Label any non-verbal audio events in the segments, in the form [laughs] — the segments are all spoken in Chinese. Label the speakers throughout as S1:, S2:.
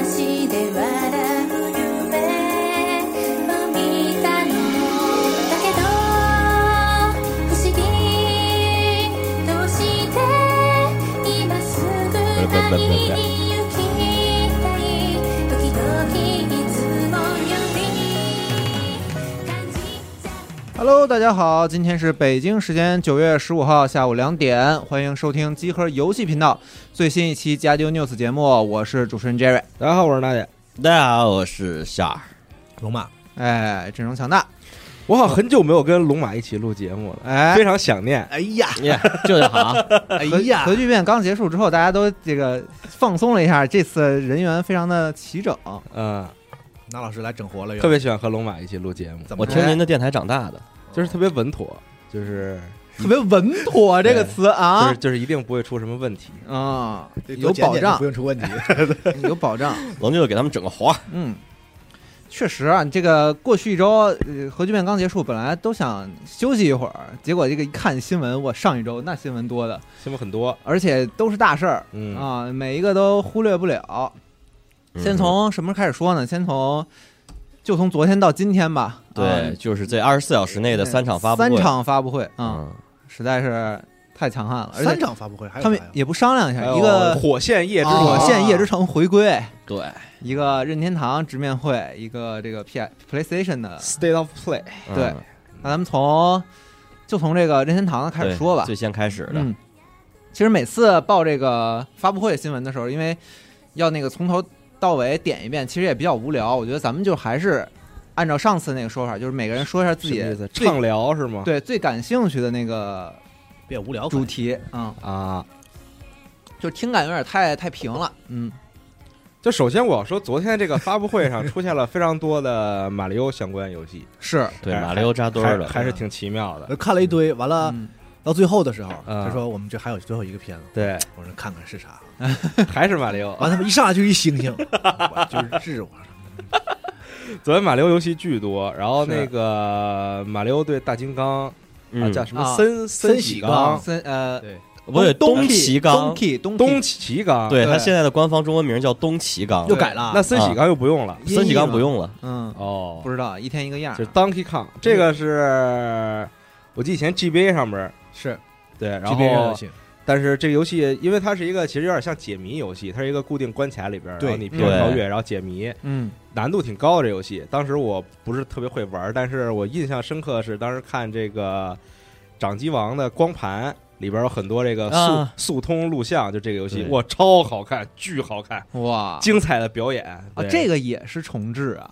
S1: で笑う夢を見たのだけど不思議どうして今すぐ何に行きたい時々いつもより感じちゃう
S2: Hello，大家好，今天是北京时间九月十五号下午两点，欢迎收听集合游戏频道最新一期《加丢 news》节目，我是主持人 Jerry，
S3: 大家好，我是娜姐。
S4: 大家好，我是夏尔。
S3: 龙马，
S2: 哎，阵容强大，
S3: 我好像很久没有跟龙马一起录节目了，
S2: 哎
S3: 非，常想念。
S5: 哎呀，
S4: 这 [laughs] 就好，
S5: 哎
S2: 核
S5: 呀
S2: 核，聚变刚结束之后，大家都这个放松了一下，这次人员非常的齐整，
S3: 嗯，
S5: 那老师来整活了又，
S3: 特别喜欢和龙马一起录节目，
S5: 怎么
S4: 我听您的电台长大的，
S3: 就是特别稳妥，就是
S2: 特别稳妥这个词
S3: 就
S2: 啊
S3: 是，就是一定不会出什么问题。
S2: 啊、
S5: 这多
S2: 有
S5: 检
S2: 保
S5: 点
S2: 障 [laughs]
S5: 不，用出问题。
S2: 有保障，
S4: [laughs] 龙舅给他们整个活儿。
S2: 嗯。确实啊，这个过去一周，呃，核聚变刚结束，本来都想休息一会儿，结果这个一看新闻，我上一周那新闻多的，
S3: 新闻很多，
S2: 而且都是大事儿
S3: 嗯
S2: 啊，每一个都忽略不了。
S4: 嗯
S2: 先从什么开始说呢？先从就从昨天到今天吧。
S4: 对，就是这二十四小时内
S2: 内
S4: 的三场发布会，
S2: 嗯三场发布会啊，
S4: 嗯，
S2: 实在是太强悍了。而
S5: 三
S2: 且
S5: 场发布会还有
S2: 他们
S5: 啥呀
S2: 也不商量一
S3: 还
S4: 哎
S2: 下，
S3: 有
S2: 哎一个
S3: 火线夜之
S2: 火
S5: 啊
S2: 线夜之城回归，
S4: 对，
S2: 一个任天堂直面会，一个这个 P PlayStation 的。
S3: State of Play，
S4: 嗯
S2: 对那咱们从就从这个任天堂的开始
S4: 对
S2: 说吧。
S4: 最先开始的，
S2: 嗯，其实每次报这个发布会新闻的时候，因为要那个从头到尾点一遍，其实也比较无聊。我觉得咱们就还是按照上次那个说法，就是每个人说一下自己
S3: 什么意思？
S2: 最
S3: 畅聊是吗？
S2: 对最感兴趣的那个
S5: 别无聊，
S2: 主题，嗯，
S3: 啊，
S2: 就听感有点太太平了，嗯，
S3: 就首先我要说，昨天这个发布会上出现了非常多的马里奥相关游戏，
S2: 是，
S4: 对，
S3: 还
S4: 马里奥扎堆儿的，
S3: 哎还还是挺奇妙的
S5: [laughs] 我。看了一堆，完了
S2: 嗯，
S5: 到最后的时候，
S3: 啊
S5: 他说我们这还有最后一个片子，
S3: 对，
S5: 我说看看是
S2: 啊
S5: 啥。
S3: 还是马里奥。
S5: 完他们一上来就一星星，我
S2: [laughs]
S5: 就是治我。
S3: 昨天马里奥游戏巨多，然后
S2: 是
S3: 那个马里奥对大金刚，啊，
S4: 嗯，
S3: 叫什么
S2: 啊
S3: 森
S5: 森喜
S3: 喜
S5: 刚
S3: 刚、
S2: 森呃，
S5: 对，
S4: 不对，
S2: 东
S4: 东崎
S2: 东
S4: 刚，
S2: 崎东
S3: 东啊
S2: 崎
S3: 崎刚，
S4: 对
S2: 对
S4: 他现在的官方中文名叫东崎刚
S5: 又，改了，
S3: 那森喜刚又不用了
S5: 啊
S4: 森喜刚不用了，
S2: 嗯，
S3: 哦
S2: 不知道一天一个样儿
S3: 就是，Donkey Kong，这个是我记得以前 GBA 上边儿
S5: 是
S3: 对，然
S5: GBA 上的
S3: 后
S5: 星，
S3: 但是这个游戏因为它是一个其实有点像解谜游戏，它是一个固定关卡里边儿，
S5: 对
S3: 然后你拼装跳跃，然后解谜，
S2: 嗯
S3: 难度挺高的这游戏。当时我不是特别会玩儿，但是我印象深刻的是当时看这个掌机王的光盘。里边儿有很多这个速、
S4: 啊
S3: 速通录像，就这个游戏
S4: 对
S3: 哇，超好看，巨好看，
S2: 哇
S3: 精彩的表演
S2: 啊
S3: 对，
S2: 这个也是重置啊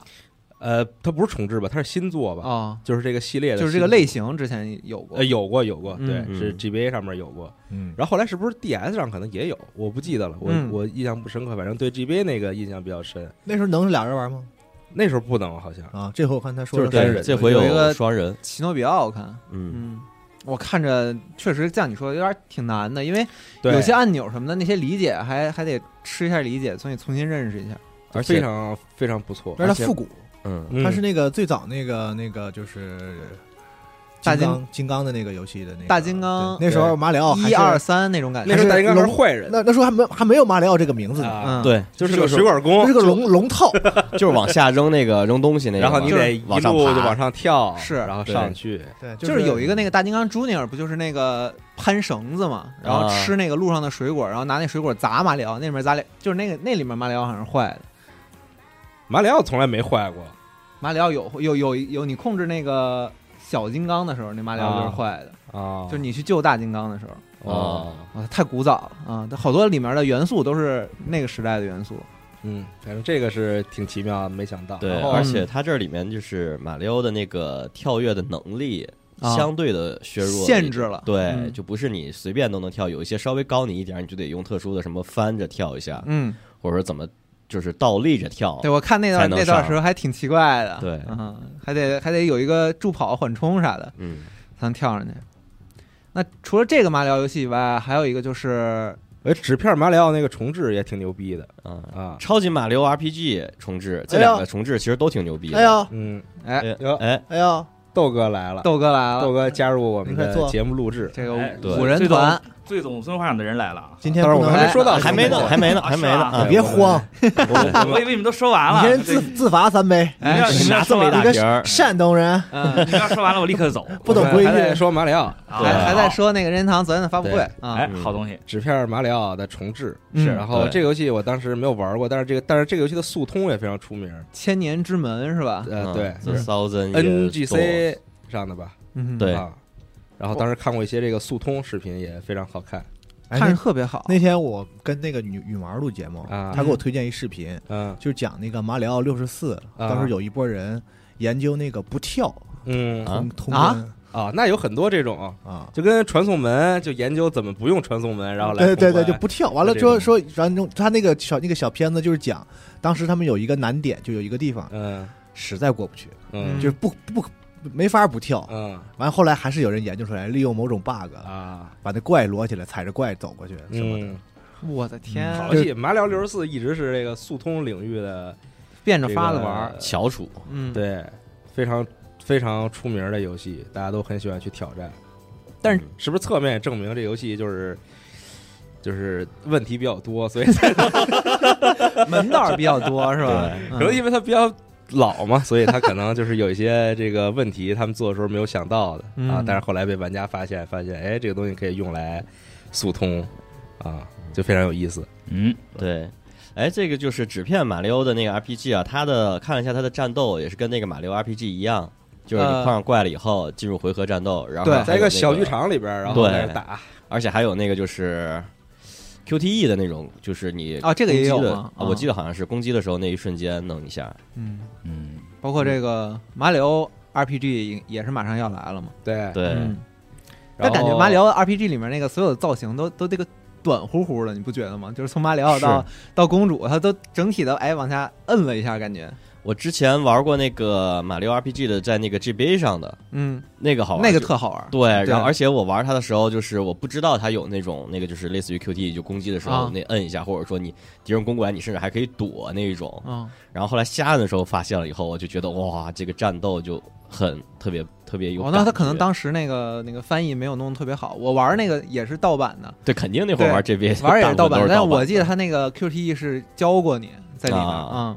S3: 呃，它不是重置吧，它是新作吧，
S2: 啊，
S3: 就是这个系列的，
S2: 就是这个类，型之前有过
S3: 呃，，有过有过，
S2: 嗯
S3: 对，
S4: 嗯
S3: 是 GBA 上面有过，
S5: 嗯，
S3: 然后后来是不是 DS 上可能也有，我不记得了，我、
S2: 嗯
S3: 我印象不深刻，反正对 GBA 那个印象比较深，
S5: 那时候能是俩人玩吗？
S3: 那时候不能好像，
S5: 啊，这回我看他说
S3: 就是单
S4: 对，
S3: 人
S4: 这回
S2: 有一个
S4: 双人，
S2: 奇诺比奥我看。
S4: 嗯，
S2: 嗯，我看着确实像你说的有点挺难的，因为
S3: 对，
S2: 有些按钮什么的那些理解还还得吃一下理解，所以重新认识一下。
S3: 而
S4: 且
S3: 非常非常不错，
S5: 但是
S3: 而
S5: 他
S3: 且
S5: 复古，
S4: 嗯，
S3: 嗯
S5: 他是那个最早那个那个就是
S2: 大
S5: 金
S2: 金
S5: 刚金刚的那个游戏的那个
S2: 大金刚
S5: 对那时候马里奥还
S2: 一
S5: 是
S2: 二三哦那种感
S3: 那
S2: 觉
S3: 时候
S5: 是
S3: 大金刚是
S5: 龙
S3: 坏人，
S5: 那那时候还没有还没有马里奥这个名字呢，
S2: 嗯，，
S3: 啊，
S4: 对，
S3: 就是
S5: 就
S3: 个
S5: 是
S3: 水管
S5: 这
S3: 工
S5: 是，个龙
S2: [laughs]
S5: 龙套，
S4: 就是往下扔那个扔东西那个嘛，
S3: 然后你得一
S4: 往上
S3: 路就
S4: 爬
S3: 往，上跳，
S2: 是
S3: 然后上去，
S5: 对，就
S2: 就是有一个那个大金刚 Junior 不就是那个攀绳子嘛，然后
S4: 啊
S2: 吃那个路上的水果，然后拿那水果砸马里奥，那里面砸里就是那个那里面马里奥好像是坏的，
S3: 马里奥从来没坏过，
S2: 马里奥有有有有你控制那个小金刚的时候，那马里奥就是
S3: 啊
S2: 坏的，
S3: 啊，
S2: 就是你去救大金刚的时候。
S3: 哦，
S2: 啊，太古早了啊！它好多里面的元素都是那个时代的元素。
S3: 嗯，反正这个是挺奇妙，没想到，
S4: 对，
S3: 然后
S4: 而
S6: 嗯
S4: 且它这里面就是马里奥的那个跳跃的能力
S2: 啊
S4: 相对的削弱了一点，
S2: 限制了
S4: 对，
S2: 嗯
S4: 就不是你随便都能跳，有一些稍微高你一点儿，你就得用特殊的什么翻着跳一下，
S2: 嗯，
S4: 或者说怎么就是倒立着跳
S2: 对，我看那
S4: 才
S2: 段
S4: 能
S2: 哦那段
S4: 上
S2: 时候还挺奇怪的。
S4: 对
S2: 嗯，还得还得有一个助跑、缓冲啥的
S4: 嗯，
S2: 才能跳上去。那除了这个马里奥游戏以外，还有一个就是
S3: 呃，纸片马里奥那个重置也挺牛逼的
S4: 啊。
S3: 啊，
S4: 超级马里奥 RPG 重置，这
S5: 哎呀
S4: 两个重置其实都挺牛逼的。
S5: 哎呀
S3: 嗯，
S2: 哎，
S4: 哎，
S3: 哟
S4: 哎，
S5: 哎呀，
S3: 豆哥来了，
S2: 豆哥来了
S3: 豆，哥加入我们
S5: 你快坐
S3: 的节目录制，
S2: 这个
S3: 哎
S4: 对
S2: 五人
S4: 这都
S2: 团
S6: 最懂孙画的人来了啊。
S5: 今天
S3: 当然
S5: 不
S3: 我
S5: 能
S3: 还没说到
S4: 还没呢，还没呢，还没呢
S6: 啊是吧
S5: 你
S4: 啊！
S5: 别慌，
S6: 我我以为你们都说完
S5: 你
S6: 了，
S5: 先自自罚三杯。
S6: 哎
S4: 你们俩这么一大
S5: 你
S4: 瓶
S5: 个
S4: 儿，
S5: 山东人
S2: 嗯，
S6: 你们要说完了，我立刻走。
S5: 不懂规
S3: 还在
S5: 矩，
S3: 说马里奥
S6: 啊
S2: 还还在
S6: 好
S2: 说那个任天堂昨天的发布会
S3: 对
S2: 啊
S6: 哎，，
S4: 嗯
S6: 好东西，
S3: 纸片马里奥的重置
S2: 嗯
S3: 然后
S4: 对
S3: 这个游戏我当时没有玩过，但是这个但是这个游戏的速通也非常出名，
S2: 千年之门是吧？
S5: 啊
S3: 呃，对，
S4: 嗯，The Thousand Years
S3: NGC 上的吧，
S2: 嗯，
S4: 对
S3: 啊，然后当时看过一些这个速通视频，也非常好看
S5: 哎
S2: 看着
S5: 那
S2: 特别好。
S5: 那天我跟那个女女娃儿录节目，
S3: 啊
S5: 她哦给我推荐一视频，
S3: 嗯
S5: 就是讲那个马里奥六十四，
S3: 啊
S5: 当时有一波人研究那个不跳
S3: 嗯
S4: 啊
S5: 通通
S2: 啊
S5: 关
S3: 啊，那有很多这种，
S5: 啊，
S3: 就跟传送门就研究怎么不用传送门，然后来
S5: 对对对，
S3: 通
S5: 就
S3: 关
S5: 不跳。完了
S3: 就
S5: 之
S3: 这
S5: 后
S3: 种
S5: 说，然后那种他那个小那个小片子就是讲，当时他们有一个难点，就有一个地方
S3: 嗯
S5: 实在过不去，
S3: 嗯
S5: 就是不不没法不跳。
S3: 嗯
S5: 完后来还是有人研究出来，利用某种 bug
S3: 啊
S5: 把那怪摞起来，踩着怪走过去什么的。
S3: 嗯，
S2: 我的天，啊
S3: 好游戏马里奥六十四一直是这个速通领域的
S2: 变着
S3: 这
S2: 法子
S3: 个
S2: 玩儿。
S4: 翘楚，
S2: 嗯，。
S3: 对，非常非常出名的游戏，大家都很喜欢去挑战。
S2: 但是
S3: 嗯是不是侧面也证明这游戏就是就是问题比较多，所以才
S2: [laughs] 门道儿比较多
S4: [laughs]
S2: 是吧？
S4: 对
S2: 嗯
S3: 可能因为它比较老嘛，所以它可能就是有一些这个问题，他们做的时候没有想到的啊
S2: 嗯，
S3: 但是后来被玩家发现，发现哎，这个东西可以用来速通啊，就非常有意思。
S6: 嗯，
S4: 对。哎，这个就是纸片马里奥的那个 RPG 啊，它的看了一下它的战斗，也是跟那个马里奥 RPG 一样，就是你
S2: 呃
S4: 碰上怪了以后进入回合战斗，然后
S2: 对
S4: 还有
S3: 在一
S4: 那
S3: 个小剧，场里边，然后
S4: 对
S3: 在那打，
S4: 而且还有那个就是 QTE 的那种，就是你
S2: 啊这个也有
S4: 攻击的
S2: 吗
S4: 啊
S2: 啊
S4: 我记得好像是攻击的时候那一瞬间弄一下，
S2: 嗯，
S6: 嗯，
S2: 包括这个马里奥 RPG 也是马上要来了嘛。
S3: 对，
S4: 对，
S2: 嗯，但
S3: 然后
S2: 感觉马里奥 RPG 里面那个所有的造型都都这个短乎乎的，你不觉得吗？就是从马里奥到到公主，它都整体的哎往下摁了一下，感觉
S4: 我之前玩过那个马里奥 RPG 的，在那个 GBA 上的
S2: 嗯，
S4: 那个好玩，
S2: 那个特好玩。
S4: 对，然
S2: 对
S4: 后而且我玩它的时候，就是我不知道它有那种那个就是类似于 QTE 就攻击的时候
S2: 啊
S4: 那摁一下，或者说你敌人攻过来，你甚至还可以躲那一种。
S2: 嗯，
S4: 然后后来瞎摁的时候发现了以后，我就觉得哇，这个战斗就很特别特别有
S2: 哦
S4: 感，觉。
S2: 那他可能当时那个那个翻译没有弄得特别好。我玩那个也是盗版的，
S4: 对肯定那会儿玩 GBA
S2: 玩儿也
S4: 是
S2: 是盗
S4: 版
S2: 版
S4: 的，，
S2: 但是我记得他那个 QTE 是教过你在里面，
S4: 啊
S2: 嗯，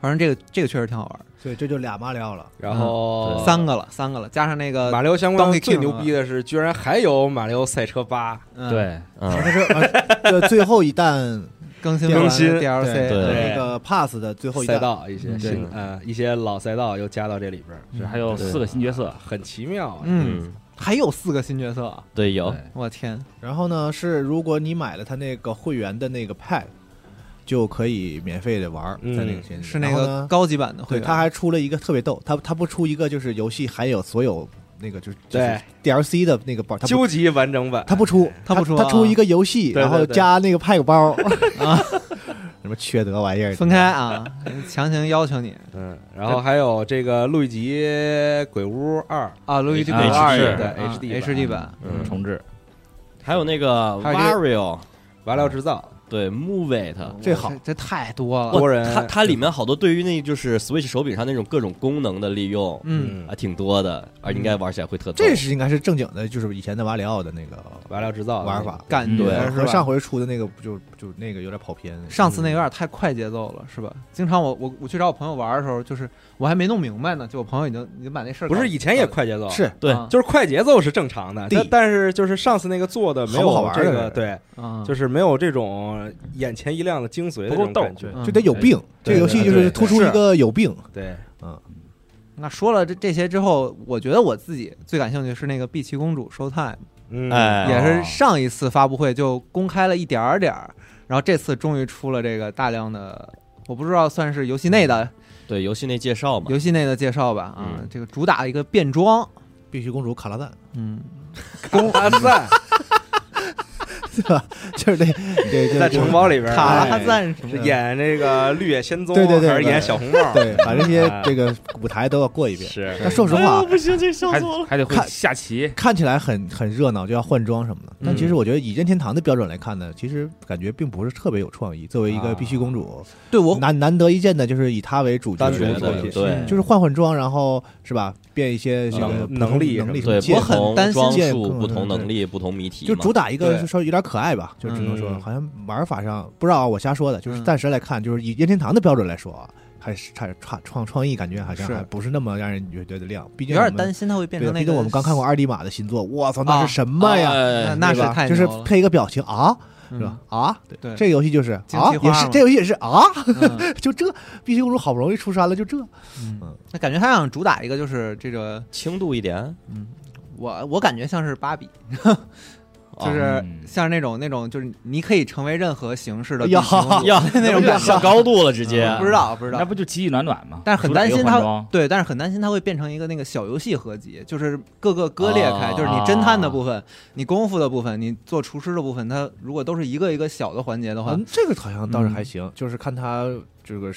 S2: 反正这个这个确实挺好玩儿，
S5: 对，这就俩马里奥 [laughs] 了。
S3: 然
S5: 嗯
S3: 后
S2: 三个了，三个了，加上那个
S3: 马里奥相关
S2: Donkey
S3: 的
S2: Kong
S3: 最牛逼的
S5: 啊
S3: 是，居然还有马里奥赛车八，
S2: 嗯
S4: 嗯，
S5: 他说，啊呃最后
S2: [laughs]
S5: 一弹
S2: 更新完
S3: 更新
S2: DLC，
S5: 对
S4: 对
S5: 那个 pass 的最后一
S3: 赛
S5: 弹，
S3: 道一些
S2: 嗯
S3: 新
S2: 对
S3: 呃一些老赛道又加到这里边儿，嗯
S6: 这还有四个新角色，
S3: 很奇妙。
S2: 嗯，
S4: 嗯，
S2: 还有四个新角色啊，
S4: 对有
S3: 对
S2: 我天，
S5: 然后呢是如果你买了他那个会员的那个 pad，就可以免费的玩儿，
S3: 嗯
S5: 在那个现
S2: 是那
S5: 然后
S2: 个
S5: 呢
S2: 高级版的会
S5: 对，
S2: 员，
S5: 他还出了一个特别逗，他他不出一个就是游戏还有所有那个就是就是
S3: 对
S5: DLC 的那个包，他不
S3: 究极完整版，
S5: 他不出，
S2: 他不出啊
S5: 他出一个游戏，
S3: 对对
S5: 然后
S3: 对
S5: 加那个派个包 [laughs] 啊，什么缺德玩意儿，
S2: 分开啊，强行要求你
S3: 嗯，然后还有这个路易吉鬼屋二，
S2: 啊，路易吉
S6: 啊
S2: 鬼二对
S6: 是
S3: 对
S2: HD
S3: HD 版
S2: 版，
S4: 嗯
S6: 重置，
S4: 还有那个
S3: 还有这个
S4: Wario
S3: 瓦料制造，
S4: 对 Move It。
S5: 这好
S2: 啊这太多了，
S3: 多人
S4: 它它里面好多对于那就是 Switch 手柄上那种各种功能的利用，
S2: 嗯，
S4: 啊，挺多的，而应该玩起来会特逗
S5: 这是应该是正经的，就是以前的马里奥的那个
S3: 瓦料制造
S5: 玩法，
S2: 感
S6: 嗯
S2: 觉
S4: 对
S2: 是吧？
S5: 呃和上回出的那个不就就那个有点跑偏。
S2: 上次那有点太快节奏了，是吧？经常我我我去找我朋友玩的时候，就是我还没弄明白呢，就我朋友已经已经把那事儿
S3: 不
S2: 搞
S3: 是以前也快节奏，
S5: 是
S4: 对
S2: 啊
S3: 就是快节奏是正常的，
S5: 对
S3: 但但是就是上次那个做的没
S5: 好不好
S3: 有
S5: 玩儿
S3: 这
S5: 的嗯
S3: 个
S5: 是
S3: 对，
S2: 啊，
S3: 就是是没有这种眼前一亮的精髓的
S6: 不够
S3: 这种
S6: 逗
S3: 感觉，
S2: 嗯
S5: 就得有病，这
S3: 哎对
S5: 个游戏就
S3: 对对
S5: 是突出
S2: 是
S5: 一个有病。
S3: 对，
S2: 那说了这这些之后，我觉得我自己最感兴趣是那个碧琪公主 Showtime，、
S3: 嗯，
S4: 哎，
S2: 也
S4: 哦
S2: 是上一次发布会就公开了一点儿点儿，然后这次终于出了这个大量的，我不知道算是游戏内的
S4: 对游戏内介绍嘛，
S2: 游戏内的介绍吧啊，
S4: 嗯
S2: 这个主打一个变装，
S5: 必须公主卡拉赞，
S2: 嗯，
S3: 公阿赞
S5: 对吧？ [laughs] 就是那 [laughs] 对对
S3: 在城堡里边儿
S2: 卡拉
S3: 哎
S2: 赞什
S3: 是
S2: 么
S3: 演这个绿野仙踪，
S5: 对对对
S3: 还是演小红帽，
S5: 对，把这
S3: [laughs]
S5: 些
S3: 哎
S5: 这个舞台都要过一遍。
S3: 是哎
S5: 但说实话，
S6: 还还得会
S5: 看
S6: 下棋，
S5: 看起来很很热闹，就要换装什么的。但
S3: 嗯
S5: 其实我觉得以任天堂的标准来看呢，其实感觉并不是特别有创意。作为一
S3: 啊
S5: 个必须公主，
S2: 对我
S5: 难难得一见的就是以她为主角
S3: 单
S5: 的
S3: 独
S5: 这
S4: 对
S5: 个
S3: 作
S5: 游
S3: 品
S5: 戏，
S4: 对，
S5: 就是换换装，然后是吧？变一些这个
S3: 能能力
S5: 能力
S3: 什
S5: 什么
S4: 对，
S5: 啊剑
S4: 不
S2: 很
S4: 同
S2: 担心
S4: 装
S5: 剑
S4: 束、
S5: 客
S4: 不同
S5: 对
S4: 能力、不同谜题
S5: 就
S4: 嘛，
S5: 主打一个
S2: 对
S5: 就稍微有点可爱吧，就只能说
S3: 嗯
S5: 好像玩法上不知道啊，我瞎说的，就是
S2: 嗯
S5: 暂时来看，就是以任天堂的标准来说啊，还是差创创创意感觉好像
S2: 是
S5: 还不是那么让人觉得亮，毕
S2: 有
S5: 竟
S2: 点
S5: 我们
S2: 担心它会变
S5: 对
S2: 成那
S5: 毕
S2: 个。
S5: 竟我们刚看过，二迪玛的新作，我操，那是什么呀？
S4: 哎
S2: 那那
S5: 对
S2: 是
S5: 吧
S2: 太
S5: 就是
S2: 牛了
S5: 配一个表情啊，
S2: 是
S5: 是吧？？啊，
S2: 嗯对
S5: 这个游戏就是
S2: 惊
S5: 啊
S2: 奇，花
S5: 也是
S2: 嘛
S5: 这游戏也是啊，
S2: 嗯
S5: [laughs] 就这碧血公主好不容易出山了，就这，
S2: 嗯那感觉他想主打一个就是这个，
S4: 轻度一点，
S2: 我我感觉像是芭比， [laughs]
S4: 哦
S2: 就是
S6: 嗯
S2: 像那种那种就是你可以成为任何形式的
S5: 哎呀
S2: 冰淇淋
S4: 呀
S2: 那种感觉
S4: 上高度了，直接
S2: 嗯不知道不知
S6: 那
S2: 道，
S6: 不就奇迹暖暖吗？
S2: 但是很担心
S6: 主打一个换
S2: 它
S6: 装
S2: 对，但是很担心它会变成一个那个小游戏合集，就是各个割裂开，
S4: 哦
S2: 就是你侦探的部分、你功夫的部分、你做厨师的部分，它如果都是一个一个小的环节的话，
S5: 嗯，这个好像倒是
S2: 嗯
S5: 还行，就是看它这个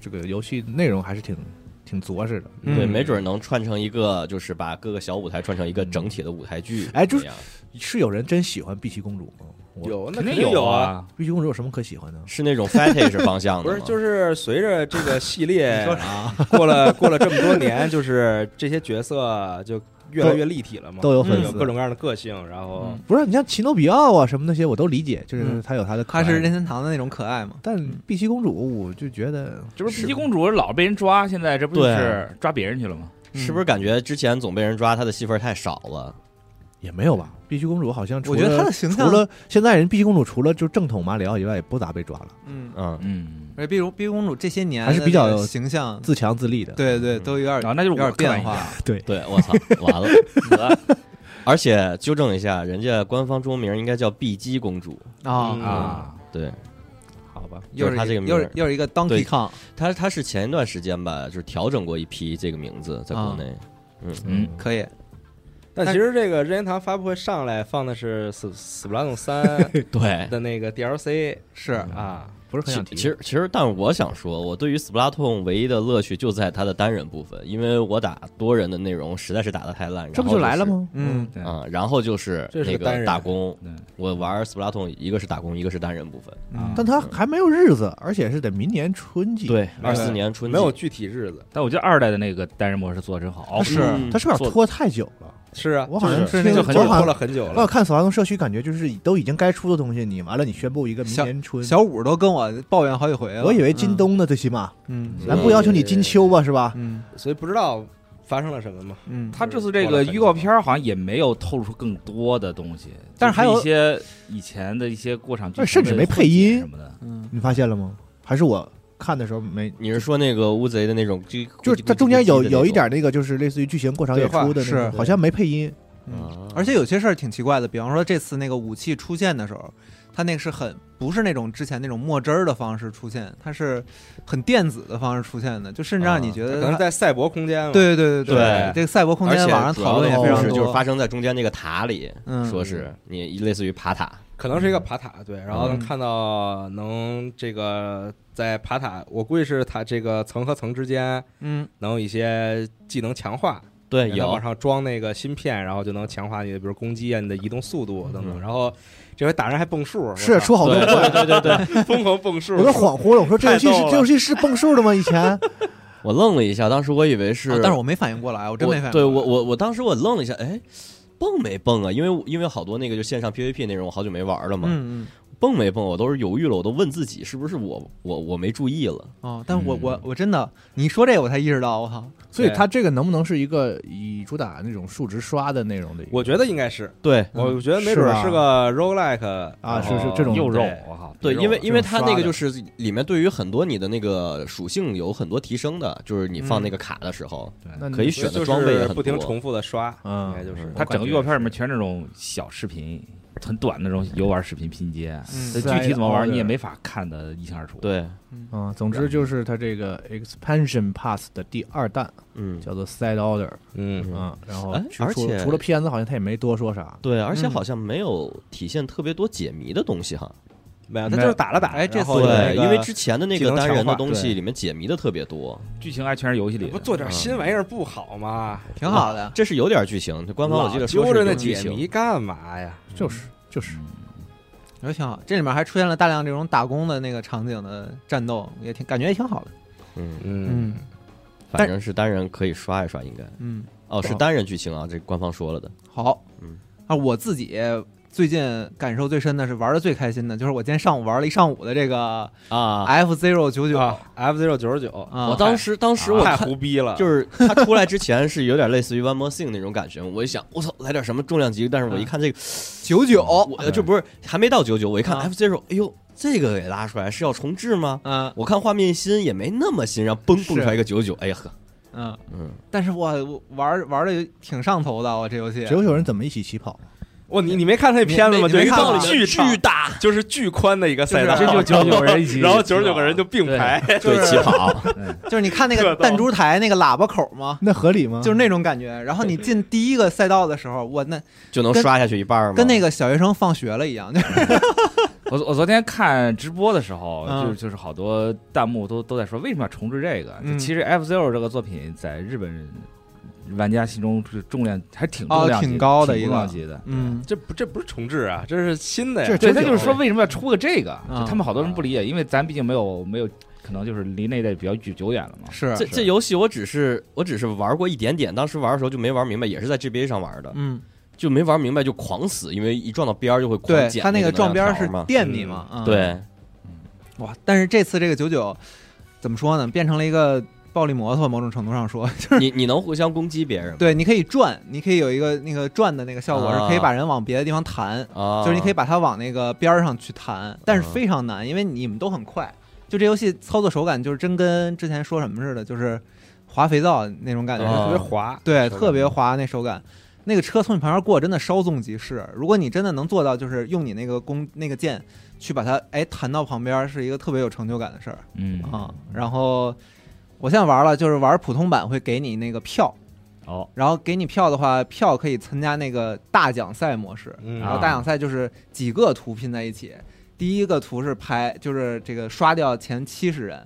S5: 这个游戏内容还是挺挺着实的。
S4: 对，
S3: 嗯
S4: 没准能串成一个，就是把各个小舞台串成一个整体的舞台剧。
S5: 哎就是
S4: 这样
S5: 是有人真喜欢碧琪公主吗？我
S3: 有那
S6: 肯定
S3: 定
S6: 有
S3: 啊。
S6: 啊，
S5: 碧琪公主有什么可喜欢的？
S4: 是那种 fetish 方向的
S3: 不
S6: [laughs]
S4: 吗，
S3: 是，就是随着这个系
S5: [laughs]
S3: 列
S5: 啊
S3: 啊
S5: 啥？
S3: 过了过了这么多年，就是这些角色就越来越立体了嘛，
S5: 都有粉
S3: 有
S5: 丝
S3: 各种各样的个性，然后
S2: 嗯
S5: 不是你像奇诺比奥啊什么那些我都理解，就是
S2: 嗯
S5: 它有它的可
S2: 它
S5: 爱。
S2: 是嗯任天堂的那种可爱嘛。
S5: 但碧琪公主，我就觉得
S6: 这不是碧琪公主老被人抓，现在这不就是嗯抓别人去了吗？
S4: 是不是感觉之前总被人抓，她的戏份太少了？
S5: 也没有吧。碧琪公主好像除
S2: 我觉得
S5: 了
S2: 她的形象
S5: 除了现在人碧琪公主除了就正统马里奥以外，也不咋被抓了，
S2: 嗯，
S4: 嗯，
S6: 嗯，
S2: 而且碧如碧公主这些年
S5: 还是比较
S2: 的那个形象，
S5: 自强自立的。
S2: 对对，都有点
S6: 嗯啊然后那就是
S2: 有点
S6: 我刻板
S2: 变
S6: 印
S2: 化啊
S6: 象。
S4: 对，我操，完了。而且纠正一下，人家官方中文名应该叫碧姬公主。
S2: 啊
S3: 嗯
S6: 啊，
S4: 对，
S5: 好吧，
S2: 又
S4: 就是
S2: 是
S4: 他
S2: 一
S4: 这个名
S2: 又
S4: 儿
S2: 是又是一个 Donkey
S4: 对
S2: Kong，
S4: 她她是前一段时间吧，就是调整过一批这个名字，在国
S2: 啊
S4: 内。
S6: 嗯，
S2: 可以，
S3: 但其实这个任天堂发布会上来放的是《死死不拉弄三》
S5: [laughs]
S4: 对，
S3: 的那个 DLC
S2: 是
S6: 嗯
S3: 啊，
S5: 不是很
S4: 其
S5: 想
S4: 其
S5: 提。
S4: 实其实，但我想说，我对于 Splatoon 唯一的乐趣就在它的单人部分，因为我打多人的内容实在是打的太烂。
S5: 这不就来了
S4: 然后
S5: 吗？
S2: 嗯，
S6: 对
S4: 就是？啊、然后就是
S3: 这是
S4: 那
S3: 个单人
S4: 打工
S6: 对，
S4: 我玩 Splatoon 一个是打工，一个是单人部分。
S2: 嗯
S6: 啊
S5: 但它还没有日子，而且是得明年春季。，
S4: 对，二四
S3: 对
S4: 年春季
S3: 没有具体日子，
S6: 但我觉得二代的那个单人模式做的真好，
S2: 是
S4: 嗯
S5: 它是有点拖太久了。
S3: 是啊，
S5: 我好像
S3: 就是
S5: 听
S3: 那
S5: 了哦
S3: 个
S5: 很
S3: 久
S5: 久
S3: 拖了很久
S5: 我
S3: 了，
S5: 看《死亡社区》，感觉就是都已经该出的东西，你完了你宣布一个明年春，
S2: 小嗯五都跟我抱怨好几回了。
S5: 我以为今冬呢，最起码
S2: 嗯，
S5: 咱不要求你今秋吧，是吧？
S2: 嗯
S3: 所以不知道发生了什么嘛。
S2: 嗯嗯，
S6: 他这次这个预告片儿好像也没有透露出更多的东西，
S2: 但是还有
S6: 就一些以前的一些过场剧情的
S5: 甚至没配音
S6: 什么的。
S2: 嗯
S5: 你发现了吗？还是我看的时候没，
S4: 你是说那个乌贼的那种，就
S5: 就是它中间有有一点那个，就是类似于剧情过场演
S2: 对话
S5: 出的那种，
S2: 是
S5: 好像没配音。
S2: 嗯
S4: 啊，
S2: 而且有些事儿挺奇怪的，比方说这次那个武器出现的时候，它那个是很不是那种之前那种墨汁儿的方式出现，它是很电子的方式出现的，就甚至
S4: 啊
S2: 让你觉
S3: 可
S2: 得
S3: 能
S2: 它。
S3: 在赛博空间嘛，
S2: 呃对对对
S4: 对
S2: 这个赛博空
S4: 而
S2: 间
S4: 且
S2: 网上
S4: 主
S2: 讨
S4: 要
S2: 论也
S4: 的
S2: 非
S4: 故
S2: 常
S4: 事
S2: 多，
S4: 就是发生在中间那个塔里，
S2: 嗯
S4: 说是你类似于爬塔，
S3: 可能是一个爬塔，对，然后能
S2: 嗯
S3: 看到能这个在爬塔，我估计是它这个层和层之间
S2: 嗯
S3: 能有一些技能强化，
S6: 呃
S4: 对，
S3: 能往
S4: 有
S3: 上装那个芯片，然后就能强化你的，比如攻击啊、你的移动速度等等。
S4: 嗯
S3: 然后这回打人还蹦数，
S5: 是出好多
S4: 对
S5: 怪，
S4: 对对对，
S3: 疯狂蹦
S5: [laughs]
S3: 数，
S5: 我都恍惚了。我说这游戏
S3: 太
S5: 是
S3: 逗了
S5: 这游戏是蹦数的吗？以前
S4: 我愣了一下，当时我以为是，
S2: 啊但是我没反应过来，我真
S4: 我
S2: 没反应过
S4: 对
S2: 来。
S4: 我我我当时我愣了一下，哎，蹦没蹦啊？因为因为好多那个就线上 PVP 内容，我好久没玩了嘛，
S2: 嗯嗯
S4: 蹦没蹦？我都是犹豫了，我都问自己是不是我我我没注意了。
S2: 哦，但我
S6: 嗯
S2: 我我真的，你一说这个我才意识到，我靠，
S5: 所以它这个能不能是一个以主打那种数值刷的内容的一个？
S3: 我觉得应该是，
S4: 对
S3: 我觉得没准
S5: 是啊
S3: 是个 roguelike
S5: 啊是
S3: 然后
S5: 是这种
S6: 哦又肉
S3: 对，
S6: 我靠！
S4: 对，
S6: 又肉
S4: 因为因为
S5: 这种
S4: 它
S5: 刷
S4: 那个
S5: 的
S4: 就是里面对于很多你的那个属性有很多提升的，就是你放那个卡的时候，
S5: 那
S4: 可以
S3: 所以
S4: 选
S3: 就
S4: 的装备也
S3: 是
S4: 很
S3: 不停
S4: 多
S3: 重复的刷，
S5: 嗯
S3: 应该就是
S6: 它整个预告片里面全是那种小视频，很短的那种游玩视频拼接，
S4: 啊
S2: 嗯
S6: 这具体怎么玩你也没法看得一清二楚。，
S4: 对，
S5: 嗯，总之就是它这个 expansion pass 的第二弹
S4: 嗯，
S5: 叫做 side order，
S3: 嗯，
S5: 嗯，然后
S4: 哎
S5: 除
S4: 而
S5: 除
S4: 且
S5: 除了片子，好像他也没多说啥。
S4: 对，而且
S2: 嗯
S4: 好像没有体现特别多解谜的东西哈。
S3: 没有，他就是打了打，
S2: 哎这
S3: 然后
S2: 哦
S3: 有那
S4: 对，
S3: 个
S4: 因为之前的那
S3: 技
S4: 个
S3: 能
S4: 单
S3: 强
S4: 人的
S3: 化
S4: 东西
S5: 对
S4: 里面解谜的特别多，
S6: 剧情还全是游戏里
S3: 不
S6: 的。
S3: 做点新玩意儿不好吗？
S2: 挺好的。
S4: 这是有点剧情。就官方我记得说
S3: 揪
S4: 是
S3: 着
S4: 有
S3: 那
S4: 剧
S3: 解谜
S4: 情，
S3: 干嘛呀？
S5: 就是就是，
S2: 我觉得挺好。这里面还出现了大量这种打工的那个场景的战斗，也挺感觉也挺好的。
S4: 嗯，
S3: 嗯，
S4: 反正是单人可以刷一刷，应该
S2: 嗯，
S4: 哦，是单人剧情啊，这官方说了的。
S2: 好，
S4: 嗯
S2: 啊，我自己最近感受最深的是玩的最开心的，就是我今天上午玩了一上午的这个
S4: 啊，
S2: F Zero 九啊九啊，
S3: F Zero 九十九，
S4: 哎我当时当时我
S3: 太
S4: 看
S3: 胡逼了，
S4: 就是它出来之前是有点类似于 One More Thing 那种感觉，我一想我操来点什么重量级，但是我一看这 [laughs] 个
S2: 九九，
S4: 我呃这不是还没到九九，我一看
S2: 啊
S4: F Zero，哎呦这个给拉出来是要重置吗？
S2: 嗯
S4: 我看画面新也没那么新，然后嘣蹦出来一个九九，哎呀呵，
S2: 嗯
S4: 嗯，
S2: 但是我我玩玩的挺上头的，啊我这游戏
S5: 九九人怎么一起起跑？
S3: 我你你没看那片子吗？
S2: 你
S3: 就
S2: 没
S3: 一
S2: 看
S3: 个
S2: 吗
S4: 巨
S3: 巨长
S4: 大，
S3: 就是巨宽的一个赛道，
S2: 就是
S6: 这就99人一起
S3: 然后九十九个人就并排，
S2: 就是
S4: 对，起跑，
S2: 就是你看那个
S3: 特逗
S2: 弹珠台那个喇叭口吗？
S5: 那合
S4: 嗯
S5: 理吗？
S2: 就是那种感觉，然后你进第一个赛道的时候，我那
S4: [laughs] 就能
S2: 跟
S4: 刷下去一半吗？
S2: 跟那个小学生放学了一样，就是
S6: [laughs] 我我昨天看直播的时候，
S2: 嗯
S6: 就就是好多弹幕都都在说为什么要重置这个？就
S2: 嗯
S6: 其实 F Zero 这个作品在日本玩家心中是重量还挺
S2: 哦
S6: 重量级、
S2: 挺高的一
S6: 挺
S2: 个
S6: 重量级的。
S2: 嗯
S3: [laughs] 这不这不是重置啊，这是新的呀
S5: 这。
S6: 对，
S5: 九
S6: 他
S5: 九
S6: 就是说为什么要出个这个？
S2: 嗯
S6: 就他们好多人不理解，因为咱毕竟没有没有，可能就是离那代比较久久远了嘛。
S2: 是
S4: 这这游戏我只是我只是玩过一点点，当时玩的时候就没玩明白，也是在 GBA 上玩的，
S2: 嗯，
S4: 就没玩明白就狂死，因为一撞到边儿就会狂
S2: 对
S4: 捡
S2: 他
S4: 那
S2: 那个撞边
S4: 能
S2: 是
S4: 量条嘛，
S2: 电你嘛，嗯，
S4: 对，
S2: 哇！但是这次这个九九怎么说呢？变成了一个暴力摩托，某种程度上说，
S4: 你你能互相攻击别人吗？
S2: 对，你可以转，你可以有一个那个转的那个效果，
S4: 啊
S2: 是可以把人往别的地方弹，
S4: 啊，嗯
S2: 就是你可以把它往那个边儿上去弹，但是非常难，因为你们都很快。就这游戏操作手感，就是真跟之前说什么似的，就是滑肥皂那种感觉，
S4: 啊
S3: 特别滑，
S2: 对，
S3: 手感
S2: 特别滑那手感。那个车从你旁边过，真的稍纵即逝。如果你真的能做到，就是用你那个弓那个箭去把它哎弹到旁边，是一个特别有成就感的事儿
S6: 嗯，
S2: 啊。然后我现在玩了，就是玩普通版会给你那个票，
S6: 哦，
S2: 然后给你票的话，票可以参加那个大奖赛模式。
S3: 嗯
S2: 然后
S6: 啊
S2: 大奖赛就是几个图拼在一起，第一个图是排就是这个刷掉前七十人，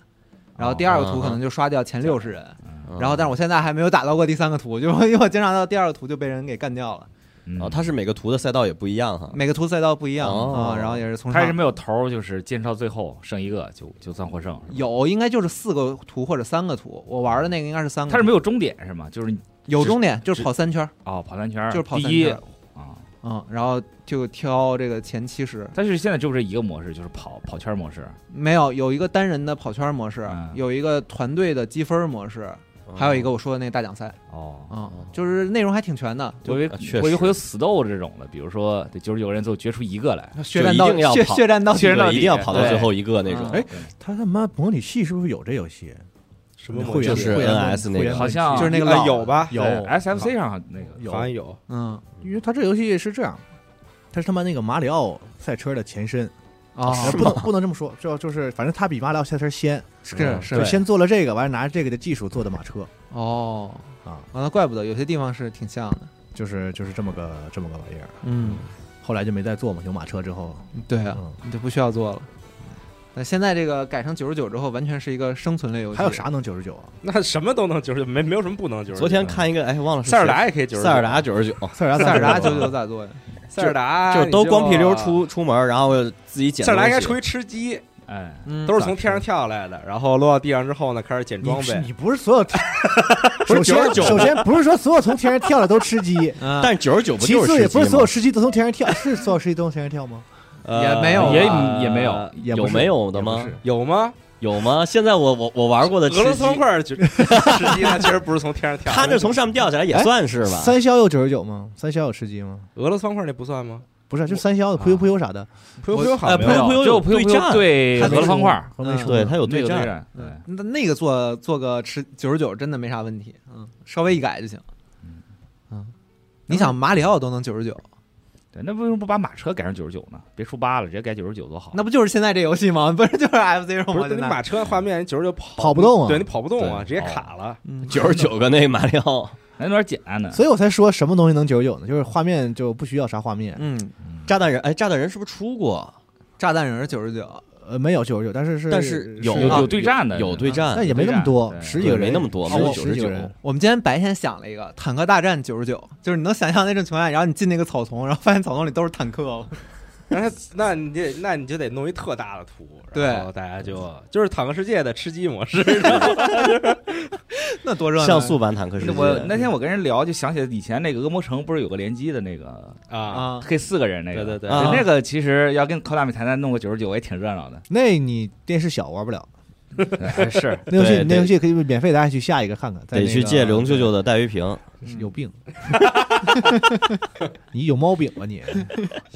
S2: 然后第二个图可能就刷掉前六十人。
S4: 嗯，
S2: 然后，但是我现在还没有打到过第三个图，就因为我经常到第二个图就被人给干掉了。
S6: 嗯
S4: 哦，它是每个图的赛道也不一样哈，
S2: 每个图赛道不一样啊、
S4: 哦
S2: 然后也是从
S6: 他
S2: 上
S6: 是没有头儿，就是坚持到最后剩一个就就算获胜。
S2: 有应该就是四个图或者三个图，我玩的那个应该是三个
S6: 他
S2: 图。
S6: 是没有终点是吗？就是你
S2: 有终点，就是跑三圈儿，
S6: 哦跑三圈儿，
S2: 就是跑
S6: 第
S2: 三
S6: 一
S2: 圈
S6: 啊
S2: 儿。。嗯，然后就挑这个前七十，
S6: 但是现在只有这一个模式，就是跑跑圈儿模式。
S2: 没有有一个单人的跑圈模式，
S6: 嗯
S2: 有一个团队的积分模式，嗯
S4: 嗯
S2: 还有一个我说的那个大奖赛
S6: 哦，
S2: 啊、嗯，就是内容还挺全的。
S6: 我以为
S4: 啊确实
S6: 我以为会有死斗这种的，比如说得九十九个人最后决出一个来。
S2: 血战到
S4: 一定要
S2: 血
S4: 跑
S2: 血战到
S4: 这
S6: 确
S4: 个
S6: 实到
S4: 一
S6: 底
S4: 定要跑到
S6: 对
S4: 最后一个那种
S2: 嗯，
S5: 哎他他妈模拟器是不是有这游戏？
S3: 什么
S5: 会
S3: 模
S5: 员
S4: 就是
S5: 会员
S4: NS 那个
S5: 会员
S6: 好像
S2: 就是那个
S3: 啊
S2: 老
S3: 有吧？
S5: 有
S6: 对 SFC 上那个
S5: 有
S3: 好，像有，
S2: 嗯
S5: 因为他这游戏是这样，他是他妈那个马里奥赛车的前身，
S2: 啊
S5: 呃不能不能这么说，就就是反正他比马里奥赛车先，
S2: 是
S5: 就是先做了这个，完了拿着这个的技术做的马车
S2: 哦
S5: 啊，
S2: 完了，怪不得有些地方是挺像的。
S5: 就是就是这么个这么个玩意儿。
S2: 嗯，
S5: 后来就没再做嘛，有马车之后，
S2: 对啊，
S5: 嗯，
S2: 你就不需要做了。那现在这个改成九十九之后，完全是一个生存类游戏。
S5: 还有啥？能九十九啊？
S3: 那什么都能九十九，没没有什么不能九十九。
S4: 昨天看一个，哎，忘了是
S3: 塞尔
S4: 谁
S3: 达也可以九十，
S4: 塞尔达九十九，
S5: 塞尔达
S2: 塞尔达九
S5: 九
S2: 九咋做呀？
S3: 塞尔达
S4: 就都
S3: 啊你
S4: 光屁溜出出门，然后自己捡
S3: 塞
S4: 东西。
S3: 尔达应该出去吃鸡，
S6: 哎，
S2: 嗯，
S3: 都是从天上跳下来的，然后落到地上之后呢，开始捡装备
S5: 你。你不是所有，
S3: 不是
S5: 首
S3: 99
S5: 先首先不是说所有从天上跳的都吃鸡，
S2: 嗯，
S4: 但九十九不
S5: 其
S4: 就是
S5: 次也
S4: 吃鸡
S5: 不是所有
S4: 吗
S5: 吃鸡都从天上跳， [laughs] 是所有吃鸡都从天上跳吗？
S3: 呃
S2: 也没
S4: 哦
S2: 有
S6: 也
S2: 吧
S6: 也没有
S5: 也不
S4: 有
S5: 是
S4: 没有的
S5: 也
S4: 吗
S5: 不？是
S3: 有吗？
S4: 有吗？现在我我我玩过的
S3: 俄罗
S4: 呃吃鸡
S3: 斯，方块儿就 [laughs] 吃鸡，它其实不是从天上跳。
S4: 他那从上面掉下来也
S5: 哎
S4: 算是吧？
S5: 三消有九十九吗？三消有吃鸡吗？
S3: 俄罗斯方块儿那不算吗？呃
S5: 不是，就三消的扑悠
S4: 啊
S5: 扑悠啥的，
S3: 扑悠扑悠好像没
S4: 哎
S3: 有
S4: 扑悠
S6: 就
S4: 有
S6: 扑悠
S4: 对
S6: 扑悠
S4: 战
S6: 对
S2: 它
S6: 俄罗斯方块儿，
S5: 我没
S2: 嗯
S5: 说
S4: 对他有
S6: 那
S4: 对
S6: 个对
S4: 战，
S6: 战，对
S2: 嗯那那个做做个吃九十九真的没啥问题，嗯，稍微一改就行。嗯，你想马里奥都能九十九，
S6: 对，那为什么不把马车改成九十九呢？别出八了，直接改九十九多好。
S2: 那不就是现在这游戏吗？不 [laughs] 是就是 F
S3: 不
S2: Zero
S3: 是
S2: 吗？现
S3: 那
S2: 在
S3: 马车画面九十九跑
S5: 跑不动啊
S3: 对你跑不动啊，
S6: 对
S3: 直接卡了。
S2: 嗯
S4: 九十九个那马里奥，
S6: 还有点简单的，
S5: 所以我才说什么东西能九十九呢？就是画面就不需要啥画面，
S2: 嗯，
S4: 炸弹人，哎，炸弹人是不是出过？
S2: 炸弹人九十九，
S5: 呃，没有九十九，但是是
S4: 但
S5: 是
S4: 有
S6: 有
S4: 啊
S6: 有对战的
S4: 有对战，
S5: 但也没那么多，
S6: 对
S5: 十几个人
S4: 对没那么多
S5: 十
S4: 没有
S5: 十几
S4: 99
S5: 个人。，
S2: 我们今天白天想了一个坦克大战九十九，就是你能想象那种情况下，然后你进那个草丛，然后发现草丛里都是坦克，哦
S3: 然后那你得那你就得弄一特大的图，
S2: 对
S3: 然后大家就就是坦克世界的吃鸡模式，
S2: [laughs] 那多热闹！
S4: 像素版坦克世界。
S6: 我那天我跟人聊，就想起以前那个恶魔城不是有个联机的那个
S3: 啊，
S2: 啊，
S6: 可以四个人那
S3: 对
S6: 个，
S3: 对对，
S4: 啊
S6: 那个其实要跟考大米谈谈弄个九十九也挺热闹的
S5: 那你电视小玩不了，
S6: 哎 [laughs] 是
S5: 那游戏
S4: 对
S5: 那
S4: 对
S5: 游戏可以免费，大家去下一个看看。在
S4: 得
S5: 那
S4: 去
S5: 个
S4: 借刘舅舅的带鱼屏，
S5: 有病， [laughs] 你有毛病吧你？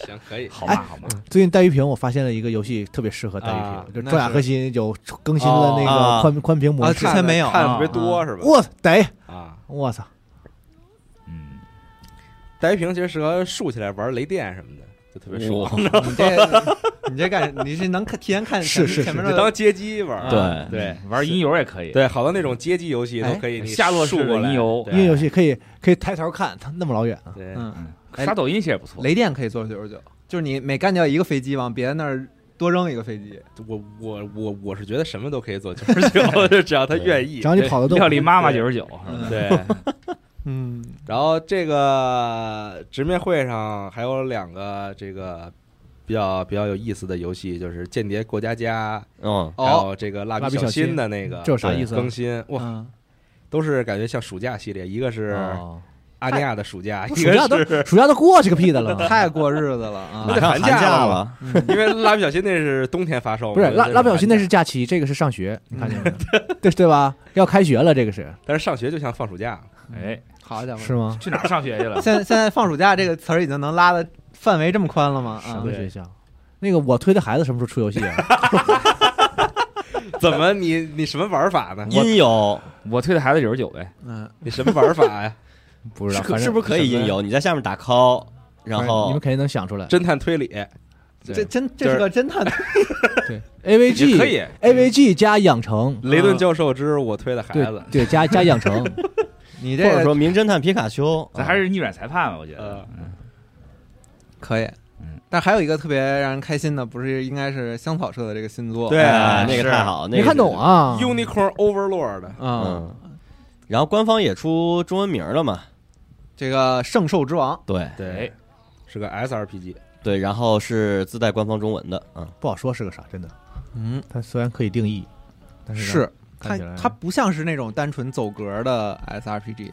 S3: 行可以，
S6: 好嘛好嘛，
S5: 最近带鱼屏，我发现了一个游戏特别适合带鱼
S3: 啊
S5: 屏，就
S2: 那
S5: 装甲
S2: 是
S5: 核心有更新了那个
S4: 哦
S5: 宽宽屏模
S2: 啊
S5: 式。
S2: 之前没有
S3: 看的
S2: 啊
S3: 特别多是吧？
S5: 我逮，
S3: 啊，
S5: 我操！
S6: 嗯，
S3: 带鱼屏其实适合竖起来玩雷电什么的，就特别爽，
S4: 哇
S2: 啊你这 [laughs] 你这干，你是能看提前看
S5: 是是
S2: 前面
S5: 是
S3: 就
S2: 的
S3: 当街机玩。
S4: 对
S3: 对
S6: 玩音游也可以，
S3: 对，好多那种街机游戏都可以，
S6: 嗯哎
S3: 你
S6: 下落式
S3: 竖
S6: 的
S3: 过来
S6: 音游
S3: 对
S5: 因为游戏可以可以抬头看，它那么老远啊。
S3: 对
S2: 嗯，
S6: 嗯，
S2: 哎
S6: 刷抖音其实也不错，
S2: 雷电可以做九十九，就是你每干掉一个飞机，往别的那儿多扔一个飞机。
S3: 我我我我是觉得什么都可以做九十九，就 [laughs] 只要他愿意
S5: 只。要你跑得
S6: [laughs]
S5: 动，
S6: 料理妈妈
S3: 对
S6: 九十九是吧？
S3: 对，
S2: 嗯，
S3: 然后这个直面会上还有两个这个比较比较有意思的游戏，就是《间谍过家家》，
S4: 嗯，
S3: 还
S2: 哦，
S3: 有这个《蜡
S5: 蜡笔
S3: 小
S5: 小
S3: 新
S5: 新》
S3: 的那个
S5: 这有啥意思啊
S3: 更新，哇，
S2: 嗯
S3: 都是感觉像暑假系列，一个是
S5: 哦
S3: 阿尼亚的暑假，一
S5: 暑假
S3: 个是
S5: 都暑假都过去个屁的了。
S2: [laughs] 太过日子了啊！
S4: 马上寒假了，
S3: [laughs] 因为蜡笔小新那是冬天发售嘛，
S5: 不是
S3: 对
S5: 蜡蜡笔小新那，
S3: 对
S5: 是假期，这个是上学，你看见没有？ [laughs] 对对吧？要开学了，这个是
S3: 但是上学就像放暑假了，
S6: 哎，
S2: 好家伙，
S5: 是吗？
S6: 去哪儿上学去
S2: [laughs]
S6: 了？
S2: 现现在放暑假这个词儿已经能拉的范围这么宽了吗？
S5: 什
S2: 啊
S5: 么，
S3: 对
S5: 学校？那个我推的孩子什么时候出游戏啊？
S3: 怎么你 [laughs] 你什么玩法呢？
S4: 音游
S6: 我推的孩子九十九呗，
S2: 嗯，
S3: 你什么玩法
S5: [laughs]
S3: 呀？
S5: 不知
S4: 是
S5: 道，
S4: 可
S5: 反正
S4: 是不是可以音游？你在下面打 call，然
S5: 你
S4: 后
S5: 们肯定能想出来。
S3: 侦探推理，
S5: 嗯
S2: 这真这是个侦探，
S5: 对
S3: 也可
S5: AVG
S3: 以。
S5: AVG 加养成，
S3: 雷顿教授之我推的孩
S5: 对
S3: 子，
S5: 对，加加养成，
S2: 你
S4: [laughs] 或
S2: 这
S4: 者
S2: 个
S4: 说名侦探皮卡丘，嗯
S6: 咱还是逆转裁判吧，我觉得
S3: 呃，
S6: 嗯
S2: 可以
S6: 嗯。
S2: 但还有一个特别让人开心的，不是应该是香草社的这个新作？啊
S3: 对
S4: 哎那个
S3: 是
S4: 太好，那
S5: 没
S4: 个
S5: 看懂啊？
S3: Unicorn Overlord
S2: 啊，
S4: 嗯。然后官方也出中文名了嘛？
S2: 这个圣兽之王，
S4: 对
S3: 对，是个 SRPG，
S4: 对，然后是自带官方中文的，嗯，
S5: 不好说是个啥，真的。
S2: 嗯，
S5: 它虽然可以定义，但是呢
S2: 是它
S5: 看起来
S2: 它不像是那种单纯走格的 SRPG，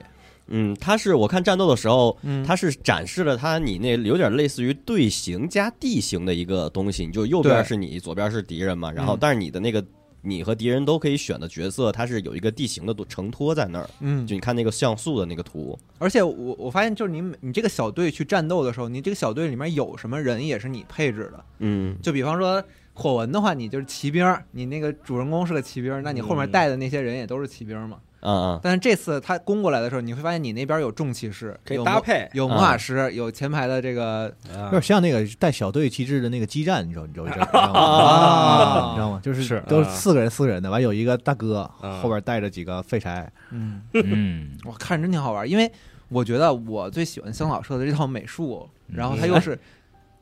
S4: 嗯，它是我看战斗的时候，
S2: 嗯
S4: 它是展示了它你那有点类似于队形加地形的一个东西，你就右边
S2: 对
S4: 是你，左边是敌人嘛，然后
S2: 嗯
S4: 但是你的那个你和敌人都可以选的角色，它是有一个地形的承托在那儿，
S2: 嗯
S4: 就你看那个像素的那个图，
S2: 而且我我发现，就是你每你这个小队去战斗的时候，你这个小队里面有什么人也是你配置的。
S4: 嗯，
S2: 就比方说火纹的话，你就是骑兵儿，你那个主人公是个骑兵儿，那你后
S3: 嗯
S2: 面带的那些人也都是骑兵儿嘛。
S4: 啊啊，
S2: 但是这次他攻过来的时候，你会发现你那边有重骑士，
S3: 可以
S2: 有
S3: 搭
S2: 魔
S3: 配嗯
S2: 有魔法师，有前排的这个
S5: 有
S3: 啊
S5: 点像那个带小队机制的那个激战，你知道你知道你知道你知道吗？
S2: 啊
S5: 你知道吗？就是
S6: 是
S5: 都是
S3: 啊
S5: 四个人四个人的，完有一个大哥
S3: 啊
S5: 后边带着几个废柴，
S2: 嗯，
S6: 嗯，
S2: [laughs] 我看着真挺好玩，因为我觉得我最喜欢香草社的这套美术，
S3: 嗯
S2: 然后它又
S3: [laughs]
S2: 是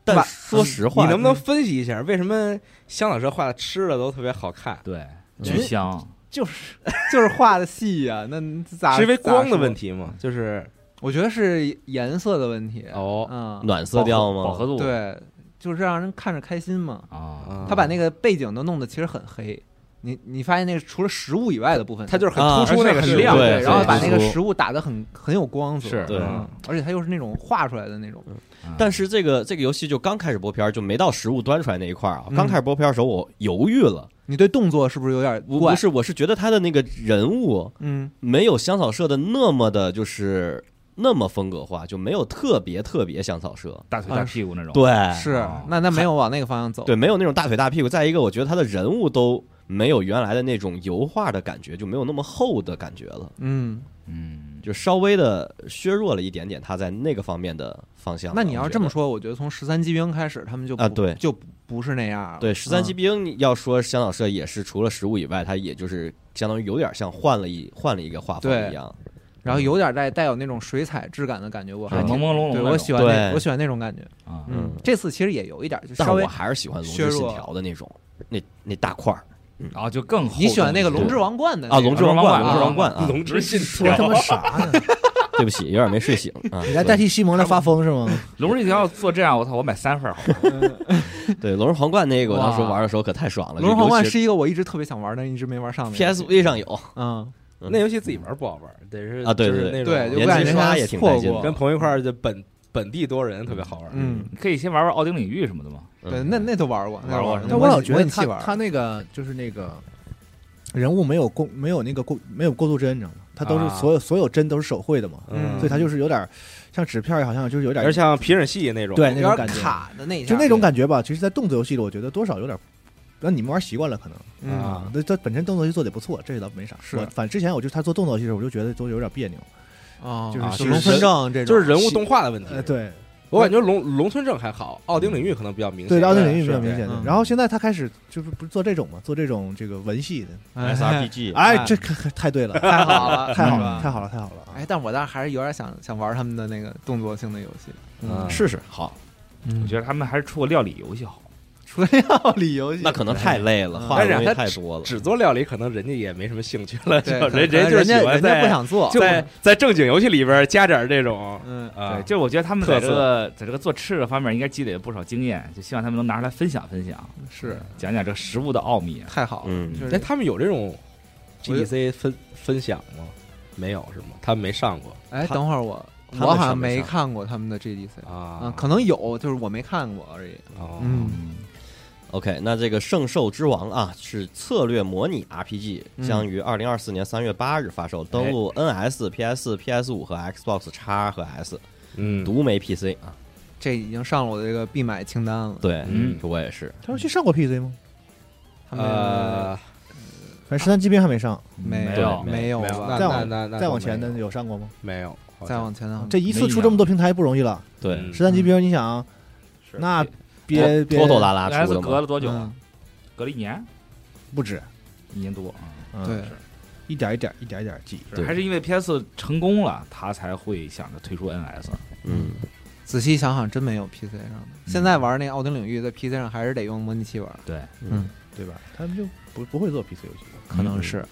S4: 但
S2: 吧
S4: 说实
S3: 你
S4: 话，
S3: 能不能分析一下为什么香草社画的吃的都特别好看？
S6: 对，
S5: 嗯
S6: 巨香，
S2: 就是就是画的细呀、那咋
S3: 是因为光的问
S2: 题？
S3: 题吗？就是
S2: 我觉得是颜色的问题。
S3: 哦
S2: 嗯，
S4: 暖色调吗？
S6: 饱和度
S2: 对，就是让人看着开心嘛。
S6: 啊，
S2: 他把那个背景都弄得其实很黑，你你发现那个除了食物以外的部分，
S3: 它就是很
S4: 啊
S3: 突出那个
S6: 而
S3: 食
S6: 且很
S3: 物
S6: 亮
S4: 对
S2: 对，然后把那个
S4: 对
S2: 食物打得很很有光泽，
S6: 是
S4: 对
S2: 嗯，而且它又是那种画出来的那种，
S4: 但是这个这个游戏就刚开始播片儿，就没到食物端出来那一块儿啊。
S2: 嗯
S4: 刚开始播片儿的时候，我犹豫了，
S2: 你对动作是不是有点
S4: 我
S2: 怪
S4: 不？是，我是觉得他的那个人物
S2: 嗯，
S4: 没有香草社的那么的，就是那么风格化，就没有特别特别香草社。
S6: 大腿大屁股那种，
S4: 对，
S2: 是，那那没有往那个方向走，
S4: 哦对，没有那种大腿大屁股。再一个，我觉得他的人物都没有原来的那种油画的感觉，就没有那么厚的感觉了，
S2: 嗯，
S6: 嗯，
S4: 就稍微的削弱了一点点他在那个方面的方向。
S2: 那你要
S4: 我觉
S2: 这么
S4: 得。
S2: 说，我觉得从十三机兵开始，他们就
S4: 啊
S2: 不
S4: 对
S2: 就不不是那样了，
S4: 对，十三
S2: 嗯
S4: 骑兵要说香草社也是除了食物以外，它也就是相当于有点像换了一换了一个画风
S2: 对
S4: 一样。
S2: 然后有点带带有那种水彩质感的感觉，我还
S6: 啊朦
S2: 挺，
S6: 朦胧胧
S2: 对
S6: 那种
S2: 我喜欢那
S4: 对
S2: 我喜欢那种感觉，
S6: 啊，
S2: 嗯
S4: 嗯，
S2: 这次其实也有一点，就
S4: 但
S2: 稍
S4: 是
S2: 微
S4: 我还是喜欢《龙
S2: 削
S4: 之信
S2: 弱
S4: 条》的那种，那那大块儿
S6: 然后就更厚
S2: 你喜欢那个
S6: 重一
S2: 龙
S6: 些
S2: 之王冠的
S4: 啊，《
S2: 那个
S4: 龙之
S6: 龙
S4: 王
S6: 之
S4: 冠》《
S6: 王
S4: 龙之王
S6: 冠
S4: 冠》啊，
S3: 龙之信
S5: 说他妈啥呢？
S4: 对不起，有点没睡醒啊。
S5: 你来代替西蒙来发疯是吗？
S6: 龙之一条做这样，我操，我买三份好了，
S4: 对对《龙之皇冠》那个，我
S2: 哇
S4: 当时玩的时候可太爽了。
S2: 龙之皇冠
S4: 就尤其
S2: 是一个我一直特别想玩，但一直没玩上的游戏。
S4: PSV 上有，
S2: 嗯，
S4: 嗯
S3: 那游戏自己玩不好玩，得是
S4: 啊对
S3: 就是
S4: 对
S3: 那种
S2: 对，就
S4: 连
S2: 不然
S4: 击
S2: 人
S4: 刷
S2: 家
S4: 也挺带
S2: 错
S4: 劲的
S2: 过
S3: 跟。朋友一块儿就本本地多人特别好玩。
S2: 嗯，
S6: 你可以先玩玩《奥丁领域》什么的嘛。
S2: 对，
S4: 嗯
S2: 那那都玩过，那都过。
S6: 玩过是
S2: 那
S6: 吧
S5: 但我老
S2: 也
S5: 觉得
S2: 也
S5: 他
S2: 气玩
S5: 他那个就是那个人物没有过没有那个过没有过渡帧，你知道吗？他都是
S3: 啊
S5: 所有所有帧都是手绘的嘛，
S2: 嗯
S5: 所以他就是有点儿像纸片儿，好像就是有点
S3: 有点像皮影戏那种，
S5: 对那
S2: 有
S5: 种
S2: 点
S5: 感觉，
S2: 卡的那一下，
S5: 就那种感觉吧。其实，在动作游戏里，我觉得多少有点儿。那你们玩习惯了，可能
S2: 嗯
S3: 啊
S5: 那它本身动作游戏做的也不错，这倒没啥。
S2: 是
S5: 我反正之前我就他做动作游戏的时候，我就觉得都有点别扭。
S2: 啊，
S5: 就是
S2: 啊
S5: 就
S2: 手
S5: 是
S2: 动分正这种，
S3: 就是人物动画的问题。
S5: 呃，，对
S3: 我感觉龙龙村镇还好，奥丁领域可能比较明显。
S5: 对，奥丁领域
S3: 是
S5: 比较明显的
S2: 嗯。
S5: 然后现在他开始就是不是做这种嘛，做这种这个文戏的。
S2: 哎
S4: SRPG
S5: 哎，这可可太对了，
S2: [laughs] 太好
S5: [laughs]
S2: 了，
S5: 太好
S2: 是
S5: 了，
S2: 吧
S5: 太好了，太好了啊！
S2: 嗯哎，但我倒还是有点想想玩他们的那个动作性的游戏，
S3: 嗯
S4: 试试好，
S6: 嗯我 [laughs] 觉得他们还是出个料理游戏好。
S2: 除了料理游戏，
S4: 那可能太累了，
S2: 嗯
S4: 画的
S3: 但
S4: 东
S3: 是
S4: 西
S3: 它
S4: 太多了。
S3: 只做料理，可能人家也没什么兴趣了。
S2: 对，
S3: 就
S2: 可能
S3: 人人
S2: 人
S3: 就
S2: 家
S3: 喜欢
S2: 人家
S3: 在
S2: 不想做，
S3: 在在正经游戏里边加点这种
S2: 嗯，
S3: 啊
S6: 对，，就是我觉得他们在
S3: 特
S6: 这
S3: 色
S6: 个在这个做吃的方面应该积累了不少经验，就希望他们能拿出来分享分享，
S2: 嗯是
S6: 讲讲这个食物的奥秘。
S2: 太好了，
S4: 嗯
S2: 就是
S3: 哎，他们有这种 GDC 分分享吗？没有是吗？他们没上过
S2: 哎，
S4: 他
S2: 等会儿我
S4: 他们
S2: 我好像
S4: 上没
S2: 没
S4: 上
S2: 看过他们的 GDC
S3: 啊
S2: 啊，可能有，就是我没看过而已。
S3: 哦
S2: 嗯，
S4: OK，那这个《圣兽之王》啊，是策略模拟 RPG，
S2: 嗯
S4: 将于二零二四年三月八日发售，登陆 NS、PS、PS 五和 Xbox X 和 S，
S3: 嗯，
S4: 独没 PC 啊。
S2: 这已经上了我的这个必买清单了。
S4: 对，
S3: 嗯
S4: 我也是。
S5: 他说去上过 PC 吗？
S2: 他们
S3: 呃，
S5: 反正十三级兵还没上，
S2: 嗯没
S6: 没
S2: 有
S6: 有
S2: 没有
S3: 没有，那啊
S2: 吧？
S5: 再
S3: 那
S5: 往
S3: 那那
S5: 再
S3: 倒
S5: 往前
S3: 没
S5: 的
S3: 有
S5: 有上过吗？
S3: 没有，好
S2: 再
S3: 像
S2: 往前的话
S5: 这一次出这么多平台不容易了。
S3: 嗯
S4: 对，
S5: 十三级兵，你想啊，
S6: 是
S5: 那憋
S4: 拖
S5: 憋
S4: 拖拖拉拉出
S6: S
S4: 的
S6: 隔
S4: 嘛。
S6: 了多久啊？
S2: 嗯
S6: 隔了一年，
S5: 不止，
S6: 一年多。
S5: 嗯
S2: 对，
S5: 一点一点一点一点记。
S4: 对
S6: 还是因为 PS 成功了，他才会想着推出 NS。
S4: 嗯，
S2: 仔细想想，真没有 PC 上的。
S3: 嗯
S2: 现在玩那个奥丁领域，在 PC 上还是得用模拟器玩，
S6: 对，
S4: 嗯
S5: 对吧？他们就不不会做 PC 游戏。
S2: 可能是。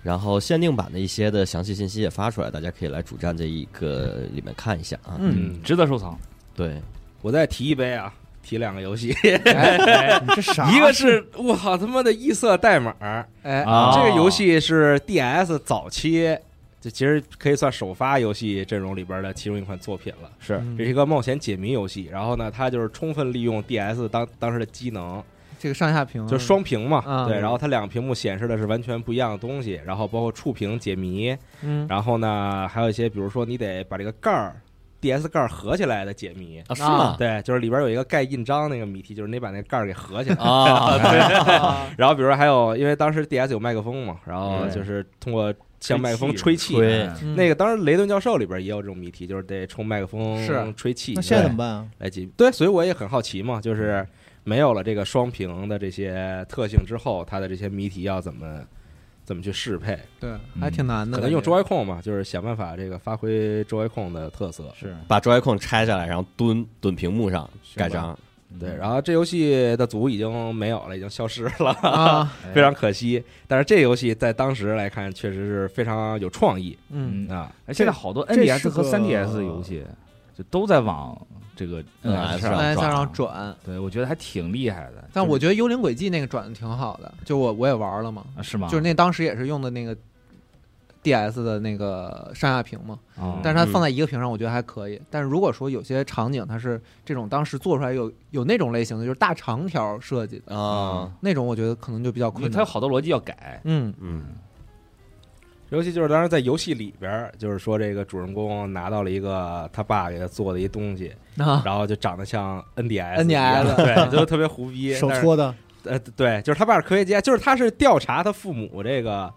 S4: 然后限定版的一些的详细信息也发出来，大家可以来主站这一个里面看一下啊。
S3: [laughs]
S2: 嗯，
S3: 嗯，
S6: 值得收藏。
S4: 对，
S3: 我再提一杯啊，提两个游戏，
S5: 你这
S3: [laughs]
S5: 啥？
S3: 一个是我靠他妈的异色代码，
S2: 哎，
S6: 啊
S3: 这个游戏是 DS 早期，这其实可以算首发游戏阵容里边的其中一款作品了。
S6: 是
S2: 嗯
S3: 这是一个冒险解谜游戏，然后呢，它就是充分利用 DS 当当时的机能，
S2: 这个上下屏
S3: 就是双屏嘛，
S2: 啊
S3: 对，然后它两个屏幕显示的是完全不一样的东西，然后包括触屏解谜，
S2: 嗯
S3: 然后呢，还有一些比如说你得把这个盖儿 DS 盖儿合起来的解谜，
S4: 啊是吗？
S3: 对，就是里边有一个盖印章那个谜题，就是你把那个盖儿给合起来。 [laughs]
S4: 啊，
S3: 然后比如说还有，因为当时 DS 有麦克风嘛，然后
S6: 嗯
S3: 就是通过向麦克风吹
S6: 吹
S3: 气。
S4: 吹
S6: 嗯
S2: [laughs] 嗯
S3: 那个当时雷顿教授里边也有这种谜题，就是得冲麦克风
S2: 是
S3: 吹气。
S5: 那现在
S3: 对
S5: 怎么办啊？
S3: 来解对，所以我也很好奇嘛，就是没有了这个双屏的这些特性之后，它的这些谜题要怎么怎么去适配？
S2: 对，还挺难的。
S3: 可能用
S2: 感觉
S3: Joy 控嘛，就是想办法这个发挥 Joy 控的特色。
S6: 是
S4: 把 Joy-Con 拆下来，然后蹲蹲屏幕上
S3: 行吧
S4: 盖章。
S2: 嗯
S3: 对，然后这游戏的组已经没有了，已经消失了。
S2: 啊，
S6: 后
S3: 非常可惜。但是这游戏在当时来看，确实是非常有创意
S2: 嗯，
S6: 嗯，
S3: 啊。
S6: 哎现在好多 NDS
S5: 这是个
S6: 和 3DS 的游戏就都在往这个
S4: NS
S6: 上啊
S2: 哎，再
S4: 转
S2: 让转。
S6: 对，我觉得还挺厉害的。
S2: 但
S6: 就是
S2: 我觉得《幽灵轨迹》那个转的挺好的，就我我也玩了嘛，
S6: 啊是吗？
S2: 就是那当时也是用的那个 DS 的那个上下屏嘛，
S6: 哦，
S2: 但是它
S4: 嗯
S2: 放在一个屏上，我觉得还可以。但是如果说有些场景它是这种当时做出来有有那种类型的，就是大长条设计的
S4: 啊，
S2: 那种，我觉得可能就比较
S6: 因为
S2: 困
S6: 它有
S2: 难。
S6: 好多逻辑要改。
S2: 嗯，
S4: 嗯，
S3: 尤其就是当时在游戏里边儿，就是说这个主人公拿到了一个他爸给他做的一东西，
S2: 啊，
S3: 然后就长得像 NDS 一样
S2: NDS [laughs]
S3: 对，就特别胡逼。
S5: 手
S3: 但是
S5: 搓的，
S3: 呃，对，就是他爸是科学家，就是他是调查他父母这个。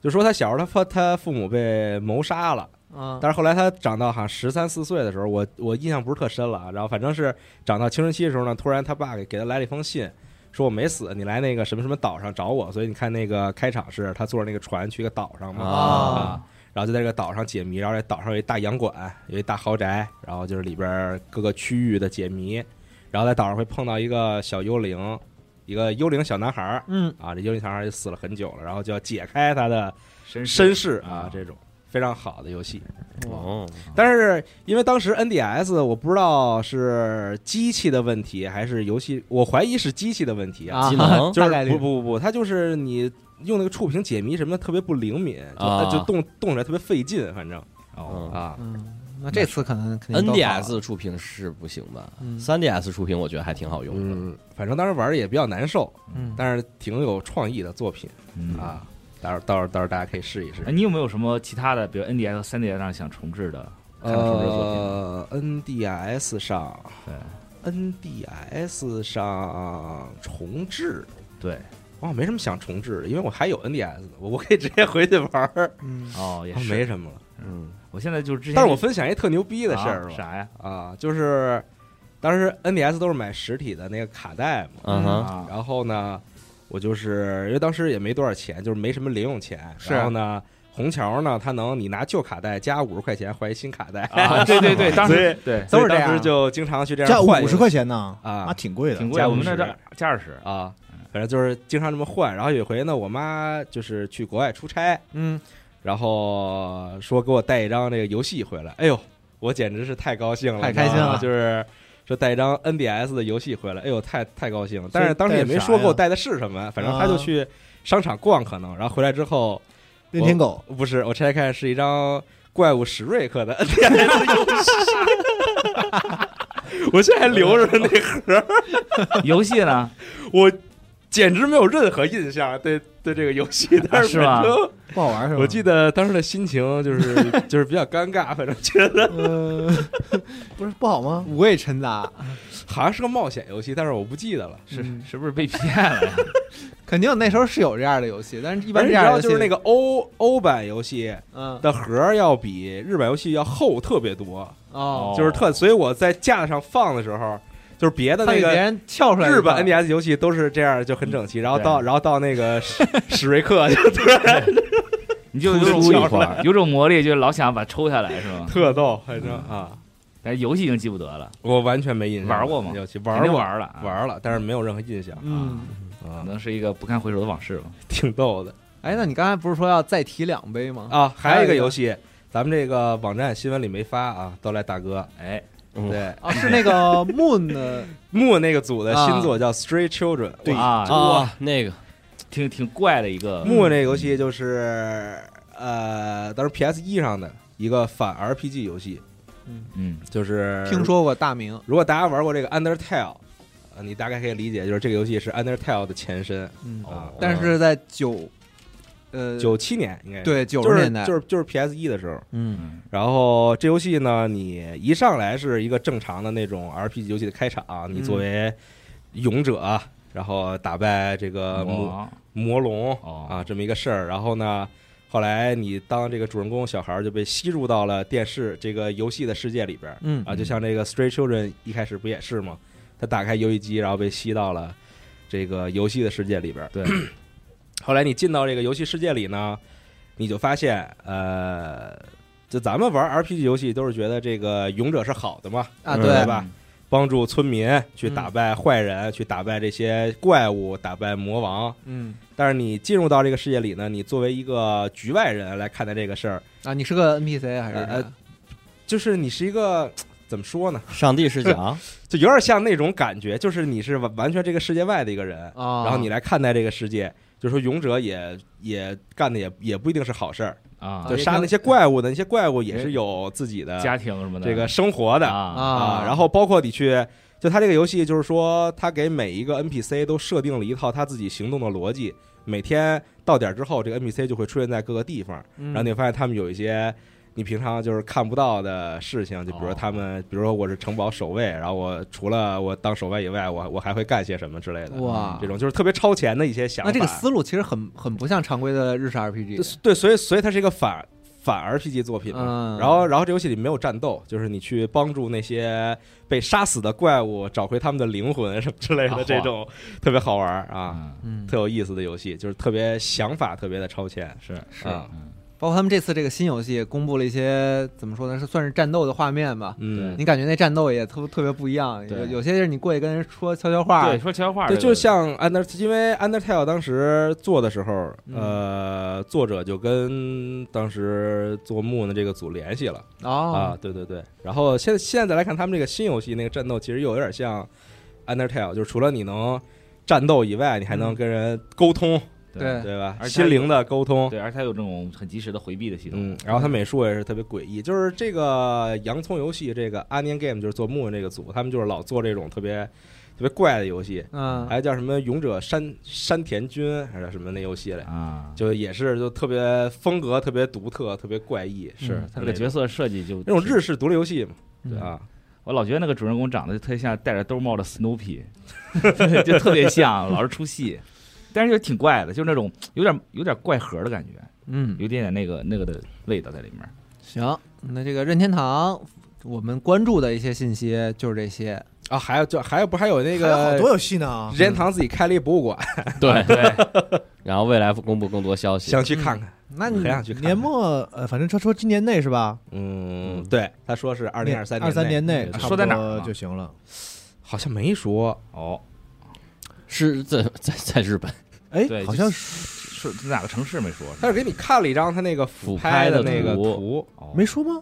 S3: 就说他小时候他父他父母被谋杀了，
S2: 啊，
S3: 但是后来他长到好像十三四岁的时候，我我印象不是特深了啊。然后反正是长到青春期的时候呢，突然他爸给给他来了一封信，说我没死，你来那个什么什么岛上找我。所以你看那个开场是他坐着那个船去一个岛上嘛，
S4: 啊
S3: 然后就在这个岛上解谜，然后这岛上有一大洋馆，有一大豪宅，然后就是里边各个区域的解谜，然后在岛上会碰到一个小幽灵，一个幽灵小男孩儿
S2: 嗯，
S3: 啊，这幽灵小男孩儿就死了很久了，然后就要解开他的
S6: 绅
S3: 身
S6: 绅
S3: 世啊，这种非常好的游戏。
S2: 哇
S4: 哦，
S3: 但是因为当时 NDS 我不知道是机器的问题还是游戏，我怀疑是机器的问题啊，
S2: 啊
S4: 技能
S3: 就
S2: 大概
S3: 是
S2: 率
S3: 不不不不，它就是你用那个触屏解谜什么的特别不灵敏，就、
S4: 啊
S3: 就动动起来特别费劲，反正
S6: 哦
S3: 啊，
S2: 嗯，那这次可能肯定都好了
S4: NDS 触屏是不行吧
S2: 嗯
S4: ？3DS 触屏我觉得还挺好用的。
S3: 嗯，反正当时玩的也比较难受，
S2: 嗯，
S3: 但是挺有创意的作品
S6: 嗯
S3: 啊。到时候到时候到时候大家可以试一试
S6: 哎，。你有没有什么其他的，比如 NDS、和 3DS 上想重置的？看看重置作品
S3: 呃，NDS 上
S6: 对
S3: ，NDS 上重置，
S6: 对，
S3: 我好像没什么想重置的，因为我还有 NDS 呢，我我可以直接回去玩儿，
S2: 嗯
S6: 哦，也
S3: 啊
S6: 是。
S3: 没什么了。
S4: 嗯，
S6: 我现在就是之前，
S3: 但是我分享一特牛逼的事儿
S6: 啊
S3: 吧，
S6: 啥呀？
S3: 啊，就是当时 NDS 都是买实体的那个卡带嘛，
S4: 嗯哼，
S6: 啊，
S3: 然后呢，我就是因为当时也没多少钱，就是没什么零用钱，
S2: 是
S6: 啊
S3: 然后呢，虹桥呢，它能你拿旧卡带加五十块钱换一新卡带，
S6: [laughs] 啊，对对对，当时对
S3: 所
S2: 都
S3: 以
S2: 是这
S3: 当时
S2: 样
S3: 就经常去这样
S5: 加
S3: 换
S5: 五十块钱呢，
S3: 啊
S5: 那挺贵的，
S6: 挺贵
S3: 加
S6: 的，
S3: 50
S6: 我们那这加二十，
S3: 啊。反正就是经常这么换，然后有一回呢，我妈就是去国外出差，
S2: [laughs] 嗯，
S3: 然后说给我带一张这个游戏回来，哎呦，我简直是太高兴了，
S2: 太开心了
S3: 你知道吗就是说带一张 NDS 的游戏回来，哎呦，太太高兴了。但
S5: 所
S3: 是
S5: 以
S3: 当时也
S5: 带
S3: 没
S5: 啥
S3: 说给我
S5: 呀
S3: 带的是什么，反正
S5: 啊
S3: 他就去商场逛，可能，然后回来之后，
S5: 任天狗
S3: 不是我拆开是一张怪物史瑞克的 NDS 游戏， [laughs] 我现在还留着那盒儿，
S6: 游戏呢？
S3: 我简直没有任何印象对对这个游
S2: 啊
S3: 戏，但
S6: 是吗
S3: 反正
S5: 不好玩是吧？
S3: 我记得当时的心情就是就是比较尴尬，反正觉得。
S5: 呃，不是不好吗？
S2: 五味陈杂，
S3: 好像是个冒险游戏，但是我不记得了。
S6: 是
S2: 嗯
S6: 是不是被骗了呀？
S2: 肯定那时候是有这样的游戏，但是一
S3: 一
S2: 般这
S3: 哎你知
S2: 样的
S3: 道，
S2: 游戏
S3: 就是那个欧欧版游戏
S2: 嗯
S3: 的盒儿要比日版游戏要厚特别多，
S2: 哦，
S3: 就是特，所以我在架子上放的时候，就是别的那
S2: 看别
S3: 个。
S2: 人跳出来
S3: 日版
S2: 你
S3: NDS 游戏都是这样，就很整齐，然后
S6: 对
S3: 到然后到那
S2: [laughs]
S3: 个史 [laughs] 史瑞克，就突然
S6: 你就有
S3: 突
S6: 种
S3: 出一块儿
S6: 有种魔力，就老想把抽下来是吗？
S3: 特逗，反正啊，
S6: 但是游戏已经记不得了，
S3: 我完全没印象。
S6: 玩过吗
S3: 游戏
S6: 肯
S3: 玩
S6: 定
S3: 过
S6: 玩了啊
S3: 玩了，但是没有任何印象
S2: 嗯，
S6: 可
S3: 啊，
S6: 能是一个不堪回首的往事吧。
S3: [laughs] 挺逗的
S2: 哎，那你刚才不是说要再提两杯吗？
S3: 啊。
S2: 嗯
S3: 还有一
S2: 还有
S3: 个
S2: 一个
S3: 游戏，咱们这个网站新闻里没发啊，都赖大哥
S6: 哎，
S4: 嗯
S3: 对
S2: 啊，是
S3: [laughs]
S2: 那个 Moon 的
S3: 木那个组
S2: 啊
S3: 的新作叫《Stray Children》，
S6: 啊，
S4: 啊，那个
S6: 挺挺怪的一个
S3: 木
S2: 嗯
S3: 那个游戏就是呃，当时 PS 一上的一个反 RPG 游戏，
S6: 嗯，
S3: 就是
S2: 听，说过大名，
S3: 如果大家玩过这个《Undertale》，呃，你大概可以理解，就是这个游戏是《Undertale》的前身
S2: 嗯，
S3: 啊。
S2: 但是在九呃
S3: 九七年应该是
S2: 对九
S3: 就
S2: 十
S3: 是
S2: 年代，
S3: 就是就是 PS 一的时候，
S2: 嗯
S3: 然后这游戏呢，你一上来是一个正常的那种 RPG 游戏的开场，你
S2: 嗯
S3: 作为勇者，啊然后打败这个
S6: 魔
S3: 魔
S6: 王
S3: 魔龙
S6: 嗯哦
S3: 呃啊这么一个事儿。然后呢，后来你当这个主人公小孩儿就被吸入到了电视这个游戏的世界里边儿
S2: 嗯
S3: 啊，就像这个《Stray Children》一开始不也是吗？他打开游戏机，然后被吸到了这个游戏的世界里边儿。
S6: 对，
S3: [clears throat] 后来你进到这个游戏世界里呢，你就发现，呃，就咱们玩 RPG 游戏都是觉得这个勇者是好的嘛，
S2: 啊
S4: 嗯
S2: 对
S3: 对吧？帮助村民去
S2: 嗯
S3: 打败坏人，去打败这些怪物，打败魔王。
S2: 嗯
S3: 但是你进入到这个世界里呢，你作为一个局外人来看待这个事儿，
S2: 啊，你是个 NPC 还是
S3: 呃
S2: 啥
S3: 就是你是一个怎么说呢，
S4: 上帝视角，
S3: 就有点像那种感觉，就是你是完完全这个世界外的一个人，
S2: 啊？
S3: 呃然后你来看待这个世界。就说勇者也也干的也也不一定是好事儿，
S6: 啊
S3: 就，杀那些怪物的那些怪物也是有自己的
S6: 家庭什么的
S3: 这个生活的
S6: 啊
S2: 啊
S3: 然后包括你去，就他这个游戏就是说，他给每一个 NPC 都设定了一套他自己行动的逻辑，每天到点儿之后，这个 NPC 就会出现在各个地方，
S2: 嗯
S3: 然后你会发现他们有一些。你平常就是看不到的事情，就比如
S2: 哦
S3: 说他们，比如说我是城堡守卫，然后我除了我当守卫以外，我我还会干些什么之类的，嗯
S2: 哇
S3: 这种就是特别超前的一些想法。
S2: 那这个思路其实很很不像常规的日式 RPG，
S3: 对，所以所以它是一个反反 RPG 作品嘛。
S2: 嗯
S3: 然后然后这游戏里没有战斗，就是你去帮助那些被杀死的怪物找回他们的灵魂什么之类
S6: 啊
S3: 的，这种特别好玩儿啊，
S6: 啊，
S2: 嗯，
S3: 特有意思的游戏，就是特别想法特别的超前
S6: 是
S2: 是
S3: 啊，
S2: 包括他们这次这个新游戏公布了一些怎么说呢，是算是战斗的画面吧？
S3: 嗯。
S2: 你感觉那战斗也特特别不一样，有
S6: 对
S2: 有些是你过去跟人说悄悄话，
S6: 对，说悄悄话，
S3: 对，
S6: 这
S3: 就
S6: 个
S3: 像 Under，因为 Undertale 当时做的时候，
S6: 嗯
S3: 呃，作者就跟当时做幕的这个组联系了，啊
S2: 哦，，
S3: 对对对。然后现现在来看，他们这个新游戏那个战斗，其实又有点像 Undertale，就是除了你能战斗以外，你还能跟人沟通，
S2: 对
S3: 对吧？
S6: 嗯而且它
S3: 心灵的沟通，
S6: 对，而且它有这种很及时的回避的系统。
S3: 嗯，然后它美术也是特别诡异，就是这个洋葱游戏，这个 Onion Game 就是做木文这个组，他们就是老做这种特别特别怪的游戏，
S2: 嗯
S3: 还有叫什么勇者山山田君还是什么那游戏来，
S6: 啊，
S3: 就也是就特别风格特别独特，特别怪异，嗯是
S6: 它这个角
S3: 色
S6: 色设计就
S3: 那种日，式独立游戏嘛，对啊，
S6: 我老觉得那个主人公长得就特像戴着兜帽的 Snoopy，就特别像，老是出戏，但是又挺怪的，就是那种有点有点怪核的感觉，
S2: 嗯，
S6: 有点点那个那个的味道在里面。
S2: 行，那这个任天堂。我们关注的一些信息就是这些，
S3: 啊，还有就还有不还有那
S5: 还有好多啊
S3: 个
S5: 游戏呢
S3: 任，天堂自己开了一博物馆，
S4: 对，
S6: 对，
S4: [laughs] 然后未来公布更多消息。
S3: 想去看看，
S2: 那
S3: 很
S2: 你
S3: 想去看看
S5: 年，末呃，反正他说今年内是吧？
S3: 嗯，对，他说是二零二三
S5: 二三年内
S3: 对，
S5: 差不
S6: 说在哪儿
S5: 多
S6: 呢
S5: 就行了。
S3: 好像没说，
S6: 哦，
S4: 是在在在日本
S5: 哎
S6: 对，
S5: 好
S6: 就
S5: 像
S6: 是是哪个城市没说？
S3: 他是给你看了一张他那个俯拍那个
S4: 俯拍的
S3: 图，
S5: 没说吗？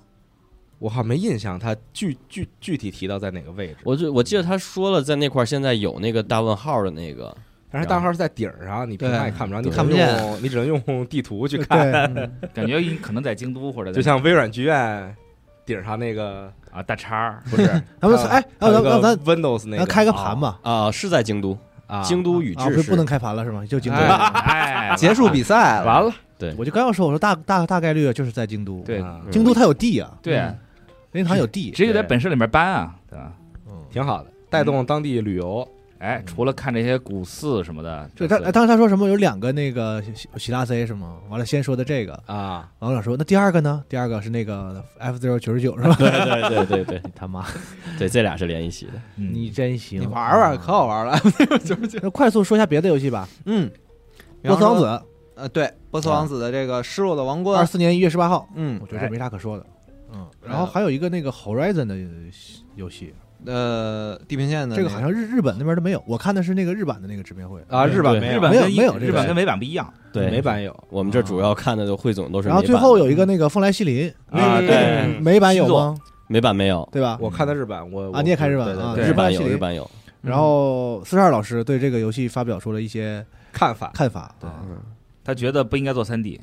S3: 我好像没印象，他具具具体提到在哪个位置。
S4: 我就我记得他说了，在那块儿现在有那个大问号的那个，
S3: 但是大号是在顶上，你平常也看不着，
S4: 对
S3: 你只能
S2: 看不
S3: 用，你只能用地图去看。
S5: 对，
S6: 感觉可能在京都或者在
S3: 就像微软剧院顶上那 [laughs] 个
S6: 啊大叉儿
S3: 不是，
S5: 咱们哎，
S3: 还
S5: 那
S3: 有一
S5: 咱那
S3: 个
S5: 咱
S3: Windows 那个
S5: 咱开个盘吧，
S4: 啊，是在京都，
S3: 啊，
S4: 京都宇
S5: 啊，
S4: 治
S5: 不
S4: 市
S5: 不能开盘了是吗？就京都，
S3: 哎
S6: 哎，
S2: 结束比赛了，
S6: 完了，
S5: 我就刚要说，我说大大大概率就是在京都，
S6: 对
S3: 啊嗯
S5: 京都它有地啊，
S6: 对，
S5: 任天堂有地，
S6: 直接就在本市里面搬啊，对吧？
S3: 挺好
S5: 嗯
S3: 的，带动当地旅游。
S6: 哎，除了看这些古寺什么的，
S5: 对他，
S6: 这
S5: 哎，当时他说什么有两个那个喜喜拉 C 是吗？完了，先说的这个，
S3: 啊，
S5: 王老师说那第二个呢？第二个是那个 F zero 九十九是吧？
S4: 对对对对对
S5: 你他妈，
S4: 对，这俩是连一起的。
S6: 嗯
S5: 你真行，
S2: 你玩玩，可好玩了。 [laughs]
S5: 那快速说一下别的游戏吧，
S2: 嗯，
S5: 《波斯王子》
S2: 呃，对，波斯王子的这个失落的王
S5: 二
S2: 冠，
S5: 四年一月十八号，
S2: 嗯
S5: 我，觉得这没啥可说的。嗯，然后还有一个那个 Horizon 的游戏，
S2: 呃，地平线的
S5: 这
S2: 那
S5: 个好像日日本那边都没有，我看的是那个日版的那个直面会
S3: 啊，日版没
S6: 日
S3: 有，
S6: 本
S5: 没有
S6: 跟
S5: 没有这
S6: 日
S5: 个
S6: 本跟美版不一样，
S4: 对，
S3: 美版有，
S4: 我们这主要看的就汇总都是美
S5: 然后
S4: 版的。
S5: 最后有一个那个凤来西林，
S4: 啊，对，
S5: 美版有吗？
S4: 美版没有，
S5: 对吧？
S3: 嗯我看的日版，我
S5: 啊你也看日版
S3: 对对
S5: 啊
S3: 对
S4: 日版有，
S5: 对
S4: 日版有。
S5: 然后四十二老师对这个游戏发表出了一些
S3: 看法
S5: 看法，
S6: 对
S5: 啊
S6: 他觉得不应该做三 D，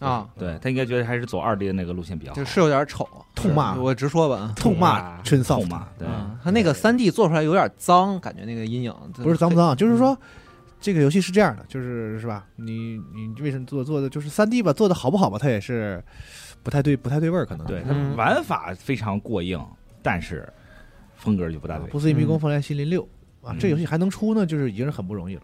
S2: 啊，
S6: 对他应该觉得还是走二 D 的那个路线比较好
S2: 就，是有点丑，
S5: 痛骂
S2: 我直说吧啊。
S5: 痛骂春丧
S6: 痛嘛，对，
S2: 啊，他那个三 D 做出来有点脏，感觉那个阴影
S5: 不是脏不
S2: 脏，
S5: 脏，就是说这个游戏是这样的，就是是吧？你你为什么做做的就是三 D 吧，做的好不好吧，它也是不太对不太对味儿，可能
S6: 对他
S2: 嗯
S6: 玩法非常过硬，但是风格就不大
S5: 啊
S6: 对，
S5: 不。是一迷宫
S2: 嗯
S5: 风来心灵六啊，这游戏还能出呢，就是已经是很不容易了，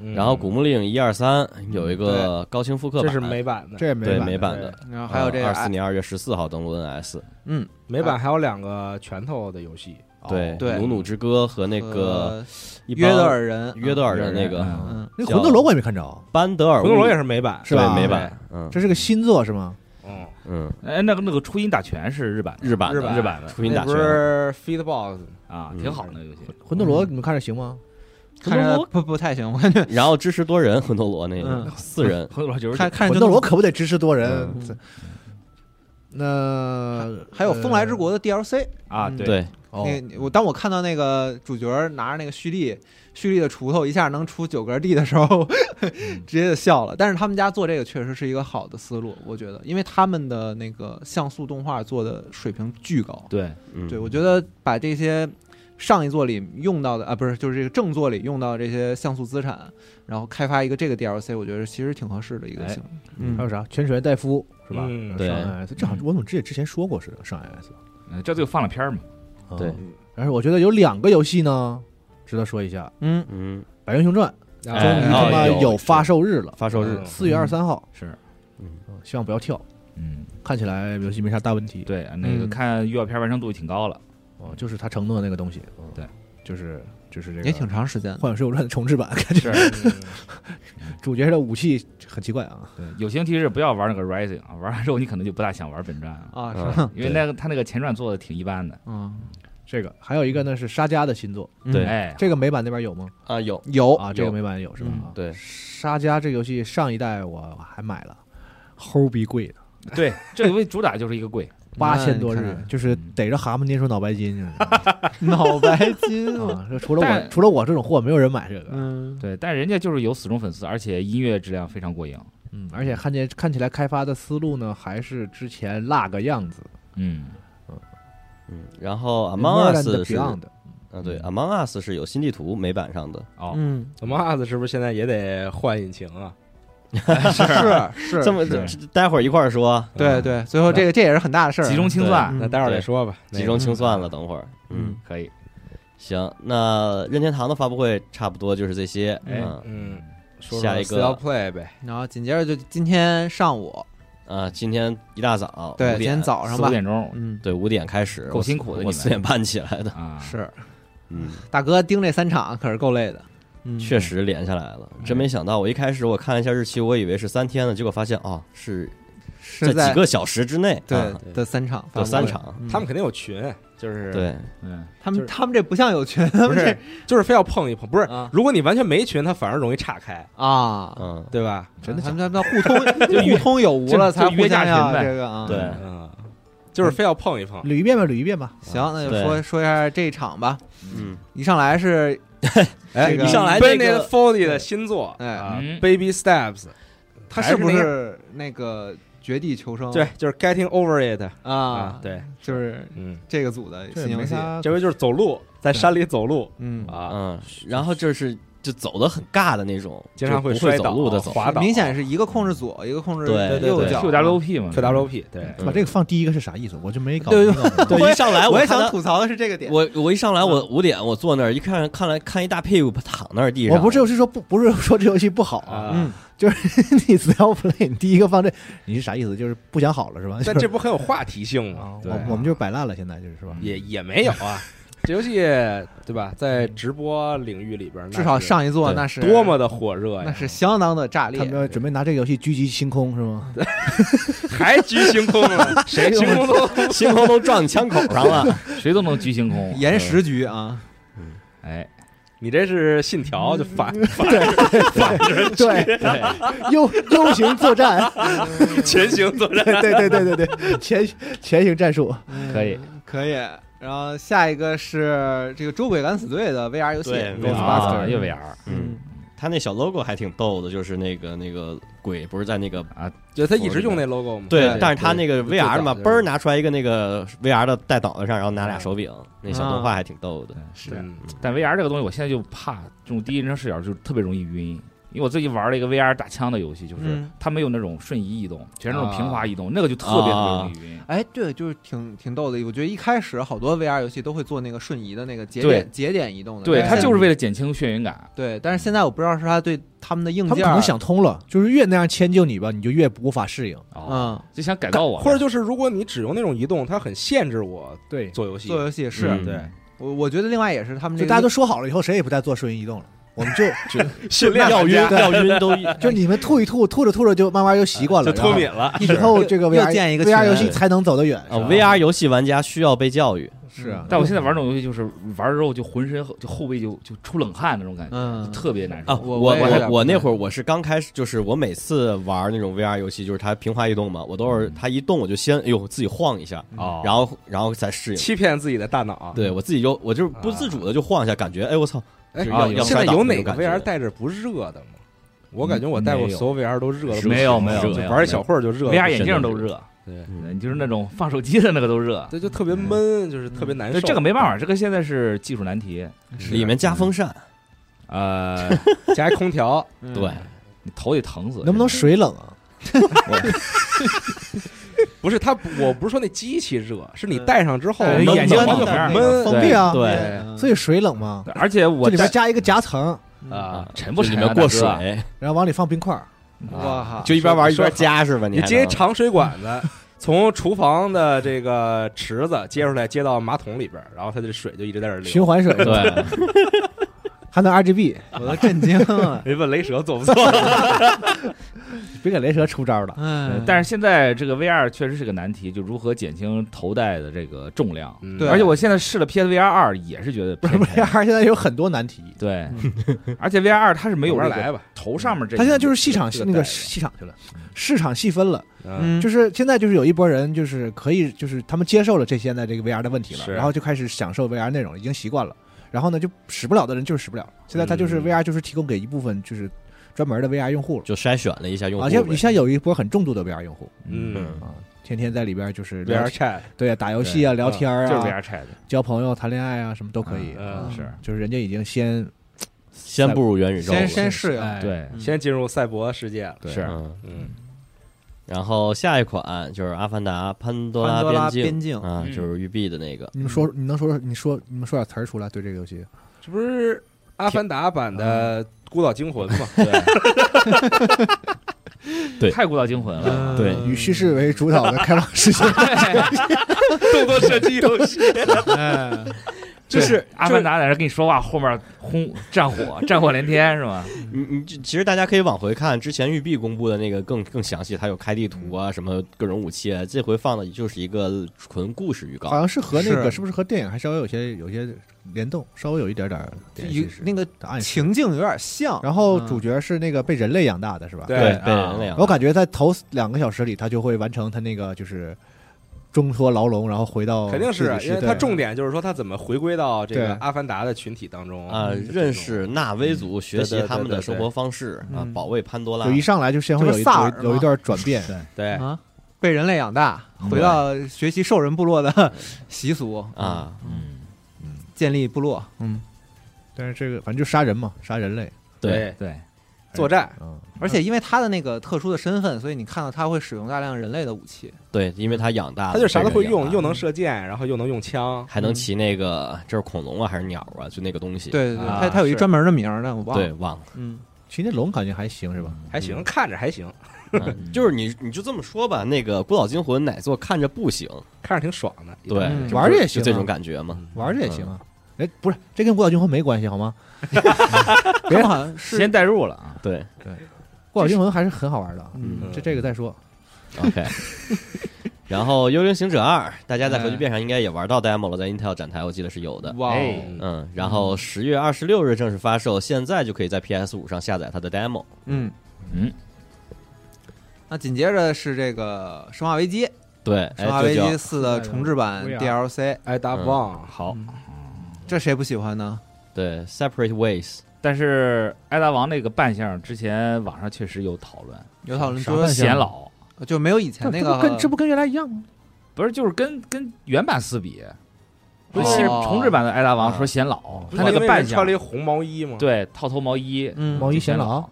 S3: 嗯
S4: 然后《古墓丽影》一二三有一个高清复刻版，
S3: 这是美版的，
S5: 这也没
S4: 对
S5: 办法
S4: 美版的。
S2: 然后还有这个
S4: 二四年二月十四号登陆 NS，
S2: 嗯，
S3: 美版还有两个拳头的游戏，
S4: 对，
S2: 对
S4: 努努之歌和那个
S2: 呃
S4: 一帮
S2: 约德尔人，
S4: 约德尔的那
S6: 嗯
S4: 个
S2: 嗯，
S5: 那魂斗罗我也没看着，
S4: 班德尔
S3: 魂斗罗也是美版，
S5: 是吧
S4: 对美版，嗯
S5: 这是个新作是吗？
S3: 嗯，
S4: 嗯，
S6: 哎，那个那个初音打拳是日版的
S4: 日版的
S3: 日版
S6: 日版的
S4: 初音打
S3: 那不
S4: 拳，
S3: 是 Feedbox
S6: 啊，
S4: 嗯
S6: 挺好的那个游戏。
S5: 魂斗
S2: 嗯
S5: 罗你们看着行吗？
S2: 看
S4: 魂斗
S2: 着
S4: 罗
S2: 不不太行，我感觉
S4: 然后支持多人魂斗罗那个
S2: 嗯
S4: 四
S6: [laughs]
S4: 人，
S6: 魂斗罗九十
S2: 看
S6: 九，
S2: 看着
S5: 魂
S2: 就
S5: 斗
S2: 那么
S5: 罗可不得支持多人
S4: 嗯。
S5: 这那
S2: 还有《风来之
S5: 国。
S2: 国》的 DLC，
S6: 啊，
S2: 嗯
S4: 对，
S5: 哦
S2: 那个我当我看到那个主角拿着那个蓄力蓄力的锄头一下能出九格地的时候， [laughs] 直接就笑了。但是他们家做这个确实是一个好的思路，我觉得，因为他们的那个像素动画做的水平巨高。
S6: 对，
S4: 嗯
S2: 对，我觉得把这些上一作里用到的啊，不是就是这个正作里用到的这些像素资产，然后开发一个这个 DLC，我觉得其实挺合适的一个
S6: 哎
S2: 行为。嗯
S5: 还有啥？泉水戴夫是吧？
S3: 嗯
S4: 对
S5: 上 iOS 这好像我怎么记得之前说过似的上 iOS？
S6: 嗯这就放了片儿嘛，
S5: 啊
S4: 对。
S5: 但是我觉得有两个游戏呢，值得说一下，
S2: 嗯，
S4: 嗯，
S5: 《百元雄传》
S3: 终
S5: 终于
S4: 哎
S5: 他妈
S4: 哦有
S5: 有发售日了，
S4: 发售日
S3: 嗯
S5: 四月二十三号。
S6: 是，
S5: 嗯希望不要跳。
S6: 嗯，
S5: 看起来游戏没啥大问题。
S6: 对，那个
S2: 嗯
S6: 看预告片完成度挺高了，
S5: 哦，就是他承诺的那个东西。嗯
S6: 对，
S5: 就是就是这个。
S2: 也挺长时间的
S5: 《幻影水浒传》的重置版，感觉
S3: 嗯
S5: 主角的武器很奇怪啊。
S6: 对，有心提示不要玩那个 Rising 啊，玩完之后你可能就不大想玩本传了，
S2: 啊，是吧
S4: 嗯
S6: 因为那个他那个前传做的挺一般的。
S2: 嗯，
S5: 这个还有一个呢是沙加的新作，
S2: 对
S6: 哎，
S5: 这个美版那边有吗？
S4: 啊有
S2: 哦有
S5: 啊，这个美版有是吧？
S2: 嗯
S4: 对
S5: 沙加这个游戏上一代我还买了，齁逼贵的，
S6: 对，这个游戏主打就是一个贵，
S5: 八千多日
S2: 那你
S5: 元，
S2: 看
S5: 就是逮着蛤蟆捏出脑白金，就是
S2: [laughs] 脑白金
S5: 啊，这除了我
S6: 但
S5: 除了我这种货，没有人买这个。
S2: 嗯，
S6: 对，但人家就是有死忠粉丝，而且音乐质量非常过硬。
S5: 嗯，而且看见看起来开发的思路呢，还是之前那个样子。
S6: 嗯，
S4: 嗯，然后 Among
S5: Murder and
S4: Us 是，
S5: Beyond
S4: 啊对，Among Us 是有新地图美版上的，
S6: 哦，
S2: 嗯， [laughs]
S3: 怎么 US 是不是现在也得换引擎啊？
S2: 是
S4: 这
S2: 是，
S4: 么
S6: 是
S4: 这待会儿一块儿说，
S2: 对对，最后这个这嗯也是很大的事儿，
S6: 集中清算
S2: 对
S3: 啊那待会儿再说吧。那
S4: 集中清算了，等会儿，嗯，
S6: 可以。
S4: 行，那任天堂的发布会差不多就是这些，
S6: 哎
S4: 嗯
S3: 嗯，说
S4: 下
S3: 说
S4: 一个
S3: Still Play 呗。
S2: 然后紧接着就今天上午，
S4: 啊，今天一大早，
S2: 对，
S4: 5
S2: 今
S4: 点
S2: 天早上
S6: 四五
S2: 吧，
S6: 点钟
S2: 嗯，
S4: 对五点开始，
S6: 够辛苦的你
S4: 我
S6: 们
S4: 四点半起来的，
S6: 啊，
S2: 是
S4: 嗯，
S2: 大哥盯这三场可是够累的，嗯，
S4: 确实连下来了，真没想到，我一开始我看了一下日期，我以为是三天呢，结果发现哦是
S2: 是
S4: 在
S2: 在
S4: 几个小时之内，
S2: 对
S4: 啊
S2: 的三场，
S4: 有三，场，
S2: 嗯
S3: 他们肯定有群，就是，
S4: 对，
S6: 嗯，
S2: 他
S3: 就
S2: 们
S3: 是
S2: 他们这不像有群， [laughs] 他
S3: 不
S2: 们
S3: 是
S2: 这
S3: 就是非要碰一碰，不是
S2: 啊。
S3: 如果你完全没群，它反而容易岔开，
S2: [laughs] 啊，
S4: 嗯，
S3: 对吧？
S5: 真的
S2: 他们他们互通互通有无了，
S6: 就
S2: 才
S6: 就约
S2: 互
S6: 架
S2: 相
S6: 群
S2: 要
S6: 呗
S2: 这个啊。
S4: 对
S3: 嗯，就是非要碰一碰。
S2: 嗯
S5: 捋一遍吧，捋一遍吧。
S2: 行，那就
S4: 对
S2: 说说一下这一场吧。
S4: 嗯，
S2: 一上来是
S3: 哎
S2: 这个
S4: 一上来
S3: b e
S4: 这
S3: n n e
S4: 个
S3: t Foldy 的新作，
S2: 哎
S3: 啊
S6: 嗯
S3: ，Baby Steps，
S2: 他是不
S3: 还那
S2: 是那个绝地求生？
S3: 个对，就是 Getting Over It
S2: 啊
S3: 啊，，，对，
S2: 就是
S3: 嗯，
S2: 这个组的
S5: 这
S2: 新
S5: 也
S2: 游
S5: 没
S2: 戏。
S5: 啥，
S3: 这回就是走路，在山里走路
S2: 嗯，
S3: 啊，
S4: 嗯，然后就是就走的很尬的那种，
S3: 经常
S4: 就不
S3: 摔
S4: 会
S3: 倒、
S4: 走路的走，
S3: 滑倒，
S2: 明显是一个控制左，一个控制
S4: 对对对
S2: 右脚。
S6: QWP
S4: 嗯
S6: 嘛
S3: QWP，对，
S5: 把这个放第一个是啥意思？我就没搞
S2: 对
S5: 明白。
S4: 对，一上来
S2: 哎我也
S4: 看
S2: 想
S4: 他
S2: 吐嗯槽的是这个点。
S4: 我我一上来我五点我坐那儿一看看来看一大屁股躺那儿地上，
S5: 我不是是说不不是说这游戏不好啊，
S3: 啊，
S2: 嗯，
S5: 你只要 play，你第一个放这，你是啥意思？就是不想好了是吧？
S3: 但
S5: 就是
S3: 这不很有话题性吗？
S2: 嗯
S5: 啊，
S6: 对
S5: 我我们就是摆烂了，现在就是是吧？
S3: 也也没有 [laughs] 啊，这游戏对吧，在直播领域里边儿，那
S2: 至少
S3: 是
S2: 上一座
S3: 对
S2: 那是
S3: 多么啊的火热
S2: 那
S3: 呀，
S2: 是相当的炸裂
S5: 他们。要准备拿这个游戏狙击星空是吗？
S3: 还居星空啊， [laughs] 谁星空都 [laughs]
S4: 星空都撞你枪口上了，
S6: 谁都能居星
S2: [laughs]
S6: 空。
S2: 岩石局啊，
S6: 哎，
S3: 你这是信条就反反
S5: 对，悠悠行作战，
S3: 前行作战，
S5: 对对对对对，前前行战术，
S6: 可以，
S2: 可以。然后下一个是这个《捉鬼敢死队》的 VR 游戏
S4: 对
S2: 《
S4: VR
S2: Ghostbuster
S6: 啊，》。又 VR
S4: 嗯，他那小 logo 还挺逗的，就是那个那个鬼不是在那个。
S6: 啊，
S3: 就他一直用那 logo 嘛，
S4: 对，但是他那个
S3: 最早
S4: VR 的嘛，
S3: 就是
S4: 嘣儿拿出来一个那个 VR 的戴脑袋上，然后拿俩手柄，那小动画还挺逗的。
S3: 对
S2: 是，
S6: 但 VR 这个东西，我现在就怕这种第一人称视角就特别容易晕。因为我最近玩了一个 VR 打枪的游戏，就是
S2: 嗯
S6: 它没有那种瞬移移动，全是那种平滑移动，那个就特别特别容易晕。
S2: 哎，对，就是挺挺逗的。我觉得一开始好多 VR 游戏都会做那个瞬移的那个节
S6: 对
S2: 点节点移动的，
S6: 对，
S2: 但
S6: 它
S2: 现在
S6: 就是为了减轻眩晕感。
S2: 对。但是现在我不知道是他对他们的硬
S5: 他们
S2: 件
S5: 可
S2: 儿
S5: 能想通了，就是越那样迁就你吧，你就越无法适应。
S6: 哦，
S2: 嗯
S6: 就想改造我，
S3: 或者就是如果你只用那种移动，它很限制我
S5: 对，
S3: 做游戏
S2: 做，游戏是、
S4: 嗯
S3: 对，
S2: 我我觉得另外也是他们这
S5: 就
S2: 个
S5: 大家都说好了以后，谁也不再做瞬移移动了。我们就
S3: 训练
S4: 要晕
S3: 玩家
S4: 要晕都
S5: 就你们吐一吐，吐着吐着就慢慢就习惯
S4: [laughs]
S5: 了，
S3: 就
S5: 然后
S3: 脱敏了，
S5: 以后这个
S2: 又
S5: VR
S2: 建一个群
S5: VR 游戏才能走得远。
S4: 啊！VR 游戏玩家需要被教育，
S5: 是啊，
S6: 但我现在玩这种游戏，就是玩之后就浑身就后背就就出冷汗那种感觉，
S2: 嗯
S6: 就特别难
S4: 啊，
S6: 受。
S2: 我
S4: 我
S2: 我也有点
S4: 我
S2: 不
S4: 我那
S2: 太
S4: 会儿我是刚开始，就是我每次玩那种 VR 游戏，就是它平滑移动嘛，我都是它一动我就先哎呦自己晃一下，
S6: 哦
S4: 然后然后再适应。
S3: 欺骗自己的大脑。
S4: 对我自己就我就是不自主的就晃一下，感觉哎我操，
S3: 哎
S4: 就
S6: 啊
S4: 要
S6: 有
S4: 要
S3: 现在
S4: 摔倒
S3: 有
S4: 那
S3: 哪
S4: 种
S3: 个
S4: 感觉
S3: VR 带着不热的吗？我感觉我带过
S6: 没有
S3: 所有 VR 都热的不行，
S6: 没有没有
S3: 就
S6: 没有
S3: 玩一小会儿就热了
S6: VR 眼镜都热，
S3: 对，
S6: 你嗯就是那种放手机的那个都热。
S3: 这就特别闷，就是特别难受。
S6: 嗯对，这个没办法，这个现在是技术难题。
S4: 里面
S5: 嗯
S4: 加风扇，
S6: 呃，
S3: 法，加一空调，
S2: 嗯
S4: 对，
S6: 你头得疼死。
S5: 能不能水冷啊？
S3: 不是它不，我不是说那机器热，是你戴上之后
S6: 对
S3: 闷
S6: 眼睛
S3: 闷
S6: 往里面
S3: 闷
S5: 封闭啊，
S4: 对
S2: 嗯
S5: 所以水冷嘛，
S6: 而且我
S5: 这里面
S6: 在
S5: 加一个夹层，
S3: 啊！
S6: 沉不
S4: 嗯就
S6: 沉
S4: 里面过
S6: 啊大哥
S4: 水，
S5: 然后往里放冰块儿，
S2: 哇哈，
S4: 就一边玩一边
S3: 说
S4: 加是吧？
S3: 你
S4: 还
S3: 接一
S4: 能
S3: 长水管子，从厨房的这个池子接出来，接到马桶里边儿，然后它这水就一直在这儿
S5: 循
S3: 流。。
S5: 环水，
S4: 对，
S5: 还能 RGB，
S2: 我都震惊了
S3: 你问雷蛇做不做？
S5: 别给雷蛇出招了。
S2: 哎
S6: 呃，但是现在这个 VR 确实是个难题，就如何减轻头戴的这个重量。
S3: 嗯
S2: 对
S6: 而且我现在试了 PSVR 二，也是觉
S5: [laughs]
S6: 得
S5: 不是 VR 现在有很多难题，
S6: 对，而且 VR 二它是没有
S3: 慢
S6: 那
S3: 慢来
S6: 个
S3: 吧
S6: 头上面这，
S5: 它现在就是市场
S6: 这
S5: 那
S6: 带
S5: 个
S6: 的
S5: 市场去了，市场细分了，
S3: 嗯，
S5: 就是现在就是有一波人就是可以就是他们接受了这现在这个 VR 的问题了，
S3: 是
S5: 然后就开始享受 VR 内容，已经习惯了。然后呢，就使不了的人就是使不了。现在它就是
S3: 嗯
S5: VR 就是提供给一部分就是专门的 VR 用户了。
S4: 就筛选了一下用户
S5: 啊，
S4: 呗。
S5: 像你像有一波很重度的 VR 用户
S3: 嗯
S5: 啊，天天在里边就是聊
S3: ，VR Chat
S5: 对啊，打游戏啊，聊天啊，
S6: 就是 VR 拆的，
S5: 交朋友、谈恋爱啊，什么都可以。
S3: 嗯
S6: 是
S5: 就是人家已经先
S4: 先步入元宇宙了，
S2: 先先适应，
S5: 哎
S6: 对，
S2: 嗯
S3: 先进入赛博世界了，
S6: 是
S4: 嗯。
S3: 嗯，
S4: 然后下一款就是《阿凡达：潘多
S2: 潘多
S4: 拉
S2: 拉
S4: 境》
S2: 边境
S4: 啊，
S6: 嗯
S4: 就是育碧的那个。
S5: 你们说，你能说说，你说你们说点词儿出来，对这个游戏，
S3: 这不是《阿凡达》版的《孤岛惊魂》吗？
S4: 对
S6: 太古老惊魂
S2: [laughs]
S6: 了，
S2: 嗯
S4: 对
S5: 以叙事为主导的开放
S2: [laughs]
S5: 世界，
S3: 动作射击游戏，
S2: 哎
S3: 就是
S6: [laughs] 阿凡达在这跟你说话，后面轰战火，战火连天是吗？
S4: 你你这其实大家可以往回看，之前育碧公布的那个更更详细，它有开地图啊，什么各种武器啊。这回放的就是一个纯故事预告，
S5: 好像是和那个
S2: 是
S5: 是不是和电影还稍微有些有些联动，稍微有一点点儿
S2: 就
S5: 点
S2: 有
S5: 叙事
S2: 那个
S5: 的暗示。
S2: 情境有点像，
S5: 嗯然后
S2: 嗯
S5: 主角是那个被人类养大的是吧？
S3: 对
S4: 被人类
S3: 啊
S4: 养
S5: 我感觉在头两个小时里，他就会完成他那个就是挣脱牢笼，然后回到
S3: 肯定是
S5: 自己
S3: 因为
S5: 哦对
S3: 它重点就是说它怎么回归到这
S5: 对
S3: 个阿凡达的群体当中
S4: 啊，
S3: 就这种
S4: 认识纳威族，学习
S3: 对对
S4: 他们
S3: 对
S4: 的
S3: 对
S4: 生活方式啊
S2: 嗯，
S4: 保卫潘多拉
S5: 就。一上来就先会有
S2: 这
S5: 一
S2: 不萨尔吗
S5: 有有一段转变，
S3: 对
S2: 啊，被人类养大，回到学习兽人部落的 [laughs] 习俗，
S4: 啊，
S6: 嗯，
S2: 建立部落，嗯，
S5: 但是这个反正就杀人嘛，杀人类，
S4: 对，
S6: 对，
S3: 作战
S5: 嗯，
S2: 而且因为他的那个特殊的身份，所以你看到他会使用大量人类的武器，
S4: 对，因为他养大了，
S3: 他就啥都
S4: 被
S3: 会
S4: 人养
S3: 用，
S4: 大
S3: 又能射箭，然后又能用枪，
S4: 还能骑那个，这是恐龙啊还是鸟啊？就那个东西。
S2: 对对对，
S6: 啊
S2: 他他有一
S6: 是
S2: 专门的名儿呢，我忘
S4: 对，
S2: 了，
S4: 忘了。
S2: 嗯，
S5: 其实那龙感觉还行是吧？
S3: 还行，看着还行，
S4: 嗯就是你你就这么说吧，那个《孤岛惊魂》哪座看着不行？
S3: 看着挺爽的。嗯
S4: 对，
S2: 嗯
S4: 这不是
S5: 玩着也行啊
S4: 就这种感觉嘛。
S5: 玩儿着也行啊。哎，不是，这跟孤岛惊魂没关系好吗？
S2: 别好像啊是
S6: 先代入了啊，
S4: 对
S5: 孤岛惊魂还是很好玩的啊。
S2: 嗯
S5: 这这个再说，
S4: ，OK。然后《幽灵行者二》，大家在
S2: 哎
S4: 核聚变上应该也玩到 demo 了，在 Intel 展台我记得是有的。
S2: 哇哦，
S6: 哎
S4: 嗯，然后十月二十六日正式发售，现在就可以在 PS 五上下载它的 demo。
S2: 嗯
S6: 嗯。
S2: 那紧接着是这个《生化危机》，
S4: 对，
S2: 《
S4: 哎
S2: 生化，
S4: 这
S2: 危
S4: 叫
S2: 机四》的重置版
S5: VR
S2: DLC，
S3: 哎，大
S4: 嗯
S3: 棒，
S4: 好，
S2: 这谁不喜欢呢？
S4: 对，Separate Ways。
S6: 但是艾达王那个扮相，之前网上确实有讨论，
S2: 有讨论
S5: 啥
S2: 说
S5: 扮相
S6: 显老，
S2: 就没有以前那个
S5: 这不跟这不跟原来一样吗？
S6: 不是就是跟跟原版四比，不是
S2: 哦
S6: 其实重置版的艾达王
S4: 啊
S6: 说显老，
S3: 不是
S6: 他那
S3: 因
S6: 个
S3: 为
S6: 扮
S3: 穿
S6: 相
S3: 了一，红毛衣吗？，
S6: 对，套头毛衣，
S2: 嗯
S5: 毛衣
S6: 就
S5: 显
S6: 显
S5: 老，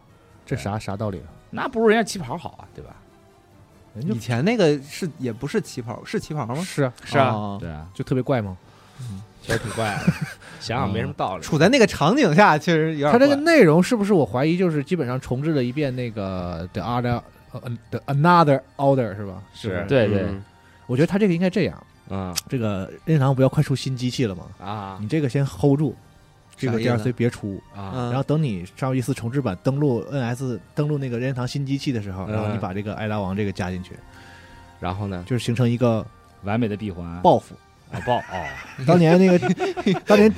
S5: 这啥啥道理啊？
S6: 那不如人家旗袍好啊，对吧？
S5: 人
S2: 以
S5: 家
S2: 前那个是也不是旗袍，是旗袍吗？
S5: 是啊，
S6: 是啊
S2: 哦，
S6: 对啊，
S5: 就特别怪吗？
S3: 确实挺怪的，想想没什么道理。
S2: 处在那个场景下，确实有点
S5: 它这个
S2: 怪
S5: 内容是不是我怀疑就是基本上重置了一遍那个 The Other 呃 The Another Order 是吧？
S3: 是
S5: 不
S6: 对对，
S4: 嗯
S5: 我觉得它这个应该这样，
S3: 嗯
S5: 这个任天堂不要快出新机器了吗？
S3: 啊
S5: 你这个先 hold 住，这个
S2: 啥意思
S5: DLC 别出，
S3: 啊，
S2: 嗯，
S5: 然后等你上一次重置版登录 NS 登录那个任天堂新机器的时候，
S3: 嗯
S5: 然后你把这个艾达王这个加进去，
S3: 然后呢？
S5: 就是形成一个
S6: 完美的闭环，
S5: 报复。
S6: 啊爆哦，
S5: [laughs] 当年那个当年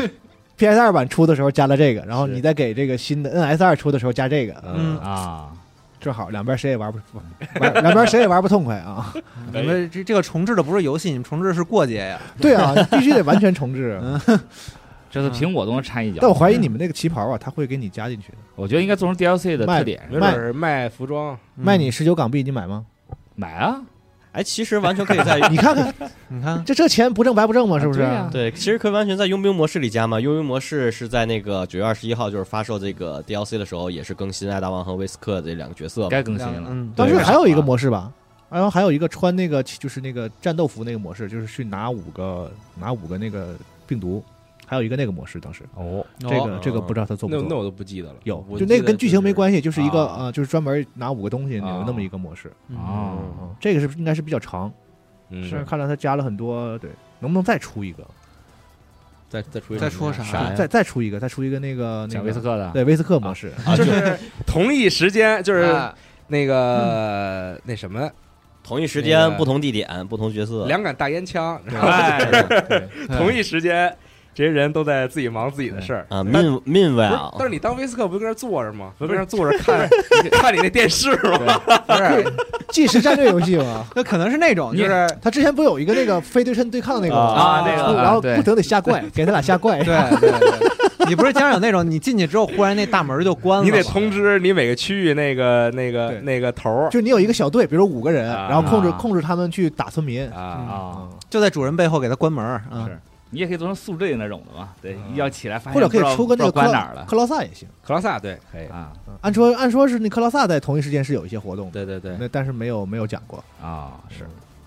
S5: PS 二版出的时候加了这个，然后你再给这个新的 NS 二出的时候加这个，
S3: 呃
S2: 嗯
S6: [laughs] 啊，
S5: 正好两边谁也玩不，玩两边谁也玩不痛快啊！ [laughs]
S2: 你们这这个重置的不是游戏，你们重置的是过节呀。
S5: 对啊，必须得完全重置。
S6: 这次苹果都能掺一脚，
S5: 但我怀疑你们那个旗袍啊，他会给你加进去的，
S6: 我觉得应该做成 DLC 的
S5: 卖
S6: 特点，
S3: 没准儿卖服装，
S2: 嗯
S5: 卖你十九港币，你买吗？ [laughs]
S6: 买啊，
S4: 哎，其实完全可以在
S5: 你看看，
S2: 你看，
S5: 这这钱不挣白不挣嘛，是不是？
S6: 啊
S5: 啊
S6: 对
S4: 对，
S6: 呀
S4: 其实可以完全在佣兵模式里加嘛。佣兵模式是在那个九月二十一号，就是发售这个 DLC 的时候，也是更新艾达王和威斯克这哦两个角色嘛。
S6: 该更新了，
S2: 嗯，
S5: 当时
S6: 对
S5: 还有一个模式吧，然后还有一个穿那个就是那个战斗服那个模式，就是去拿五个拿五个那个病毒，还有一个那个模式。当时
S6: 哦，
S5: 这个这个不知道他做
S3: 那
S5: 不
S3: 那
S5: 做。
S3: 我都不记得了。
S5: 有
S3: 我，
S5: 就
S3: 记
S5: 那
S3: 得
S5: 个跟剧情没关系，就是一个
S6: 啊
S5: 呃，就是专门拿五个东西
S6: 啊
S5: 有那么一个模式。
S2: 啊，
S6: 哦，
S5: 嗯，这个是应该是比较长，
S3: 嗯，
S5: 但是看来他加了很多，对，能不能再出一个？
S3: 再再出一
S2: 再
S3: 个
S2: 说啥
S4: 哎
S2: 呀？
S5: 再再出一个，再出一个那个那
S6: 讲
S5: 个
S6: 威斯克的，
S3: 啊
S5: 对威斯克模式，
S3: 就是同一时间，就是
S2: 啊
S3: 那个、那什么，
S4: 同一时
S3: 那
S4: 间、
S3: 个
S4: 不同地点、不同角色，
S3: 两杆大烟枪，然后
S4: 哎
S3: 同一时间，这些人都在自己忙自己的事儿。
S4: 啊，
S3: 但
S4: 命命为
S3: 不是
S4: 啊，
S3: 但是你当威斯克不就跟那儿坐着吗？不跟那儿坐着看看你那电视吗？
S2: 不是，
S5: 即时战略游戏嘛。
S2: 那可能是那种就是
S5: 他之前不有一个那个非对称对抗那个吗
S6: 啊那个
S5: 然后
S6: 啊对
S5: 不停地下怪，给他俩下
S2: [laughs]
S5: 怪，
S2: 对对对， [laughs] 你不是经常有那种你进去之后忽然那大门就关了吗，
S3: [laughs] 你得通知你每个区域那个那个
S5: 对
S3: 那个头儿
S5: 就是你有一个小队，比如五个人，
S3: 啊
S5: 然后控制控制他们去打村民，嗯
S3: 啊。
S6: 啊，
S2: 就在主人背后给他关门儿啊
S5: 是。
S6: 你也可以做成宿醉那种的嘛，对，一觉起来发现
S5: 或者可以
S6: 不知道
S5: 出个那个克
S6: 不知道
S5: 劳
S6: 关哪儿了
S5: 克劳萨也行。
S3: 克劳萨对，呃可以，
S6: 啊
S5: 嗯按说按说是那克劳萨在同一时间是有一些活动的，
S3: 对对对，
S5: 那但是没有没有讲过，
S6: 啊是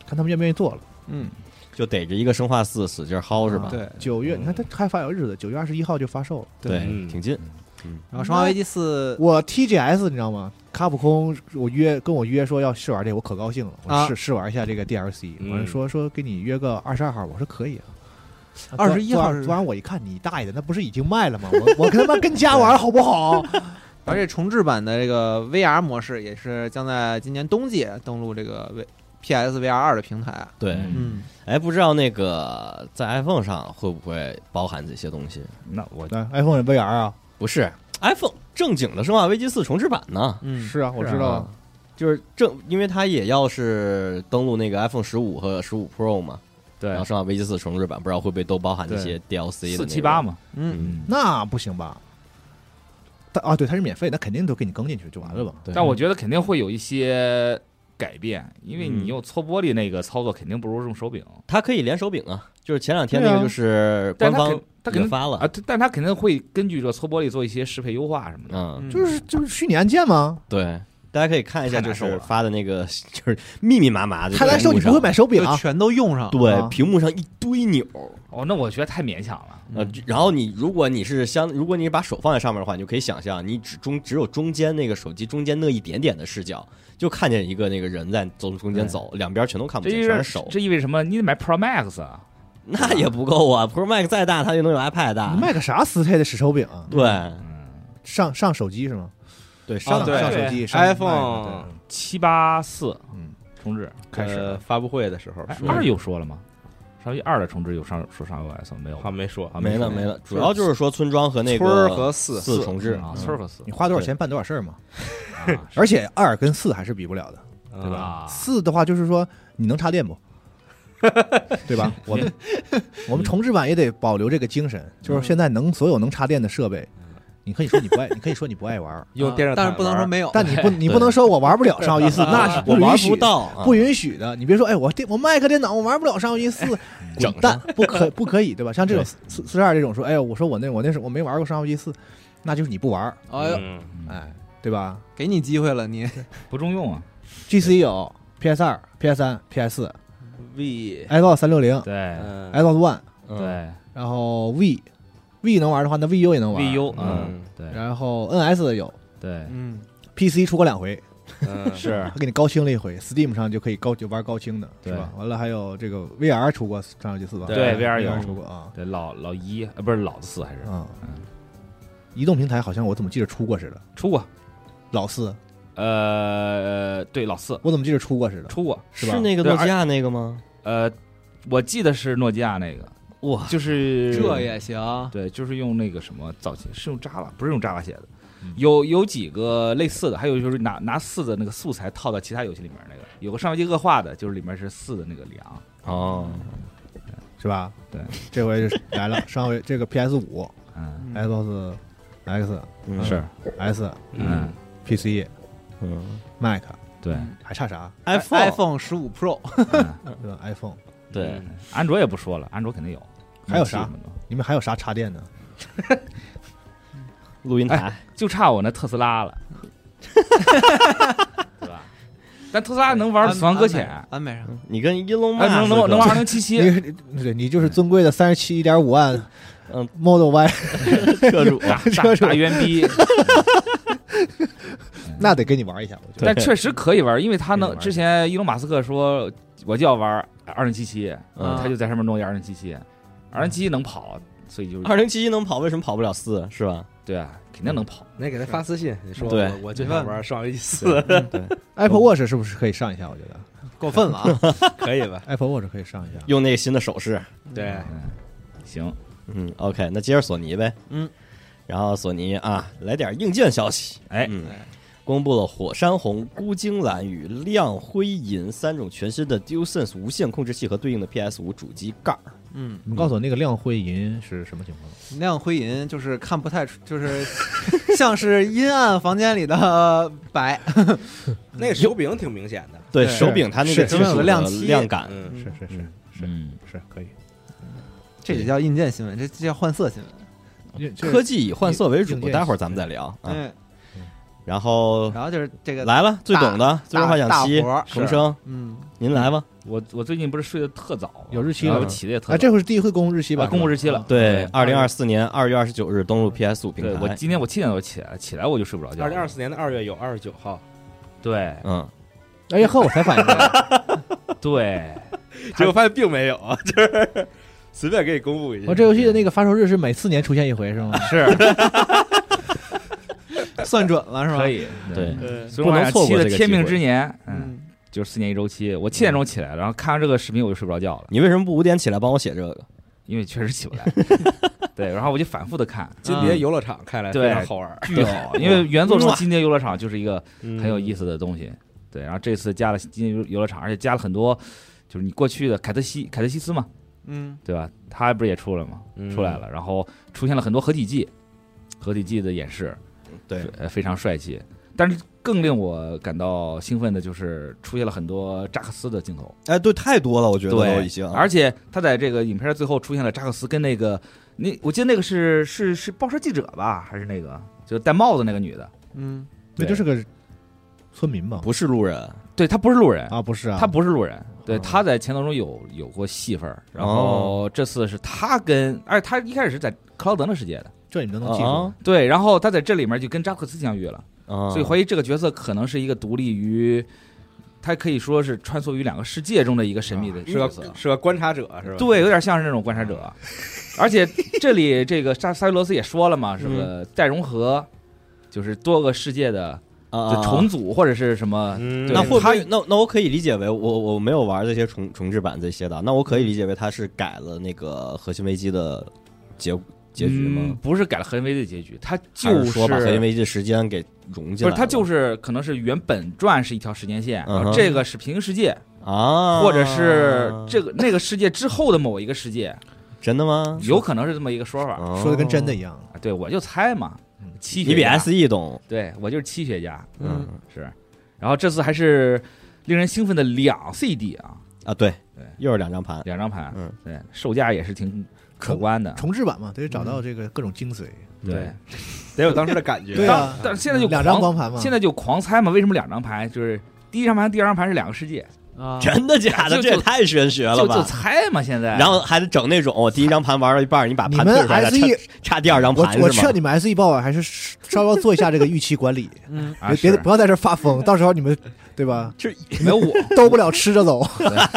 S5: 看他们愿不愿意做了。
S2: 嗯，
S4: 就逮着一个生化四使劲薅是吧？
S2: 对。
S5: 九月
S3: 嗯
S5: 你看他还发有日子，九月二十一号就发售了。
S4: 对
S3: 嗯
S4: 挺近。
S2: 然后《生化危机四》
S5: 我 TGS 你知道吗？卡普空我约跟我约说要试玩这个，我可高兴了，
S2: 啊
S5: 我试试玩一下这个 DLC，
S3: 嗯
S5: 完了说说给你约个二十二号，我说可以啊。
S2: 21号
S5: 昨晚
S2: 是
S5: 昨晚我一看，你大爷的，那不是已经卖 [laughs] 了吗？我我跟他妈跟家玩好不 [laughs] 好？
S2: 而且重置版的这个 VR 模式也是将在今年冬季登陆这个 V PS VR 二的平台。
S4: 对，
S6: 嗯
S2: 嗯，
S4: 哎，不知道那个在 iPhone 上会不会包含这些东西？
S6: 那我
S5: 那 iPhone 的 VR 啊，
S4: 不是 iPhone 正经的《生化危机四》重置版呢，
S2: 嗯，
S5: 是啊，我知道啊
S4: 啊，就是正，因为它也要是登录那个 iPhone 十五和十五 Pro 嘛，
S6: 对
S4: 然后《生化危机四》重置版不知道会不会都包含这些 DLC 的
S6: 四七八
S4: 嘛？
S6: 嘛，
S2: 嗯，
S4: 嗯，
S5: 那不行吧？但啊，对，它是免费，那肯定都给你更进去就完了吧？
S4: 对
S6: 但我觉得肯定会有一些改变，因为
S4: 嗯
S6: 你用搓玻璃那个操作肯定不如用手柄，
S4: 它可以连手柄啊，就是前两天那
S5: 对
S4: 个
S5: 啊
S4: 就是
S6: 但
S4: 官
S6: 它
S4: 方
S6: 肯它肯
S4: 也
S6: 定
S4: 发了
S6: 啊，，它但它肯定会根据这搓玻璃做一些适配优化什么的。
S4: 嗯，
S5: 就是就是虚拟按键吗？
S4: 对，大家可以看一下，
S6: 太
S4: 就
S6: 难受
S4: 是
S6: 了
S4: 发的那个就是密密麻麻的，
S5: 太难受，你不会买手柄
S2: 就
S5: 啊？
S2: 全都用上。
S4: 对
S5: 啊
S4: 屏幕上一堆钮儿，
S6: 哦，那我觉得太勉强了。
S4: 呃，然后你如果你是相，如果你把手放在上面的话，你就可以想象，你只中只有中间那个手机中间那一点点的视角，就看见一个那个人在走中间走，两边全都看不
S6: 这
S4: 见，
S6: 意
S4: 全
S6: 味
S4: 是手，
S6: 这意味着什么？你得买 Pro Max 啊！
S4: [laughs] 那也不够啊，Pro Max 再大，它也能有 iPad 大
S5: 你，卖个啥死配的使手柄啊？
S4: 对
S5: 上上手机是吗？
S4: 对，
S3: 啊
S4: 上
S3: 对
S5: 上手机上
S4: 嗯
S3: iPhone
S6: 七八四
S5: 嗯
S6: 重置开
S3: 开
S6: 始
S3: 始
S6: 了，
S3: 发布会的时候
S6: 哎，
S3: 说，
S6: 二有说了吗？上一二的重置有上说上 iOS 没有
S3: 好？像没说，
S6: 啊
S4: 没了没了，主要就是说村庄和那个
S3: 村儿和四
S4: 四重置
S6: 啊，村儿和四
S5: 你花多少钱办多少事儿嘛。 [laughs] 而且二跟四还是比不了的。
S3: 对
S6: 对？
S4: 啊
S6: 吧？
S5: 四的话就是说你能插
S4: [laughs]
S5: 电不？对吧？我们我们重置版也得保留这个精
S4: 嗯
S5: 神，就是现在能所有能插电的设备，你可以说你不爱，你可以说你不爱
S4: [laughs]
S5: 玩儿，
S3: 用电热毯
S2: 啊但
S3: 玩
S2: 是不能
S3: 儿，
S2: 说没有。
S5: 但你不你
S4: 对
S5: 不能说我玩不了《上游一四》，那是
S4: 我
S5: 允
S4: 玩
S5: 许
S4: 不。到，啊
S5: 不允许的，你别说，哎，我电我卖个电脑，我玩不了《上游一四》，
S4: 整
S5: 滚蛋
S4: 上，
S5: 不可不可以，对吧？像这种
S4: 对
S5: 四四十二这种说，哎呦，我说我那我那时候我没玩过《上游一四》，那就是你不玩儿，
S2: 哎呦，
S3: 嗯
S5: 哎，对吧
S2: 给你机会了，你
S6: 不中用啊！
S5: ？GC 有 PS 二、PS 三、PS 四、
S3: V，
S5: Xbox 三六零、
S6: 对
S3: 嗯
S5: Xbox One，
S4: 嗯
S6: 对
S5: 然后 V V 能玩的话，那 VU 也能玩。
S6: ，VU
S3: 嗯
S6: 嗯，对
S5: 然后 NS 有
S6: 对，
S2: 嗯，
S5: ，PC 出过两回， [laughs]
S3: 嗯
S4: 是
S5: 他给你高清了一回，Steam 上就可以高就玩高清的，是
S6: 对
S5: 吧？完了还有这个 VR 出过上游记四吧？
S3: 对
S6: VR 有
S5: 出过啊
S6: 对老老一呃不是老四还是
S5: 啊
S6: 嗯！
S5: 移动平台好像我怎么记得出过似的，
S6: 出过
S5: 老四
S6: 呃对老四
S5: 我怎么记得出过似的，
S6: 出过
S5: 吧
S4: 是那个
S6: 对
S4: 诺基亚那个吗？
S6: 呃，我记得是诺基亚那个，
S4: 哇，
S6: 就是
S2: 这也行。
S6: 对，就是用那个什么早期是用 Java 不是用 Java 写的
S5: 嗯。
S6: 有有几个类似的，还有就是拿拿四的那个素材套到其他游戏里面那个，有个上游戏恶化的，就是里面是四的那个梁，
S4: 哦，
S5: 是吧？
S6: 对，
S5: 这回就来
S6: [laughs]
S5: 了，上回这个 PS 五、
S6: 嗯，
S5: 哎
S2: 嗯
S5: Xbox X、
S4: 嗯，
S6: 是，
S5: S、
S6: 嗯，
S5: PC、
S4: 嗯
S5: Mac，
S6: 对，
S5: 还差啥？
S2: 哎 iPhone 十五 Pro
S6: 嗯
S5: 对吧？iPhone，
S4: 对，
S6: 安卓也不说了，安卓肯定有，
S5: 还有啥
S6: Nokia 什么嗯的
S5: 你们还有啥插电的？
S4: 录音台。
S6: 就差我那特斯拉了，对吧？但特斯拉能玩《死亡搁浅》，
S2: 安排上。
S4: 你跟伊隆
S6: 哎，
S4: 马
S6: 能
S4: 斯克
S6: 能能玩二零七七，
S5: 你对你就是尊
S6: 嗯
S5: 贵的三十七点五万，
S4: 嗯
S5: ，Model Y，
S4: 车主
S6: 打
S5: 车
S6: 打
S5: 手
S6: 打圆逼，嗯
S5: [laughs] 那得跟你玩一下，我
S4: [laughs]
S5: 觉得。
S6: 但确实可以玩，因为他
S5: 可以
S6: 能
S5: 玩
S6: 之前伊隆马斯克说我就要玩二零七七，
S4: 嗯
S2: 啊
S6: 他就在上面弄一二零七七，二零七七能跑，所以就
S4: 二零七七能跑，为什么跑不了四？是吧？
S6: 对啊，肯定能跑。
S3: 那给他发私信，你说
S4: 对
S3: 我我就想玩上一四，
S5: Apple Watch 是不是可以上一下？我觉得
S2: 过分了啊！
S3: 可以吧？
S5: Apple Watch 可以上一
S6: 嗯
S5: 下。
S4: 用那个新的手势。
S3: 对，
S6: 行，
S4: 嗯，OK，那接着索尼呗。
S2: 嗯，
S4: 然后索尼啊，来点硬件消息。
S6: 哎
S4: 嗯，公布了火山红、孤晶蓝与亮灰银三种全新的 DualSense 无线控制器和对应的 PS 五主机盖儿。
S2: 嗯，
S5: 你告诉我那个亮灰银是什么情况？
S2: 亮灰银就是看不太出，就是 [laughs] 像是阴暗房间里的白。
S3: 那个手柄挺明显的，
S4: 对
S2: 对
S4: 手柄它那
S5: 是
S4: 个技
S2: 是
S4: 术的
S2: 亮漆
S4: 亮感，
S3: 嗯，
S5: 是是是
S2: 嗯
S6: 嗯，
S5: 是可以，
S2: 这也叫硬件新闻，这这叫换色新闻。
S5: 因为这
S4: 科技以换色为主
S5: 硬，件
S4: 待会儿咱们再聊啊。
S2: 嗯，
S4: 然后
S2: 然后就是这个，
S4: 来了，最懂的《最终幻想七
S2: 大活儿》
S4: 重生，
S2: 嗯，
S4: 您来吧。
S6: 我我最近不是睡得特早，
S5: 有日期
S6: 然后
S5: 了吗
S6: 起的也特
S5: 哎，
S6: 早，
S5: 这会是第一回公布日期吧？
S6: 啊公布日期了。
S4: 对，二零二四年二月二十九日登陆 PS 五平
S6: 对我
S4: 台。
S6: 今天我七点多起来，起来我就睡不着觉。
S3: 二零二四年的二月有二十九号，
S6: 对
S4: 嗯，
S5: 哎呀呵，我才反应过
S6: [laughs]
S5: 来，
S6: 对，
S3: 结果发现并没有，就是随便给你公布一下。
S6: 哦
S5: 我这游戏的那个发售日是每四年出现一回是吗？
S6: 是
S2: 算准了是吧？
S6: 可以，
S4: 对，
S3: 呃
S6: 所以我
S4: 不能错过
S6: 七的
S4: 这个
S6: 天
S4: 机
S6: 命
S4: 会
S6: 之年，嗯，
S2: 嗯，
S6: 就是四年一周期。我七点钟起来，然后看完这个视频我就睡不着觉了，
S4: 你为什么不五点起来帮我写这个？
S6: 因为确实起不来。对，然后我就反复的看，
S3: 金
S2: 嗯
S3: 蝶游乐场看来非常好玩，
S6: 巨好，因为原作中
S4: 哇
S6: 金街游乐场就是一个
S3: 很
S6: 很有意思的东西。对，然后这次加了金街游乐场，而且加了很多，就是你过去的凯特西凯特西斯嘛，
S2: 嗯，
S6: 对吧？他不是也出了吗？
S3: 嗯
S6: 出来了，然后出现了很多合体技，合体技的演示，
S4: 对
S6: 呃，非常帅气。但是更令我感到兴奋的就是出现了很多扎克斯的镜头，
S4: 哎，对，太多了，我觉得都已经。
S6: 而且他在这个影片最后出现了扎克斯跟那个那，我记得那个是是是报社记者吧，还是那个就戴帽子那个女的？
S2: 嗯，
S5: 那就是个村民吧？
S4: 不是路人，
S6: 对，她不是路人，嗯
S5: 啊，不是啊，
S6: 她不是路人，对，
S5: 哦
S6: 她在前头中有有过戏份儿，然后这次是她跟，而且她一开始是在克劳德那世界的，
S5: 这你们都能记住
S4: 啊？
S6: 对，然后她在这里面就跟扎克斯相遇了。
S4: 啊，
S6: 嗯所以怀疑这个角色可能是一个独立于，他可以说是穿梭于两个世界中的一个神秘
S4: 啊
S6: 的
S3: 是
S6: 角色
S3: 个，是个观察者是吧？
S6: 对，有点像是那种观察者。 [laughs] 而且这里这个沙沙维罗斯也说了嘛，是
S4: 嗯
S6: 个再融合，就是多个世界的
S4: 啊，
S6: 就重组或者是什么，
S3: 嗯，
S6: 对
S4: 那
S3: 那
S4: 会不会？那那我可以理解为我我没有玩这些重重置版这些的，那我可以理解为它是改了那个《核心危机》的结结局
S6: 嗯
S4: 吗？
S6: 不是改了核心危机的结局，它
S4: 还
S6: 就是
S4: 说把《核心危机》的时间给融进来
S6: 不是
S4: 了？
S6: 它就是可能是原本传是一条时间线，
S4: 嗯哼
S6: 然后这个是平行世界，
S4: 啊，
S6: 或者是这个那个世界之后的某一个世
S4: 啊
S6: 界，
S4: 真的吗？
S6: 有可能是这么一个说法。
S4: 哦
S5: 说的跟真的一样。
S6: 啊对，我就猜嘛，
S4: 嗯
S6: 七
S4: 你比 SE 懂，
S6: 对我就是七学家
S4: 嗯
S6: 是，然后这次还是令人兴奋的两 CD 啊，
S4: 啊，对
S6: 对
S4: 又是两张盘，
S6: 两张盘，
S4: 嗯，
S6: 对，售价也是挺可观的，
S5: 重置版嘛，得找到这个各种精髓。
S6: 对，
S3: 得有当时的感 [laughs] 觉。
S5: 对啊，
S6: 但是现在就
S5: 两张
S6: 狂，
S5: 光盘嘛，
S6: 现在就狂猜嘛，为什么两张盘？就是第一张盘、第二张盘是两个世界，
S2: 啊，
S4: 真的假的？
S6: 就
S4: 这也太玄学了
S6: 就就
S4: 吧！
S6: 猜嘛，现在，
S4: 然后还得整那种，我第一张盘玩到一半，你把
S5: 你
S4: 盘
S5: 们
S4: 退出来，再
S5: SE
S4: 插插第二张
S5: 我
S4: 盘
S5: 我
S4: 是吗
S5: 劝？你们 S E 爆啊，还是稍微做一下这个预期管理，
S2: 嗯，
S6: [laughs] 啊
S5: 别
S6: 是
S5: 别不要在这发
S6: [laughs]
S5: 疯，到时候你们对吧？
S4: 这
S6: 没有我
S5: [laughs] 兜不了吃着走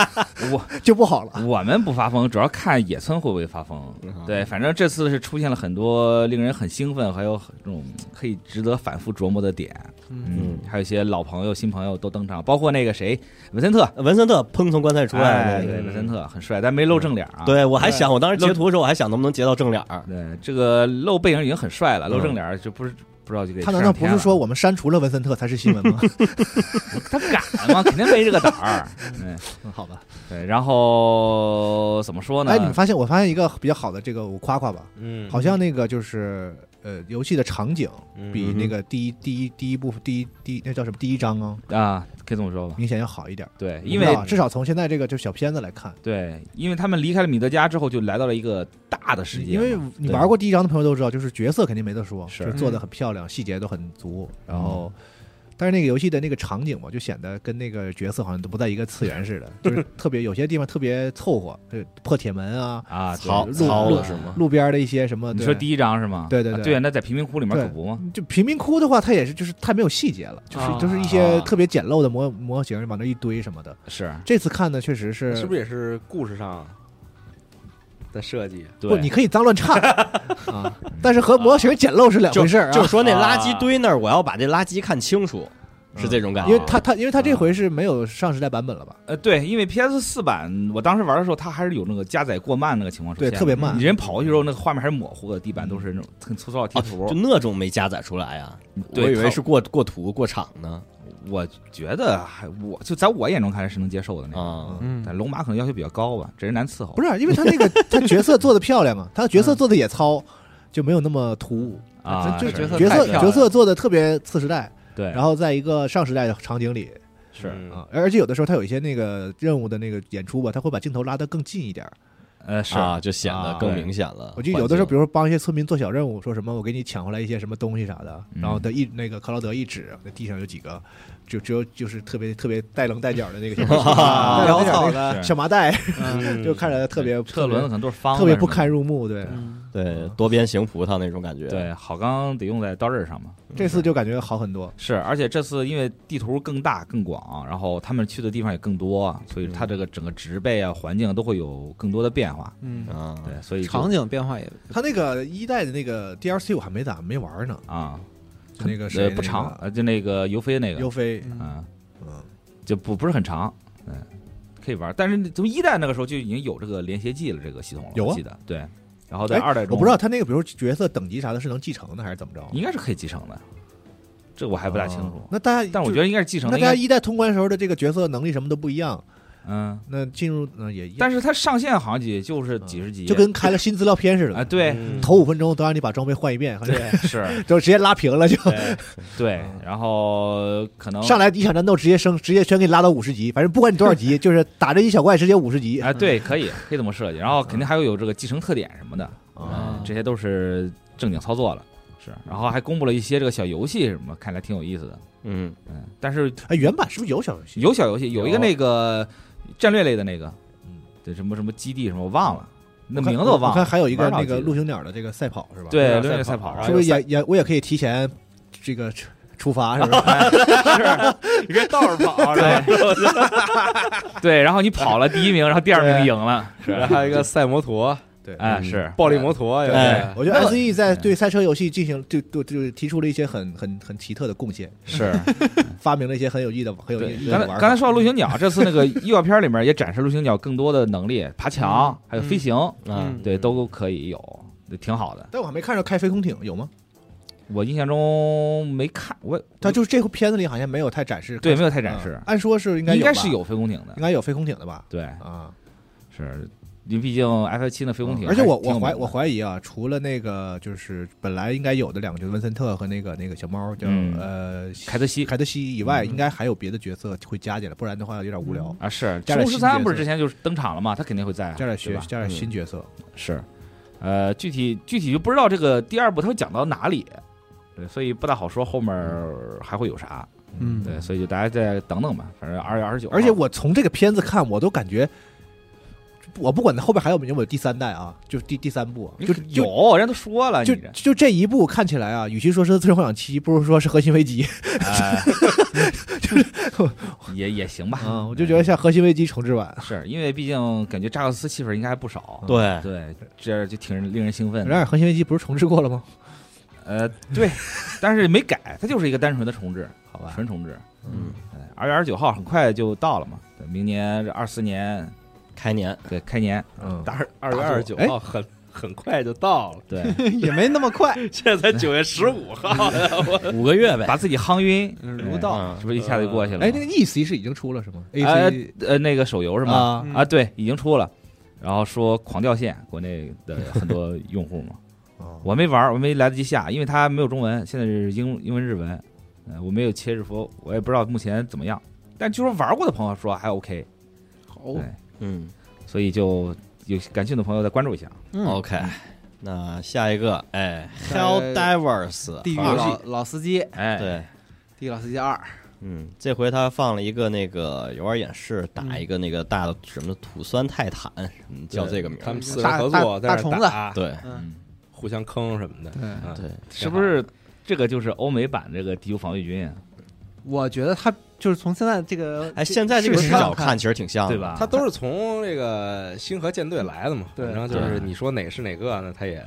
S5: [laughs]
S6: 我
S5: 就不好了。
S6: 我们不发疯，主要看野村会不会发疯。
S5: 啊
S6: 对，反正这次是出现了很多令人很兴奋，还有很这种可以值得反复琢磨的点。
S2: 嗯
S6: 还有一些老朋友、新朋友都登场，包括那个谁，文森特
S4: 文森特砰从棺材出来
S6: 嗯
S4: 的
S6: 哎
S4: 那
S6: 对，
S4: 个，
S6: 文森特很帅，但没露正脸啊。
S4: 对我还想，我当时截图的时候，我还想能不能截到正脸儿。
S6: 对，这个露背影已经很帅了，露正脸就不是不知道就给
S5: 嗯他难道不是说我们删除了文森特才是新
S6: [laughs]
S5: 闻吗？
S6: 他敢吗？肯定没这个胆儿。嗯，
S5: 嗯好吧。
S6: 对，然后怎么说呢？
S5: 哎，你们发现我发现一个比较好的这个，我夸夸吧，
S3: 嗯，
S5: 好像那个就是呃，游戏的场景
S3: 嗯
S5: 比那个第一第一第一部分第一第一那叫什么第一章啊，
S6: 啊，可以这么说吧。
S5: 明显要好一点。
S6: 对，因
S5: 我不
S6: 为
S5: 知道啊至少从现在这个就小片子来看，
S6: 对，因为他们离开了米德加之后，就来到了一个大的世界嘛。
S5: 因为你
S6: 对
S5: 玩过第一章的朋友都知道，就是角色肯定没得说，
S6: 是嗯
S5: 就是做的很漂亮，细节都很足，然后。但是那个游戏的那个场景嘛，就显得跟那个角色好像都不在一个次元似的，就是特别有些地方特别凑合，呃破铁门啊，
S6: 啊，对
S4: 操
S5: 路
S4: 操
S5: 路
S4: 了是吗？
S5: 路边的一些什么，
S6: 嗯
S5: 啊
S6: 你
S5: 对
S6: 说第一章是吗？
S5: 对对
S6: 啊
S5: 对
S6: 对，那在贫民窟里面可不吗？
S5: 就贫民窟的话，它也是就是太没有细节了，就是
S2: 啊
S5: 就是一些特别简陋的模模型往那一堆什么的。
S6: 是，啊
S5: 这次看呢，确实是
S3: 是不是也是故事上的设计，
S5: 不，
S6: 对，
S5: 你可以脏乱差
S2: 啊，
S5: 但是和模型简陋是两
S4: 就
S5: 回事儿啊。
S4: 就说那垃圾
S6: 啊
S4: 堆那儿，我要把这垃圾看清楚，是这种感觉。
S5: 因为它它因为它这回是没有上时代版本了吧？
S6: 呃，对，因为 PS 四版我当时玩的时候，它还是有那个加载过慢那个情况出
S5: 对
S6: 现，
S5: 特别慢
S6: 你人跑过去之后，那个画面还是模糊的，地板都是那种很粗糙的贴
S4: 啊，
S5: 哦
S4: 就
S6: 图。
S4: 那种没加载出来呀，我
S6: 对
S4: 以为
S6: 它
S4: 是过过图过场呢
S6: 我觉得还我就在我眼中看来是能接受的那种，
S4: 啊。
S2: 嗯，
S6: 但龙马可能要求比较高吧，这人难伺
S5: 哦
S6: 候。
S5: 不是啊，因为他那个他角色做的漂亮嘛，他角色做的也糙，就没有那么突兀。
S6: 啊，
S5: 这
S6: 是
S2: 角色
S5: 角色
S2: 太漂亮
S5: 角色做的特别次时代，
S6: 对，
S5: 然后在一个上时代的场景里
S6: 是
S4: 嗯
S5: 啊，而且有的时候他有一些那个任务的那个演出吧，他会把镜头拉得更近一点儿。
S6: 呃是
S4: 啊，就显得
S6: 啊
S4: 更
S6: 对
S4: 明显了。
S5: 我记得有的时候，比
S4: 如
S5: 如说帮一些村民做小任务，说什么我给你抢回来一些什么东西啥的，
S6: 嗯
S5: 然后他一那个克劳德一指，那地上有几个，就只有就是特别特别带棱带角的那个
S6: [laughs]
S2: 啊
S5: 带棱
S2: 潦
S5: 带角
S2: 草
S5: 那个
S2: 的，
S5: 小麻袋，
S2: 嗯
S5: 就看着特别
S6: 车轮子可能都是方的
S5: 特别
S6: 什
S5: 不
S6: 么的
S5: 堪入目。对，
S2: 嗯
S4: 对多边形葡萄那种感觉，，
S6: 对，好钢得用在刀刃上嘛。
S5: 这次就感觉好很多。
S6: 是，而且这次因为地图更大更广，然后他们去的地方也更多，所以
S5: 嗯
S6: 它这个整个植被啊、环境都会有更多的变化。
S2: 嗯，
S4: 啊，
S6: 对，所以就
S2: 场景变化也
S5: 他那个一代的那个 DLC 我还没咋没玩呢，
S6: 啊，
S5: 就那个谁
S6: 呃
S5: 那
S6: 不
S5: 个
S6: 长，呃就那个尤菲那
S5: 尤
S6: 个，
S5: 菲，
S2: 嗯
S6: 嗯，
S5: 嗯，
S6: 就不不是很长，嗯，可以玩。但是从一代那个时候就已经有这个连携记了这个系统了，
S5: 有啊
S6: 我记得对。然后在
S5: 哎
S6: 二代中，
S5: 我不知道他那个比如角色等级啥的，是能继承的还是怎么着？
S6: 应该是可以继承的，这我还不大清楚
S5: 哦。那大家，
S6: 但我觉
S5: 得。
S6: 得应该是继承
S5: 那
S6: 的，
S5: 大
S6: 应
S5: 家
S6: 该
S5: 一代通关时候的这个角色能力什么都不一样，
S6: 嗯。
S5: 那进入嗯也一样，
S6: 但是它上限好像也就是几十集，
S5: 嗯就跟开了新资料片似的
S6: 啊，
S5: [laughs]
S6: 对
S4: 嗯
S5: 头五分钟都让你把装备换一遍，
S6: 对是，
S5: [laughs] 就直接拉平了，就
S6: 对对，然后可
S5: [laughs] 嗯
S6: 能
S5: 上来一场战斗直接升，直接全给你拉到五十级，反正不管你多少级，就是打这一小怪直接五十级
S6: 啊，对，可以可以这么设计，然后肯定还有有这个继承特点什么的，
S2: 啊
S6: 这些都是正经操作了。是，然后还公布了一些这个小游戏什么，看来挺有意思的。
S3: [laughs]
S4: 嗯，
S6: 嗯，但是
S5: 哎，原版是不是有小游戏？
S6: 有小游戏，有一个那个战略类的那个
S5: 嗯，
S6: 对，什么什么基地什么我忘了，那
S5: 我看
S6: 名字我忘
S5: 看
S6: 了。
S5: 还有一个
S6: 玩儿到
S5: 那
S6: 记
S5: 个
S6: 得
S5: 陆行鸟的这个赛跑是吧？，
S6: 对，
S3: 流
S6: 流
S3: 月
S6: 月
S3: 赛
S6: 赛
S3: 跑
S6: 跑，
S3: 然后
S5: 是不是也也我也可以提前这个出出发是
S6: [laughs]
S5: 吧？
S3: 你跟道上跑，
S6: 对，对，然后你跑了第一名，然后第二名
S5: 对
S6: 赢了，是吧，
S3: 还有一个赛摩托、
S4: 啊
S3: 嗯
S5: 对，
S4: 嗯
S6: 哎，是
S3: 暴力摩托，有
S4: 哎
S3: 点
S5: 我觉得 S E 在对赛车游戏进行就就就提出了一些很很很奇特的贡献，
S6: 是。
S5: [laughs] 发明了一些很有意的很有
S6: 对
S5: 意，思的
S6: 刚才
S5: 玩
S6: 刚才
S5: 法。
S6: 说到陆行鸟，这次那个预告片里面也展示陆行鸟更多的能力，爬墙还有飞行，
S4: 啊
S2: 嗯，
S6: 对，都可以有，对挺好的。
S5: 但我还没看着开飞空艇有吗？
S6: 我印象中没看，我
S5: 但就是这部片子里好像没有太展示。
S6: 嗯对没有太展示
S5: 嗯，按说是应该
S6: 应该
S5: 吧
S6: 是有飞空艇的
S5: 应，该有飞空艇的吧？
S6: 对，
S5: 啊，
S6: 是因为毕竟 F 七的飞空艇
S5: 嗯
S6: 还
S5: 而
S6: 是
S5: 且
S6: 挺
S5: 我
S6: 有名
S5: 我
S6: 的，
S5: 怀我怀疑啊，除了那个就是本来应该有的两个，就是文森特和那个那个小猫叫、
S6: 嗯
S5: 呃
S6: 凯特西
S5: 凯特西以外，
S2: 嗯
S5: 应该还有别的角色会加进来，不然的话有点无聊。
S6: 啊是，
S5: 加点
S6: 中
S5: 新角
S6: 十三
S5: 色
S6: 不是之前就是登场了嘛，他肯定会在啊，
S5: 加点
S6: 对
S5: 学
S6: 吧
S5: 加点新角色，
S6: 是，呃，具体具体就不知道这个第二部他会讲到哪里，对，所以不大好说后面还会有啥。
S2: 嗯
S6: 对，所以就大家再等等吧，反正二月二十九。
S5: 而且我从这个片子看，我都感觉。我不管它后边还有没有有第三代啊，就是第第三部啊，
S6: 你
S5: 就
S6: 可
S5: 就
S6: 哎有人家都说了，
S5: 就
S6: 你这
S5: 就这一部看起来啊，与其说是《最终幻想七》，不如说是《核心危机》
S6: 哎也也行吧。
S5: 啊、我就觉得像《核心危机》重置版，
S6: 是因为毕竟感觉扎克斯戏份应该还不少，
S4: 对，
S6: 对，这就挺令人兴奋
S5: 然而
S6: 的。
S5: 《核心危机》不是重置过了吗？
S6: 呃，对，但是没改，它就是一个单纯的重置，
S5: 好吧，
S6: 纯重置。
S4: 嗯，
S6: 二月二十九号很快就到了嘛，对明年这二四年
S4: 开年
S6: 对开年，
S5: 嗯，
S3: 二二月二十九
S5: 哎
S3: 号很很快就到了，
S6: 对，
S2: [laughs] 也没那么快，
S3: 现在才九月十五号，
S4: 五个月呗，
S6: 把自己夯晕，
S2: 嗯
S6: 对
S2: 如
S4: 到
S6: 是不是一下子就过去了？
S5: 哎，那个 E C 是已经出了是吗？A
S6: 呃
S5: C
S6: 呃那个手游是吗？
S5: 啊，
S2: 嗯
S6: 啊，对，已经出了。然后说狂掉线，国内的很多用户嘛，
S5: 哦
S6: 我没玩儿，我没来得及下，因为它没有中文，现在是英英文日文，呃，我没有切日服，我也不知道目前怎么样。但据说玩过的朋友说还 OK，
S2: 好
S6: 对，
S4: 嗯
S6: 所以就有感兴趣的朋友再关注一下。
S2: 嗯
S4: ，OK。那下一个，哎
S2: 下一
S4: ，Hell
S2: 个
S4: Divers，
S2: 地狱
S4: 好
S2: 老老司机，
S6: 哎，，
S4: 对，
S2: 地狱老司机二，
S4: 嗯，这回他放了一个那个有点演示，打一个那个大的什么土酸泰坦，嗯，叫这个名儿，
S3: 他们四人合
S2: 大
S3: 作
S2: 大
S3: 在那
S2: 虫
S3: 儿
S2: 子
S3: 打，
S4: 对
S2: 嗯，
S3: 互相坑什么的，
S2: 对
S3: 嗯
S4: 对，
S6: 是不是这个就是欧美版这个地球防御军啊？
S2: 我觉得他就是从现在这个
S4: 哎，现在这个
S2: 视
S4: 视
S2: 上
S4: 角
S2: 看
S4: 看其实挺像的，
S6: 对？吧？
S3: 啊他都是从这个星河舰队来的嘛， [laughs]
S2: 对
S3: 然后就是
S6: 对
S3: 你说哪是哪个呢？他
S2: [laughs]
S3: 也，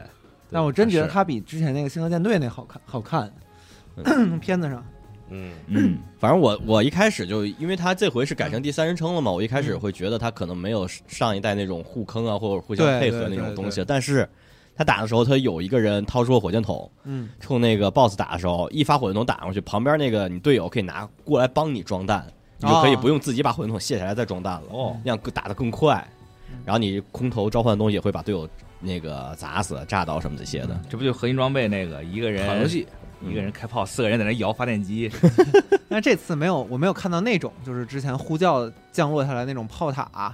S2: 但我真觉得
S3: 是
S2: 它比之前那个《星河舰队》那好看，好看。 [clears throat] 片子上，
S3: 嗯，
S6: 嗯，
S4: 反正我我一开始就，因为他这回是改成第三人称了嘛，我一开
S2: 嗯
S4: 始会觉得他可能没有上一代那种互坑啊，或者互相
S2: 对
S4: 配
S2: 对
S4: 合那
S2: 对
S4: 种东西
S2: 对，
S4: 但是。他打的时候，他有一个人掏出了火箭筒，
S2: 嗯，
S4: 冲那个 BOSS 打的时候，一发火箭筒打上去，旁边那个你队友可以拿过来帮你装弹，你就可以
S2: 啊
S4: 不用自己把火箭筒卸下来再装弹了。
S6: 哦，
S4: 那样更打得更快。然后你空投召唤的东西也会把队友那个砸死、炸倒什么这些的。
S6: 这不就核心装备那个一个人
S3: 打游戏
S4: 嗯
S2: 嗯
S6: 一个人开炮，四个人在那摇发电机，
S2: 但是这次没有，我没有看到那种就是之前呼叫降落下来那种炮塔、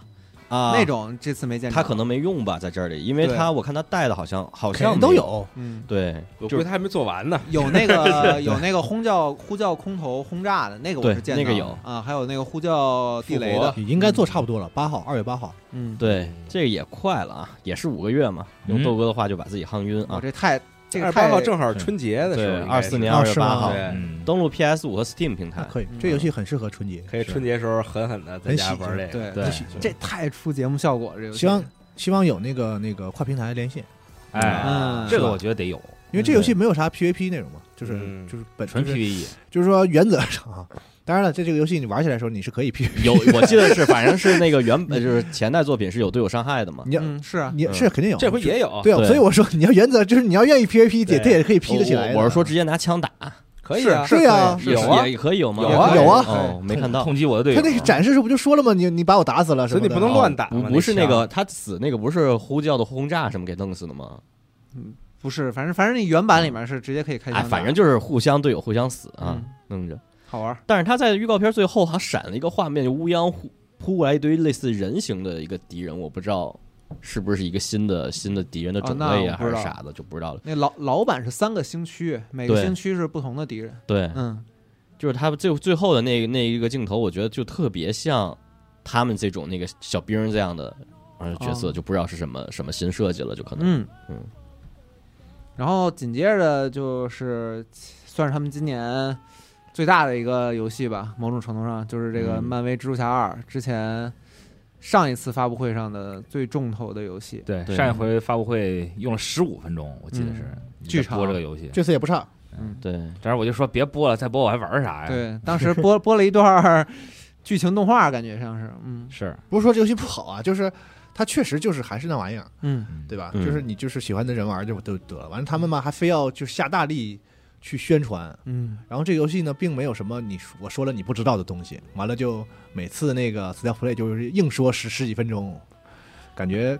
S4: 啊，
S2: 那种，这次没见着。
S4: 他可能没用吧，在这里，因为
S2: 对
S4: 他我看他带的好像好
S5: 肯
S4: 像
S5: 定都
S4: 没，
S5: 有，
S2: 嗯，
S4: 对，
S3: 我
S4: 就
S3: 估计
S4: 是
S3: 他还没做完呢。
S2: 有
S4: [laughs]
S2: 那个有那个轰叫呼叫空投轰炸的那个我
S4: 对
S2: 是见到
S4: 那个有
S2: 啊，还有那个呼叫地雷
S3: 复
S2: 的
S3: 活，
S5: 应该做差不多了。八号，二月八号，
S2: 嗯，
S4: 对，这个也快了啊，也是五个月嘛。
S6: 嗯
S4: 用豆哥的话就把自己夯晕
S2: 我
S4: 啊。
S2: 这太这
S3: 二
S2: 个
S3: 十八
S2: 太
S3: 号正好春节的时候
S4: 对
S3: 应，该
S4: 二
S3: 是，
S4: 四年
S5: 啊
S4: 二月
S5: 是吗
S4: 八号
S3: 对
S6: 嗯，
S4: 登录 PS 五和 Steam 平
S5: 那
S4: 台。
S5: 可以
S2: 嗯，
S5: 这游戏很适合春节。
S3: 可以春节时候狠狠的在
S5: 很
S3: 家
S5: 喜
S3: 玩这个。
S2: 对
S4: 对
S2: 这太出节目效果了，这个
S5: 希望希望有那个那个跨平台连线，
S6: 哎
S2: 嗯，
S6: 这个我觉得得有，
S5: 因为这游戏没有啥 PVP 内容嘛，就是
S3: 嗯
S5: 就是本
S6: 纯 E，
S5: 就是
S6: PVE，
S5: 就是说原则上啊，当然了，在这个游戏你玩起来的时候你是可以 PVP，
S4: 有， [laughs] 我记得是，反正是那个原本就是前代作品是有队友伤害的嘛。
S5: 你要
S2: 嗯是啊，
S5: 你是肯定有，
S3: 这回也有，
S5: 对啊，
S4: 对
S5: 所以我说你要原则就是你要愿意 PVP，
S3: 哦对
S5: 也这也可以 P 得起
S4: 我
S5: 来的。
S4: 我是说直接拿枪打，
S3: 可以啊，
S2: 是
S5: 对啊
S2: 可以
S4: 也
S3: 有啊
S4: 也可以有吗？
S3: 有啊
S5: 有啊
S4: 哦，没看到。
S6: 痛击我的队
S5: 他
S6: 友，
S5: 那个展示时候不就说了吗？你你把我打死了什
S3: 所
S5: 么
S3: 以
S5: 的，哦
S3: 你不能乱打嘛。
S4: 哦不不是那
S3: 那
S4: 个他死那个不是呼叫的轰炸什么给弄死的吗？
S2: 不是，反正反正那原版里面是直接可以开枪
S4: 哎，
S2: 的，
S4: 反正就是互相队友互相死啊
S2: 嗯，
S4: 弄着。
S2: 好玩儿。
S4: 但是他在预告片最后好像闪了一个画面，就乌泱扑扑过来一堆类似人形的一个敌人，我不知道是不是一个新的新的敌人的种类啊，
S2: 哦那
S4: 还
S2: 我不知
S4: 是
S2: 道
S4: 啥的就不知道了。
S2: 那老老版是三个星区，每个
S4: 对
S2: 星区是不同的敌人。
S4: 对，
S2: 嗯，
S4: 就是他最最后的那那一个镜头，我觉得就特别像他们这种那个小兵儿这样的呃角色，
S2: 哦
S4: 就不知道是什么什么新设计了，就可能
S2: 嗯
S4: 嗯。
S2: 然后紧接着就是算是他们今年最大的一个游戏吧，某种程度上就是这个
S4: 嗯
S2: 漫威蜘蛛侠二之前上一次发布会上的最重头的游戏。
S6: 对，
S4: 对
S6: 上一回发布会用了十五分钟，我记得是
S2: 剧
S6: 播
S2: 场
S6: 这个游戏。
S5: 这次也不差，
S4: 对。
S6: 当时我就说别播了，再播我还玩啥呀？，
S4: 哎
S2: 对，当时播 [laughs] 播了一段儿剧情动画，感觉像是，嗯
S6: 是
S5: 不是说这游戏不好啊，就是它确实就是还是那玩意儿，
S2: 嗯，
S5: 对吧？
S4: 嗯
S5: 就是你就是喜欢的人玩就就得了，完了他们嘛还非要就下大力去宣传，
S2: 嗯，
S5: 然后这游戏呢，并没有什么你说我说了你不知道的东西。完了就每次那个 s t a p play 就是硬说十十几分钟，感觉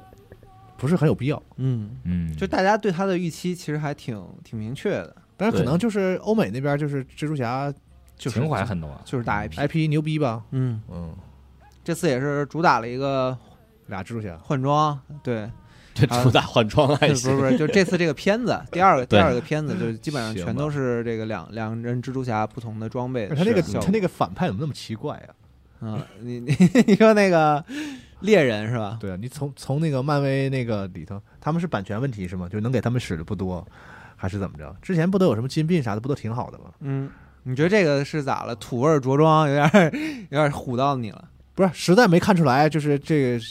S5: 不是很有必要。
S2: 嗯，
S6: 嗯，
S2: 就大家对它的预期其实还挺挺明确的，
S5: 但是可
S4: 对
S5: 能就是欧美那边就是蜘蛛侠
S2: 就是
S6: 情怀很多，
S2: 就是
S4: 嗯
S2: 大 IP，
S5: IP 牛逼吧，
S2: 嗯，
S5: 嗯，
S2: 这次也是主打了一个
S5: 俩蜘蛛侠，
S2: 换装，对，
S4: 这
S2: 啊
S4: 主打换装
S2: 不
S4: 还
S2: 是
S4: 行，[laughs]
S2: [laughs] 不是，就这次这个片子，第二个第
S4: 对
S2: 二个片子就基本上
S5: 行
S2: 全都是这个两两人蜘蛛侠不同的装备的
S5: 他那个
S2: 效果，
S5: 他那个反派怎么那么奇怪啊？
S2: 嗯，你 [laughs] 你你说那个猎人是吧？
S5: 对啊，你从从那个漫威那个里头，他们是版权问题是吗？就能给他们使的不多，还是怎么着？之前不都有什么金币啥的，不都挺好的吗？
S2: 嗯，你觉得这个是咋了？土味儿着装有点儿 [laughs] 有点儿唬到你了，
S5: 不是，实在没看出来，就是这个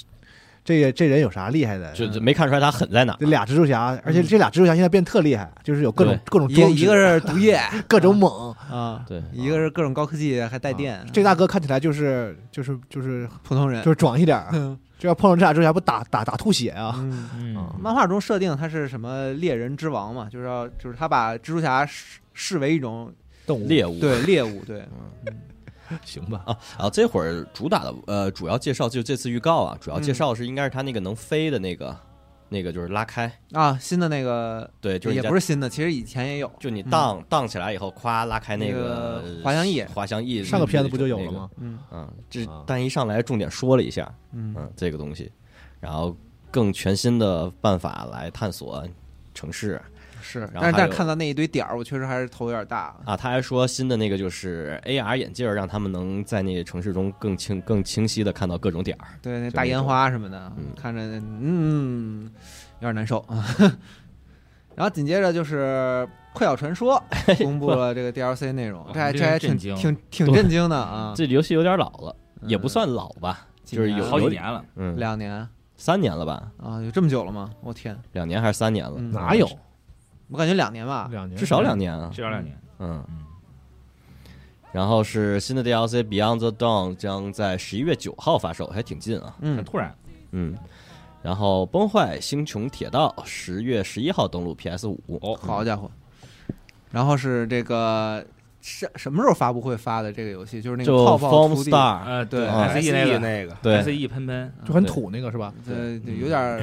S5: 这个这人有啥厉害的？
S4: 就就没看出来他狠在哪儿。
S5: 这俩蜘蛛侠，而且这俩蜘蛛侠现在变特厉害，就是有各种
S4: 对
S5: 各种
S2: 一
S5: 哦装
S2: 一个
S5: 置 [laughs]
S2: 是毒液
S5: 各种猛， [laughs]
S2: 啊，
S4: 对，
S2: 一个是各种高科技还带电
S5: 啊，这大哥看起来就是就是就是
S2: 普通人
S5: 就。是壮一点儿，啊
S2: [laughs] 嗯
S5: 这要碰上这俩蜘蛛侠不打打打吐血啊！
S2: 嗯
S6: 嗯，
S2: 漫画中设定他是什么猎人之王嘛，就是要就是他把蜘蛛侠视视为一种
S5: 动物
S4: 猎物。
S2: 对猎物，对，
S5: 嗯行吧？
S4: 啊啊！这会儿主打的呃，主要介绍就这次预告啊，主要介绍是应该是他那个能飞的那个，那个就是拉开，
S2: 啊，新的那个
S4: 对，就是
S2: 也
S4: 你在
S2: 不是新的，其实以前也有。
S4: 就你
S2: 嗯
S4: 荡荡起来以后，咵拉开那
S2: 那
S4: 个
S2: 个滑翔翼
S4: 滑翔翼
S5: 上个片子不就有了吗？？
S2: 嗯
S4: 那个嗯，这
S5: 啊
S4: 但一上来重点说了一下，
S2: 嗯，
S4: 嗯，这个东西，然后更全新的办法来探索城市
S2: 是，
S4: 然后
S2: 但是
S4: 还
S2: 但
S4: 有
S2: 是看到那一堆点儿，我确实还是头有点大。
S4: 啊。他还说新的那个就是 AR 眼镜儿，让他们能在那个城市中更清更清晰的看到各种点儿。
S2: 对，那
S4: 就
S2: 大
S4: 那
S2: 烟
S4: 种
S2: 花什么的
S4: 嗯，
S2: 看着 [laughs] 嗯有点难受啊。然后紧接着就是溃小
S4: [laughs]
S2: 传说》公布了这个 DLC 内容，这还
S7: 这
S2: 这还
S7: 震惊
S2: 挺挺挺震惊的啊！
S4: 这游戏有点老了，
S2: 嗯
S4: 也不算老吧，就是有
S7: 好几年了，
S4: 嗯
S2: 两年
S4: 三年了吧，
S2: 啊，有这么久了吗？我天，
S4: 两年还是三年了，
S2: 嗯
S5: 哪有
S2: 我感觉两年吧。
S5: 两年
S4: 至少两年啊，
S7: 至少两年。
S4: 嗯
S7: 嗯。
S4: 然后是新的 DLC《Beyond the Dawn》将在十一月九号发售，还挺近啊。
S7: 很
S2: 嗯，
S7: 突然，
S4: 嗯，然后《崩坏：星穹铁道》十月十一号登陆 PS 五。
S7: 哦
S2: 好家伙！然后是这个什什么时候发布会发的这个游戏？就是那个
S4: 就
S2: 泡泡
S4: Form
S2: 徒弟，
S4: Star，
S7: 呃，
S2: 对
S4: 啊
S7: SE 那
S6: E
S7: 个
S3: 哎 E 那个
S4: 对，
S7: ，SE 喷喷，
S6: 啊
S5: 就很土那个是吧？
S2: 呃，就有
S3: 嗯
S2: 点
S3: [laughs]
S2: 儿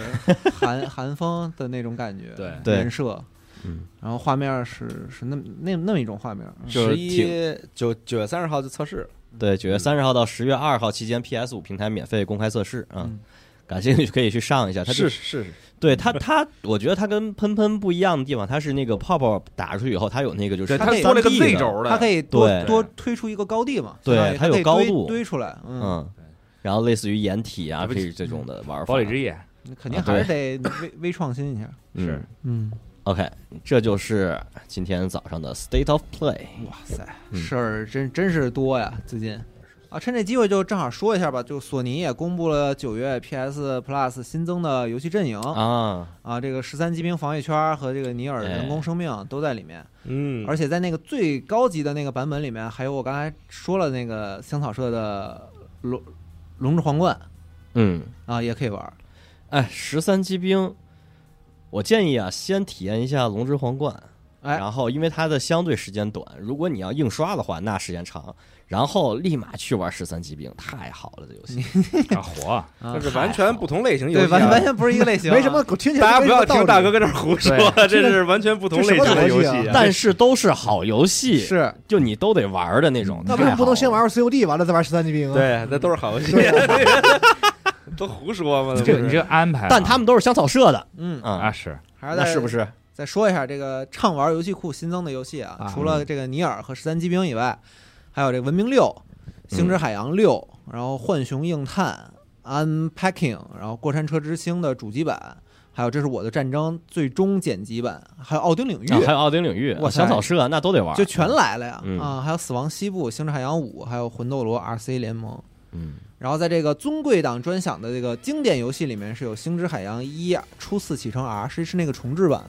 S2: 韩韩风的那种感觉，
S7: 对
S4: 对
S2: 人设
S4: 嗯。
S2: 然后画面是是那么那那么一种画面，嗯
S4: 就是
S3: 十一九九月三十号就测试了，
S4: 对，九月三十号到十月二号期间，PS 五平台免费公开测试啊
S2: 嗯，
S4: 感兴趣可以去上一下。它
S3: 试
S4: 就
S3: 试试，
S4: 对它它，我觉得它跟喷喷不一样的地方，它是那个泡泡打出去以后，它有那个就是
S3: 对
S2: 它
S3: 他
S2: 可以
S3: 多了个
S4: 3D 的
S3: Z 轴的，
S2: 它可以多
S4: 对
S2: 多推出一个高地嘛，
S4: 对
S2: 相当于
S4: 它
S2: 它
S4: 有
S2: 可以
S4: 高
S2: 堆
S4: 度
S2: 堆出来，嗯，
S4: 嗯，然后类似于掩体啊，
S7: 这不
S4: 这这种的玩法。
S7: 堡垒之夜，
S2: 肯定
S4: 啊对
S2: 还是得微微创新一下，
S4: 嗯
S7: 是
S4: OK，这就是今天早上的 State of Play。
S2: 哇塞，
S4: 嗯
S2: 事儿真真是多呀，最近。啊，趁这机会就正好说一下吧，就索尼也公布了九月 PS Plus 新增的游戏阵营啊
S4: 啊，
S2: 这个十三级兵防御圈和这个尼尔人工生命都在里面，
S3: 嗯，
S2: 而且在那个最高级的那个版本里面，还有我刚才说了那个香草社的龙龙之皇冠
S4: 嗯，
S2: 啊，也可以玩儿。
S4: 哎，十三机兵，我建议啊，先体验一下龙之皇冠，
S2: 哎
S4: 然后因为它的相对时间短，如果你要硬刷的话，那时间长，然后立马去玩十三机兵，太好了，这游 [laughs] 戏。
S7: 啊火，
S2: 啊
S3: 这，是完全不同类型游
S2: 对，
S3: 戏啊，
S2: 完完全不是一个类型、啊，
S5: 没什么，我听起来
S3: 大家
S5: 没
S3: 不
S5: 什么
S3: 要
S5: 道
S3: 听
S5: 理
S3: 大哥。跟这儿胡说，这是完全不同类型的游戏啊。
S4: 但是都是好游戏，
S2: 是
S4: 就你都得玩的那种。
S5: 那为嗯什么不能先
S4: 太好了？
S5: 玩玩 COD，完了再玩十三级兵啊？，
S3: 对，那都是好游戏，啊都胡说嘛，那不
S6: [laughs] 这个你
S3: 是
S6: 这个安排啊，
S4: 但他们都是香草社的
S2: 嗯，
S4: 啊，
S7: 啊是，
S2: 还是
S4: 那
S2: 在
S4: 是不是？
S2: 再说一下这个畅玩游戏库新增的游戏啊，
S5: 啊
S2: 除了这个尼尔和十三机兵以外，还有这个文明六、星之海洋六，然后浣熊硬探、Unpacking，然后过山车之星的主机版，还有这是我的战争最终剪辑版，还有奥丁领域，
S4: 啊还有奥丁领域，
S2: 哇塞
S4: 香草社那都得玩，
S2: 就全来了呀、
S4: 嗯
S2: 啊！还有死亡西部、星之海洋五，还有魂斗罗 RC 联盟。
S4: 嗯
S2: 然后在这个尊贵档专享的这个经典游戏里面，是有《星之海洋一》初次启程 R，是是那个重置版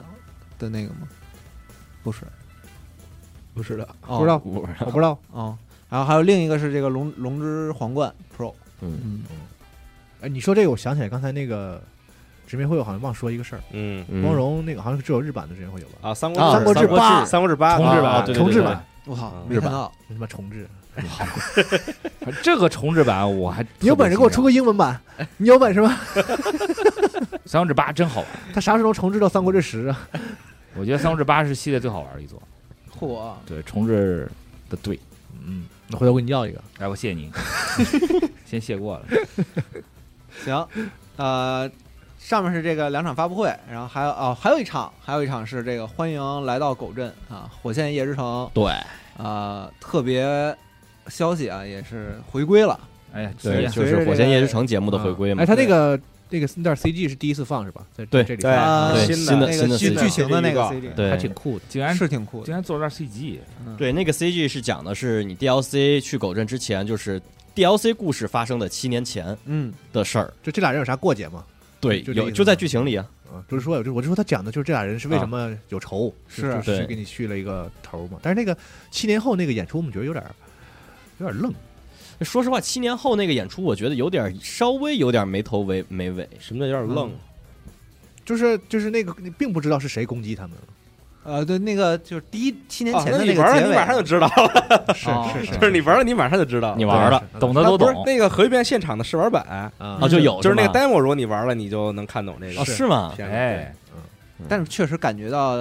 S2: 的那个吗？不是，
S5: 不是的，
S2: 哦
S5: 不知道，
S4: 不是
S5: 我不知道。
S2: 哦，然后还有另一个是这个龙龙之皇冠 Pro，
S4: 嗯
S2: 嗯，
S5: 哎，你说这个，我想起来刚才那个直面会，我好像忘说一个事儿。
S3: 嗯
S4: 嗯
S5: 光荣那个好像只有日版的直面会有吧？
S3: 啊，三
S4: 啊
S3: 国
S5: 三国
S4: 志
S3: 三国
S5: 八
S3: 三国志八
S6: 重置版
S3: 啊
S4: 对对
S5: 重置版，
S2: 我操，
S3: 嗯
S2: 没看到，
S5: 什么重置？
S6: 这个重置版我还
S5: 你有本事给我出
S6: 《
S5: 个英文版，你有本事吗？ [laughs]
S6: 三国志八》真好玩，
S5: 他啥时候能重置到《三国志十》啊？
S6: 我觉得《三国志八》是系列最好玩的一座，
S2: 嚯，
S6: 对重置的对，
S5: 嗯，那回头我给你要一个。
S6: 哎来我谢 [laughs] 您，先谢过了，
S2: 行，呃，上面是这个两场发布会，然后还有哦，还有一场，还有一场是这个欢迎来到狗镇啊，火线夜之城，
S4: 嗯对，
S2: 呃，特别消息啊，也是回归了，
S6: 哎呀，急
S4: 对，
S6: 呀
S4: 就
S2: 随着
S4: 是《火
S2: 这
S4: 线
S2: 个
S4: 夜之城》节目的回归嘛。
S5: 哎，他那个那个那段 CG 是第一次放是吧？在
S4: 对
S5: 这里
S3: 对
S5: 放
S2: 啊
S4: 对新的
S3: 的
S2: 那
S4: 新
S2: 个
S4: 的
S2: 剧
S4: CG
S2: 剧情的那个
S3: 预
S2: CG，
S4: 对
S5: 还挺酷的。
S6: 竟然
S2: 是挺酷的嗯
S6: 竟，然做了段 CG，
S4: 对那个 CG 是讲的是你 DLC 去狗镇之前，就是 DLC 故事发生的七年前
S2: 嗯，
S4: 的事儿。
S5: 就这俩人有啥过节吗？
S4: 对，
S5: 就这
S4: 有
S5: 意思
S4: 就在
S5: 吗
S4: 剧情里啊。
S5: 啊，就是说，就是我就说他讲的就是这俩人
S3: 啊
S5: 是为什么有仇，
S2: 是
S5: 就就是
S4: 对
S5: 给你续了一个头嘛。但是那个七年后那个演出，我们觉得有点儿有点愣，
S4: 说实话，七年后那个演出，我觉得有点儿稍微有点儿没头没没尾。
S3: 什么叫有点愣？
S5: 就是就是那个你并不知道是谁攻击他们了，
S2: 呃，对，那个就是第一七年
S3: 啊
S2: 前
S3: 那
S2: 的
S3: 你
S2: 个
S3: 玩了，
S2: 结
S3: 你
S2: 尾
S3: 马上就知道，
S5: 是
S2: 哦
S5: 是
S3: [laughs] 就是你玩了，你马上就知道。
S4: 你玩了
S5: 是
S6: 懂的都
S3: 不是
S6: 懂，
S3: 那个核聚变现场的试玩版，
S5: 啊
S4: 啊，就有
S3: 就是那个
S4: 吗
S3: demo，如果你玩了，你就能看懂这
S4: 啊，
S3: 个。
S4: 是吗？
S3: 片子
S6: 哎，
S2: 但是确实感觉到，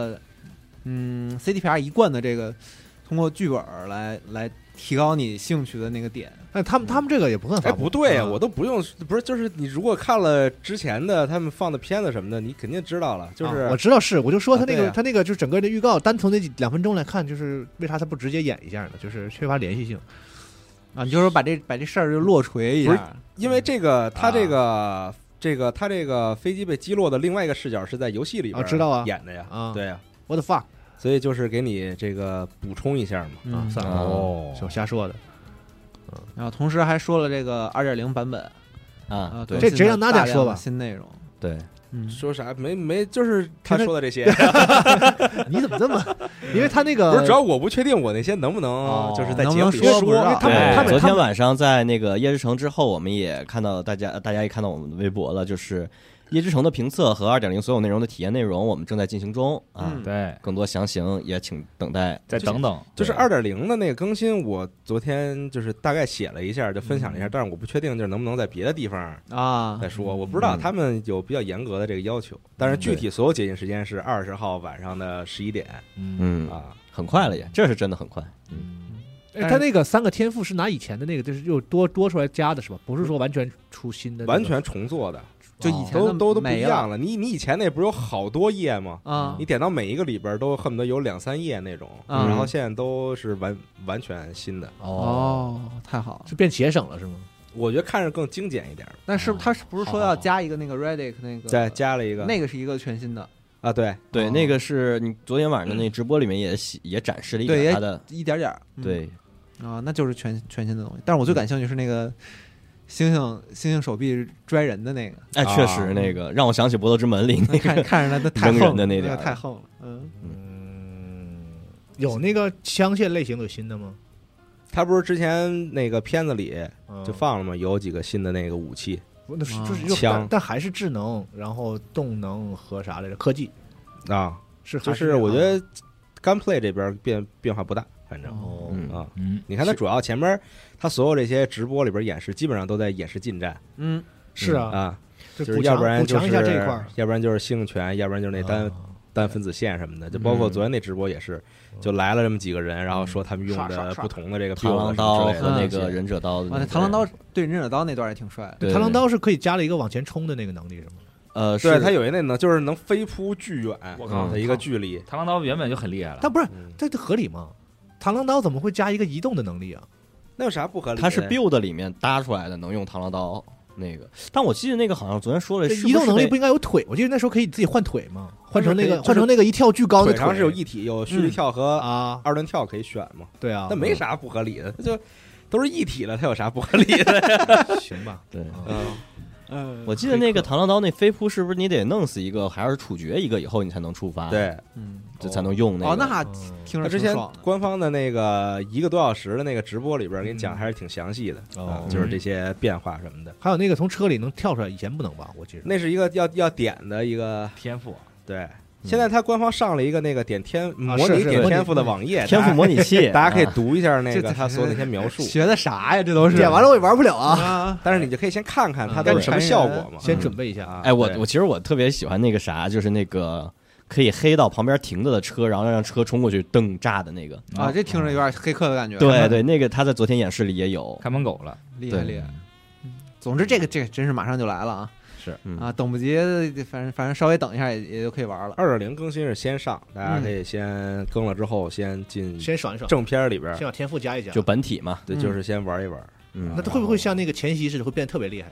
S2: 嗯，CDPR 一贯的这个通过剧本儿来来提高你兴趣的那个点，
S5: 哎，他们他们这个也不算
S3: 哎，
S5: 发布
S3: 不对呀，
S5: 嗯
S3: 我都不用，不是，就是你如果看了之前的他们放的片子什么的，你肯定知道了。就
S5: 啊我
S3: 是
S5: 知道是，我就说他
S3: 啊
S5: 那
S3: 对
S5: 个
S3: 啊
S5: 他那个就是整个的预告，单从那几两分钟来看，就是为啥他不直接演一下呢？就是缺乏联系性。
S2: 啊，你就说把这把这事儿就落锤一
S3: 不是
S2: 下，
S3: 因为这个，他这个这个他这个飞机被击落的另外一个视角是在游戏里边
S5: 啊知道啊
S3: 演的呀
S5: 啊。
S3: 对呀，
S5: What the fuck？
S3: 所以就是给你这个补充一下嘛。
S2: 嗯
S5: 啊，算了，
S3: 哦
S5: 是我瞎说的。
S3: [laughs]
S2: 然后同时还说了这个二点零版本
S4: 啊
S2: 啊，，
S4: 对
S5: 这直接让
S2: 大
S5: Nadia 说吧
S2: 新内容，
S4: 对，
S2: 嗯，
S3: 说啥没没，就是他说的这些，
S5: 你怎
S3: [laughs]
S5: 么这么？因为他那个嗯
S3: 不是主要我不确定我那些能不能
S2: 哦
S3: 就是在
S2: 能
S3: 节
S2: 不
S3: 目
S2: 能
S3: 里
S2: 说
S3: 说，
S2: 不知道啊
S3: 因为他们
S6: 哎
S3: 他们
S4: 昨天晚上在那个椰之城之后，我们也看到大家，大家也看到我们的微博了，就是椰之城的评测和二点零所有内容的体验内容，我们正在进行中啊。
S2: 嗯
S6: 对，
S4: 更多详情也请等待。
S6: 再等等，
S3: 就是二点零的那个更新，我昨天就是大概写了一下，就分享了一下，但是我不确定就是能不能在别的地方
S2: 啊
S3: 再说，我不知道
S4: 嗯
S3: 他们有比较严格的这个要求，但是具体所有解禁时间是二十号晚上的十一点
S6: 嗯，
S4: 嗯，
S3: 啊，
S4: 很快了也，这是真的很快。
S5: 哎他那个三个天赋是拿以前的那个，就是又多多出来加的是吧？不是说完全出新的那个，哦
S3: 完全重做的，
S2: 就以前的
S3: 都都都不一
S2: 没
S3: 样了。嗯你你以前那不是有好多页吗？
S2: 啊
S3: 你点到每一个里边都恨不得有两三页那种，
S2: 嗯
S3: 然后现在都是完完全新的，
S5: 哦，
S2: 哦，太好了。
S5: 就变节省了是吗？
S3: 我觉得看着更精简一点。
S2: 那是不他是不是说
S5: 好好
S2: 要
S5: 好
S2: 加一个那个 Redick 那个
S3: 再加了一个
S2: 那个是一个全新的，
S3: 啊，对，
S4: 对，
S2: 哦
S4: 那个是你昨天晚上那直播里面也喜也展示了一
S2: 对也
S4: 点它的，
S2: 一点点儿。嗯
S4: 对，
S2: 啊，那就是全全新的东西。但是我最感兴趣是那个星星星星手臂拽人的那个，
S4: 哎，
S3: 啊
S4: 确实那个让我想起《搏斗之门》里
S2: [laughs]
S4: 那
S2: 看看着他太
S4: 扔人
S2: 横了
S4: 的那
S2: 那
S4: 点儿
S2: 个太横了。嗯，
S5: 嗯，有那个枪械类型有新的吗？
S3: 他不是之前那个片子里
S5: 嗯
S3: 就放了吗？有几个新的那个武器，
S5: 不那是
S2: 啊
S5: 就是一个
S3: 枪
S5: 但但还是智能，然后动能和啥来着？科技
S3: 啊，
S5: 是啊
S3: 就
S5: 还
S3: 是我觉得 gunplay 这边变变化不大，反正
S5: 哦，
S4: 嗯
S3: 啊，
S6: 嗯，
S3: 你看他主要前面他所有这些直播里边演示，基本上都在演示近战
S2: 嗯，
S5: 是啊，
S3: 啊，
S5: 就
S3: 就是
S5: 补
S3: 要
S5: 强
S3: 不然
S5: 补
S3: 就
S5: 强
S3: 是
S5: 一下这一块儿，
S3: 要不然就是星拳，要不然就是那单
S5: 啊
S3: 单分子线什么的，就包
S4: 嗯
S3: 括昨天那直播也是，就来了这么几个人，然后
S5: 嗯
S3: 说他们用
S2: 刷刷
S3: 的
S2: 刷
S3: 不同的这个
S4: 螳
S3: 兵
S4: 螂
S3: 什么
S4: 刀
S3: 之类
S4: 和
S3: 的
S4: 那
S3: 东西
S4: 个忍者刀的
S2: 哇，
S4: 那
S2: 那
S4: 个。
S2: 螳螂刀对忍者刀那段也挺帅的。
S4: 对
S5: 螳螂刀是可以加了一个往前冲的那个能力是吗？
S4: 呃，
S3: 对
S4: 是
S3: 他有一那能就是能飞扑巨远
S6: 我靠
S3: 的一个距离，
S6: 螳螂刀原本就很厉害了，
S5: 但不是，
S3: 嗯
S5: 这这合理吗？螳螂刀怎么会加一个移动的能力啊？
S3: 那有啥不合理的？
S4: 它是 build 里面搭出来的，能用螳螂刀那个。但我记得那个好像昨天说了，
S5: 这
S4: 呃是不
S5: 移动
S4: 是
S5: 能力
S4: 得
S5: 不应该有腿？我记得那时候可以自己换腿吗？换成那
S3: 可以
S5: 个
S3: 就是
S5: 换成那个一跳巨高的
S3: 腿上是有一体有蓄力
S2: 嗯
S3: 跳和
S5: 啊，
S3: 二段跳可以选嘛，
S5: 对啊，
S3: 那没
S4: 嗯
S3: 啥不合理的，就都是一体了，它有啥不合理
S4: [laughs]
S3: 的？
S5: 行吧？
S4: 对。
S5: 啊
S3: 嗯，
S2: 嗯
S4: 我记得那个螳螂刀那飞扑是不是你得弄死一个，还是处决一个以后你才能触发？，
S3: 对，
S2: 嗯，
S4: 这才能用那个。
S2: 哦，那
S5: 嗯
S2: 听
S3: 他
S2: 着
S3: 之
S2: 挺
S3: 前
S2: 爽的。
S3: 官方的那个一个多小时的那个直播里边给你讲
S5: 嗯
S3: 还是挺详细的，啊
S5: 哦，
S3: 就是这些变化什么的。
S5: 还有那个从车里能跳出来，以前不能吧？我记得
S3: 那是一个要要点的一个，
S6: 天赋，
S3: 对。现在他官方上了一个那个点天模
S5: 是
S3: 拟
S5: 是
S3: 点
S5: 对
S3: 天赋的网页，
S4: 天赋模拟器，
S3: [laughs] 大家大家可以
S4: 啊
S3: 读一下那
S2: 这
S3: 个
S2: 这
S3: 他所有的一些描述，
S2: 学的啥呀？这都是
S5: 点完了我也玩不了啊，
S2: 啊，
S3: 但是你就可以先看看它
S5: 嗯
S3: 都有什么效果嘛。
S5: 先准备一下啊。
S3: 啊，
S4: 哎，我
S3: 对
S4: 我其实我特别喜欢那个啥，就是那个可以黑到旁边停着的车，然后让车冲过去蹬炸的那个。
S2: 啊，这听着有点黑客的感觉。啊
S4: 对对，那个他在昨天演示里也有。
S6: 看门狗了，
S2: 厉害
S4: 对
S2: 厉害。总之，这个这个真是马上就来了啊！
S6: 是
S4: 嗯
S2: 啊，等不及，反正反正稍微等一下也也就可以玩了。
S3: 二点零更新是先上，大家可以先更了之后先进
S5: 先爽一爽，
S3: 正片里边
S5: 先，把天赋加一加。
S4: 就本体嘛， [laughs]
S3: 对，
S2: 嗯
S3: 就是先玩一啊玩。
S4: 嗯
S5: 那，会不会像那个前夕似的，会变得特别厉害？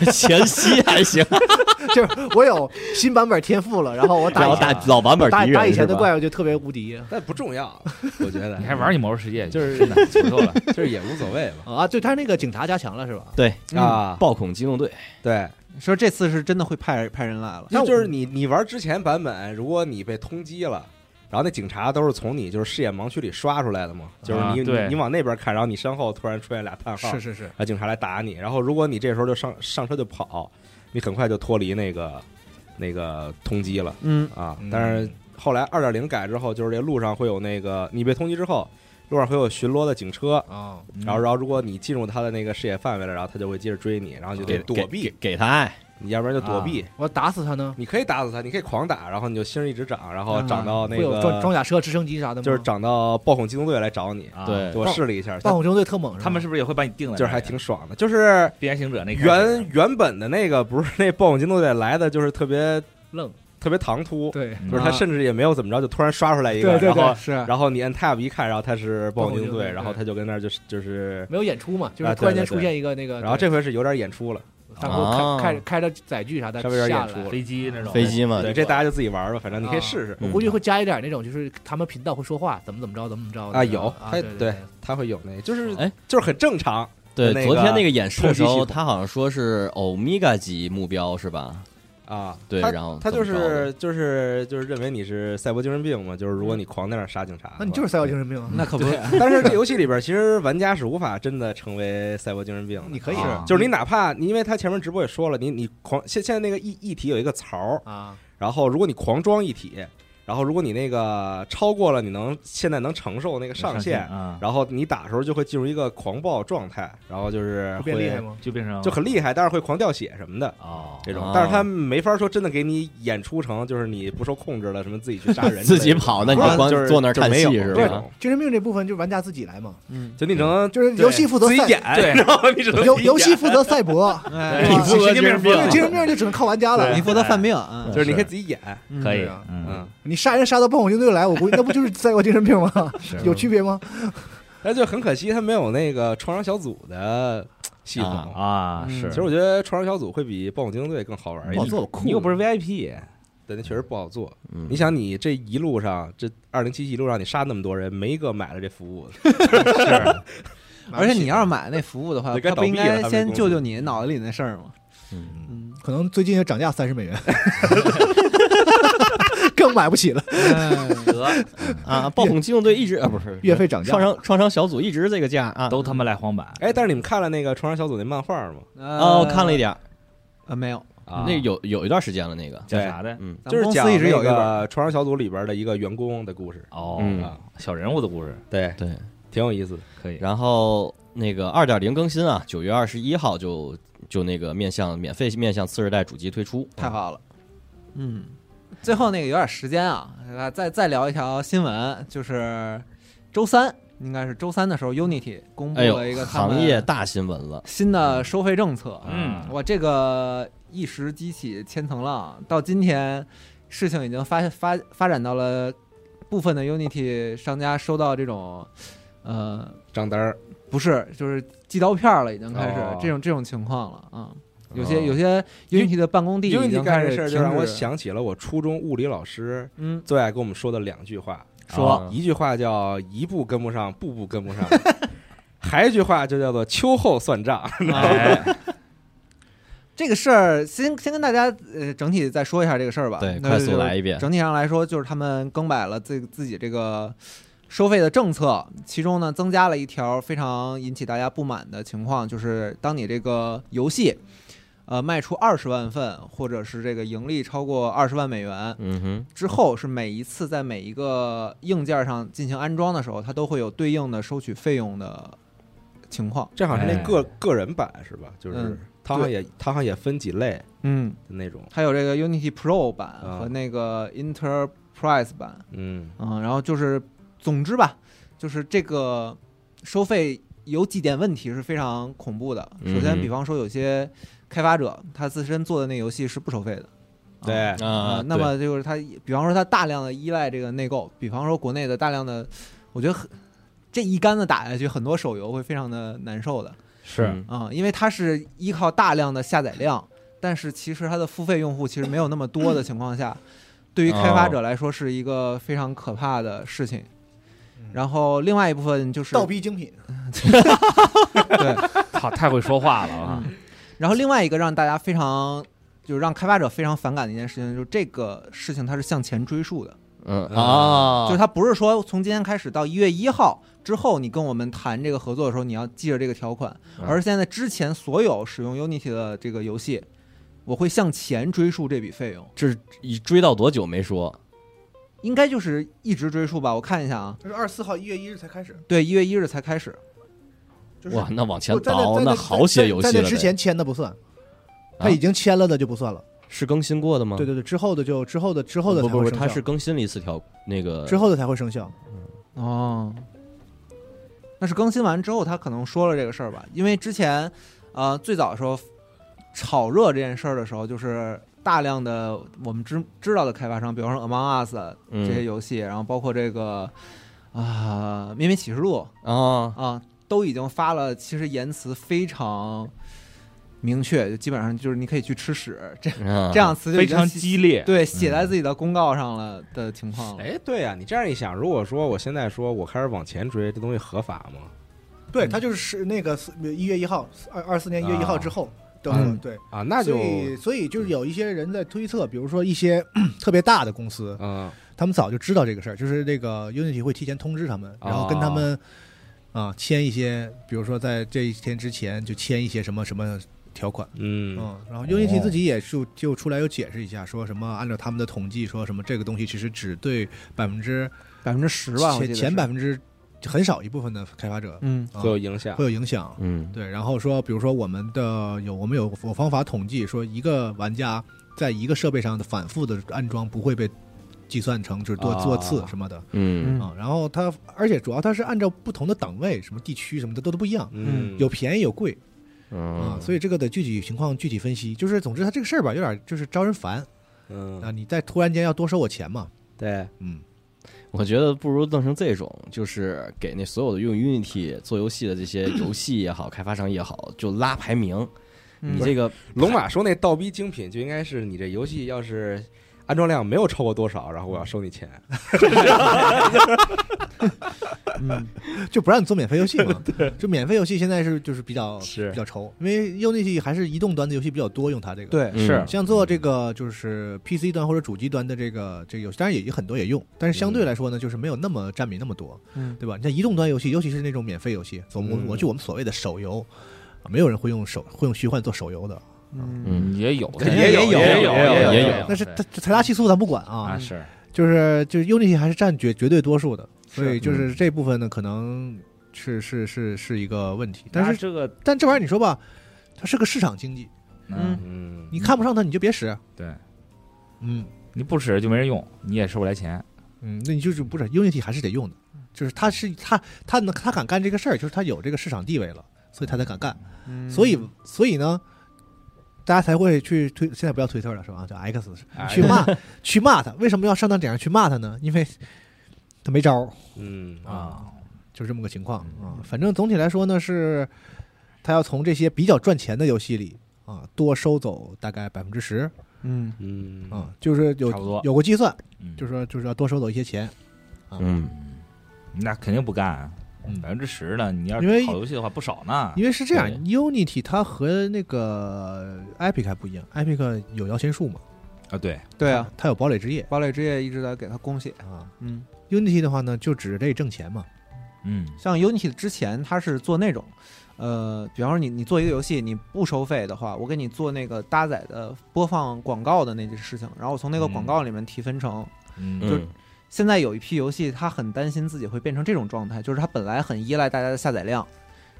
S5: 啊
S4: 前期还行，
S5: [laughs] 就是我有新版本天赋了，然后我
S4: 然
S5: 打
S4: 后
S5: 以前
S4: 打老版本
S5: 打
S4: 敌人
S5: 打以前的
S4: 是吧
S5: 怪物就特别无敌啊
S3: 但不重要，我觉得
S6: 你还玩你魔兽世界，
S3: 就是
S6: 真的 [laughs] 足够了，
S3: [laughs] 就是也无所谓吧。
S5: 啊！对，他那个警察加强了是吧？
S4: 对
S2: 嗯
S3: 啊，
S4: 暴恐机动队，
S3: 对，
S2: 说这次是真的会派派人来了，
S5: 那
S3: 就
S5: 我
S3: 就是你你玩之前版本，如果你被通缉了。然后那警察都是从你就是视野盲区里刷出来的嘛，就是
S6: 啊
S3: 你
S6: 对
S3: 你你往那边看，然后你身后突然出现俩叹号，
S5: 是是是，
S3: 啊，警察来打你。然后如果你这时候就上上车就跑，你很快就脱离那个那个通缉了
S2: 嗯，
S3: 啊
S5: 嗯。
S3: 但是后来二点零改之后，就是这路上会有那个你被通缉之后，路上会有巡逻的警车。
S5: 啊，
S3: 然后，然后，如果你进入他的那个视野范围了，然后他就会接着追你，然后就
S4: 给
S3: 得躲避
S4: 给，给给他爱，
S3: 你要不然就躲避
S5: 啊。我打死他呢？
S3: 你可以打死他，你可以狂打，然后你就星儿一直涨，然后涨到那
S5: 啊会有装
S3: 个
S5: 装甲车、直升机啥的吗？
S3: 就是涨到暴恐机动队来找你。
S6: 啊
S4: 对
S3: 我试了一下，
S5: 暴
S3: 就
S5: 恐中队特猛，
S6: 他们是不是也会把你定了？
S3: 是还挺爽的，就是
S6: 边行者那个
S3: 原原本的那个不是那暴恐机动队来的，就是特别
S5: 愣，
S3: 特别唐突，
S5: 对
S3: 就是他
S2: 啊
S3: 甚至也没有怎么着，就突然刷出来一个，
S5: 对对对
S3: 然后
S2: 是
S3: 然后你按 tab 一看，然后他是暴风
S5: 暴风
S3: 警
S5: 警队
S3: 队，然后他就跟那儿就是就是，
S5: 没有演出嘛，就
S3: 啊
S5: 是突
S3: 对对
S5: 然间
S3: 对
S5: 出现一个那个，
S3: 然后这回是有点演出了，
S7: 大哥
S4: 啊
S7: 开开开着载具啥的
S3: 稍微有点
S7: 下
S3: 演出
S7: 来
S3: 了。
S6: 飞机那种
S4: 飞机嘛，嗯
S3: 对，这大家就自己玩吧，反正你可以试试。
S7: 我估计会加一点那种，就是他们频道会说话，怎么怎么着，怎么怎么着
S5: 嗯
S7: 的
S3: 啊有
S7: 啊
S3: 他
S7: 对
S3: 对
S7: 对，
S3: 他会有那个，就是
S4: 哎
S3: 就是很正常。
S4: 对
S3: 那，个
S4: 昨天那个演示的时
S3: 冲击系
S4: 候，
S3: 统
S4: 他好像说是欧米伽级目标是吧？
S3: 啊，
S4: 对
S3: 他
S4: 然后嗯
S3: 他
S4: 怎
S3: 就
S4: 么着
S3: 是就是就是认为你是赛博精神病嘛，就是如果你狂在那儿杀警察，
S7: 嗯那你就是赛博精神病啊，
S4: 嗯
S2: 那
S4: [laughs]
S2: 可不是，
S3: 但是这游戏里边，其实玩家是无法真的成为赛博精神病的。
S7: 你可以
S3: 啊就是你哪怕你，因为他前面直播也说了，你你狂现现在那个一一体有一个槽儿，
S7: 啊，
S3: 然后如果你狂装一体，然后如果你那个超过了你能现在能承受那个上限，
S6: 啊，
S3: 然后你打的时候就会进入一个狂暴状态，然后就是
S7: 会
S3: 会
S7: 变厉害吗？
S6: 就变成
S3: 就很厉害，但是会狂掉血什么的。
S6: 哦，
S3: 这种
S4: 哦，
S3: 但是他没法说真的给你演出成，就是你不受控制了，什么自己去杀人
S4: [laughs]
S3: 之类的，
S4: 自己跑，那你
S3: 啊
S4: 就光
S3: 就是
S4: 坐那儿看戏
S3: 就是没有
S4: 是
S3: 这
S4: 吧
S3: 种？
S7: 精神病这部分就是玩家自己来嘛，
S2: 嗯，
S3: 就你只能
S7: 就是游戏负责
S3: 自己
S7: 赛
S3: 演，
S6: 对
S3: 然后你只能
S7: 游
S3: 自己
S7: 游戏
S3: 演
S7: 负责赛博，
S2: 哎，
S7: 你
S6: 负责精神病
S7: 对 [laughs] 精神病就只能靠玩家了
S2: 你。负责犯病啊，
S3: 就是你可以自己演，
S2: 嗯
S6: 可以
S7: 对啊，
S6: 嗯，
S3: 嗯，
S7: 你杀人杀到蹦火军队来，我估计那不就是赛博精神病
S3: [laughs]
S7: 吗？有区别吗？
S3: 但就很可惜，他没有那个创伤小组的系
S4: 啊
S3: 统。
S6: 啊
S2: 嗯
S6: 是，
S3: 其实我觉得创伤小组会比《暴风精队》更好玩一
S5: 我
S3: 点，
S5: 做我酷，
S6: 你又不是 VIP，
S3: 对，那确实不好做。
S4: 嗯
S3: 你想，你这一路上，这二零七七一路上，你杀那么多人，没一个买了这服务的，
S2: 而且你要是买那服务的话，
S3: 该
S2: 他不
S3: 倒闭
S2: 应该
S3: 了他们
S2: 先
S3: 公司
S2: 救救你脑子里那事儿吗？
S4: 嗯
S2: 嗯，
S5: 可能最近就涨价三十美元，
S7: [laughs] 更买不起了，
S6: 得
S3: [laughs]
S4: 啊，暴恐机动队一直啊不是
S5: 月费涨价
S4: 创。伤创伤小组一直这个价啊。
S6: 都他妈赖黄板，
S3: 哎，但是你们看了那个创伤小组那漫画吗？
S4: 哦，
S2: 哦
S4: 我看了一点儿，
S2: 啊，没有，
S6: 啊
S4: 那有有一段时间了，那个
S6: 叫啥的？
S4: 嗯，
S2: 咱们
S3: 就是
S2: 公
S3: 讲
S2: 司一直有
S3: 那
S2: 一本，
S3: 个创伤小组里边的一个员工的故事，
S6: 哦
S4: 嗯，
S6: 啊小人物的故事 [laughs]
S3: 对，
S4: 对。
S3: 挺有意思的。
S6: 可以，
S4: 然后那个二点零更新啊，九月二十一号就就那个面向免费面向次世代主机推出，
S2: 太好了，嗯。最后那个有点时间啊，啊再再聊一条新闻，就是周三，应该是周三的时候，Unity 公布
S4: 哎
S2: 了一
S4: 呦，
S2: 个他们
S4: 行业大新闻了，
S2: 新的收费政策。
S6: 嗯
S2: 我这个一时激起千层浪，到今天事情已经发发发展到了部分的 Unity 商家收到这种，呃，
S3: 账单儿，
S2: 不是，就是寄刀片了，已经开始、
S3: 哦
S2: 这种这种情况了啊、有
S3: 哦
S2: 些有些 Unity 的办公地
S3: 因为
S2: 已
S3: 你
S2: 经
S3: 干
S2: 开
S3: 这
S2: 始
S3: 事
S2: 停
S3: 儿，
S2: 止，
S3: 就让我想起了我初中物理老师
S2: 嗯，
S3: 最爱跟我们说的两句话， [laughs] 啊
S4: 说
S3: 一句话叫一步跟不上，步步跟不上， [laughs] 还有一句话就叫做秋后算账。
S6: 哎
S2: 这个事儿先先跟大家呃整体再说一下这个事儿吧。
S4: 对，
S2: 那
S4: 快
S2: 就
S4: 速来一遍，
S2: 整体上来说，就是他们更改了自自己这个收费的政策，其中呢增加了一条非常引起大家不满的情况，就是当你这个游戏呃卖出二十万份，或者是这个盈利超过二十万美元
S4: 嗯哼，
S2: 之后，是每一次在每一个硬件上进行安装的时候，它都会有对应的收取费用的情况。
S3: 这好像是那
S6: 哎
S3: 个个人版是吧？就是
S2: 嗯
S3: 它好像也它好像也分几类
S2: 嗯，
S3: 的那种，
S2: 还有这个 Unity Pro 版
S3: 啊
S2: 和那个 Enterprise 版。
S3: 嗯
S2: 嗯，然后就是，总之吧，就是这个收费有几点问题是非常恐怖的。首
S4: 嗯
S2: 先，
S4: 哼
S2: 比方说有些开发者他自身做的那游戏是不收费的，啊
S3: 对
S2: 啊、
S4: 啊，
S2: 那么就是他，比方说他大量的依赖这个内购，比方说国内的大量的，我觉得很。这一竿子打下去，很多手游会非常的难受的
S4: 是
S2: 啊、因为它是依靠大量的下载量，但是其实它的付费用户其实没有那么多的情况下，对于开发者来说是一个非常可怕的事情。然后另外一部分就是
S7: 嗯倒逼精品，
S6: 操，太会说话了啊！
S2: 然后另外一个让大家非常就是让开发者非常反感的一件事情，就是这个事情它是向前追溯的，
S4: 嗯
S3: 嗯
S4: 啊，
S2: 就是它不是说从今天开始到一月一号之后，你跟我们谈这个合作的时候你要记着这个条款，
S4: 嗯
S2: 而是现在之前所有使用 Unity 的这个游戏，我会向前追溯这笔费用，
S4: 这是一追到多久没说？
S2: 应该就是一直追溯吧，我看一下啊，
S7: 这是二十四号一月一日才开始，
S2: 对，一月一日才开始，
S7: 就是
S4: 哇，那往前
S7: 我在
S4: 倒，
S7: 在
S4: 哦那
S7: 在
S4: 好些游
S5: 在
S4: 戏
S5: 那
S4: 了
S5: 之
S4: 得，啊
S5: 前签的不算，他已经签了的就不算了。
S4: 是更新过的吗？
S5: 对对对，之后的就之后的之后的
S4: 嗯不
S5: 才
S4: 不
S5: 会
S4: 不，
S5: 生
S4: 它
S5: 效，
S4: 是更新了一次条那个
S5: 之后的才会生效。
S2: 哦，那是更新完之后他可能说了这个事儿吧，因为之前呃最早的时候炒热这件事儿的时候，就是大量的我们知知道的开发商，比方说 Among Us 啊这些
S4: 嗯
S2: 游戏，然后包括这个啊、面面启示录》
S4: 啊
S2: 啊，都已经发了其实言辞非常。明确，就基本上就是你可以去吃屎，这
S4: 啊
S2: 这样词就
S6: 非
S2: 已经
S6: 常
S2: 写
S6: 激烈。
S2: 对写在自己的公告上了的情况了。
S3: 哎，对呀、你这样一想，如果说我现在说我开始往前追，这东西合法吗？
S4: 嗯
S5: 对他就是是那个一月一号，二二四年一月一
S4: 啊
S5: 号之后的
S2: 嗯
S5: 对，
S3: 啊，那就
S5: 所以所以
S4: 嗯
S5: 就是有一些人在推测，比如说一些 [clears throat] 特别大的公司，
S3: 嗯
S5: 他们早就知道这个事儿，就是那个 Unity 会提前通知他们，然后跟他们啊签一些，比如说在这一天之前就签一些什么什么条款。
S3: 嗯
S5: 嗯，然后 Unity 自己也就就出来有解释一下，说什么按照他们的统计，说什么这个东西其实只对百分之
S2: 百分之十吧，我记
S5: 前
S2: 得是
S5: 前百分之很少一部分的开发者
S2: 嗯
S5: 啊
S3: 会有影响
S5: 会有影响。
S4: 嗯
S5: 对，然后说，比如说我们的有我们有有方法统计，说一个玩家在一个设备上的反复的安装不会被计算成就是多
S3: 啊
S5: 多次什么的
S4: 嗯
S2: 嗯
S5: 啊、然后它，而且主要它是按照不同的档位、什么地区什么的都都不一样，
S3: 嗯
S5: 有便宜有贵
S4: 嗯，
S5: 啊、所以这个得具体情况具体分析。就是总之，它这个事儿吧，有点就是招人烦啊！
S3: 嗯
S5: 你再突然间要多收我钱嘛，
S3: 对 [laughs]
S5: 嗯，
S4: 我觉得不如弄成这种，就是给那所有的用 Unity 做游戏的这些游戏也好，开发商也好，就拉排名。
S2: 嗯
S4: 你这个
S3: 龙马说那倒逼精品就应该是你这游戏要是安装量没有超过多少，然后我要收你钱。
S2: 嗯
S5: 就不让你做免费游戏
S3: [laughs]
S5: 嘛。就免费游戏现在是就是比较
S3: 是
S5: 比较愁，因为 Unity 还是移动端的游戏比较多，用它这个。
S2: 对
S4: 是
S5: 像做这个就是 PC 端或者主机端的这个这个游戏，当然也也很多也用，但
S3: 嗯
S5: 是相对来说呢，就是没有那么占比那么多，
S2: 嗯
S5: 对吧？你像移动端游戏，尤其是那种免费游戏，我们
S3: 嗯
S5: 我就我们所谓的手游，啊没有人会用手会用虚幻做手游的，
S2: 嗯
S4: 嗯，
S6: 也有，
S4: 肯定也有
S6: 有，
S4: 也
S6: 有，
S4: 有也有
S6: 也
S4: 也
S6: 有
S5: 但是它这财大气粗咱不管
S6: 啊，
S5: 啊，
S6: 是
S5: 就是就是 Unity 还是占绝绝对多数的，所以
S2: 是
S5: 就是这部分呢，可能是是是是一个问题，但
S6: 那
S5: 是
S6: 这个，
S5: 但这玩意儿你说吧，它是个市场经济，
S6: 嗯，
S3: 嗯
S5: 你看不上它你就别使，
S6: 对，
S5: 嗯。
S6: 你不使就没人用，你也收不来钱。
S5: 嗯，那你就是不是 Unity 还是得用的，就是他是他他能他敢干这个事儿，就是他有这个市场地位了，所以他才敢干。
S2: 嗯
S5: 所以所以呢，大家才会去推，现在不要推特了是吧？叫 X
S6: 哎
S5: 去骂去骂他，为什么要上当顶上去骂他呢？因为他没招儿
S3: 嗯
S6: 啊，
S5: 就是这么个情况啊。反正总体来说呢，是他要从这些比较赚钱的游戏里啊多收走大概百分之十
S2: 嗯
S3: 嗯
S5: 啊，就是
S6: 差不多
S5: 有有过计算，
S6: 嗯
S5: 就是说就是要多收走一些钱。
S4: 嗯
S6: 那肯定不干，啊
S5: 嗯
S6: 百分之十呢，你要
S5: 因为
S6: 是好游戏的话不少呢。
S5: 因为是这样
S4: 对
S5: ，Unity 它和那个 Epic 还不一样，Epic 有摇钱树嘛，
S6: 啊，对，
S2: 对啊，
S5: 它有堡垒之夜
S2: 堡垒之夜一直在给他供血，
S5: 啊。
S2: 嗯。
S5: Unity 的话呢，就指着这挣钱嘛，
S6: 嗯，
S2: 像 Unity 之前它是做那种，呃，比方说你你做一个游戏你不收费的话，我给你做那个搭载的播放广告的那件事情，然后我从那个
S6: 嗯
S2: 广告里面提分成。
S6: 嗯
S4: 嗯
S2: 现在有一批游戏，它很担心自己会变成这种状态，就是它本来很依赖大家的下载量，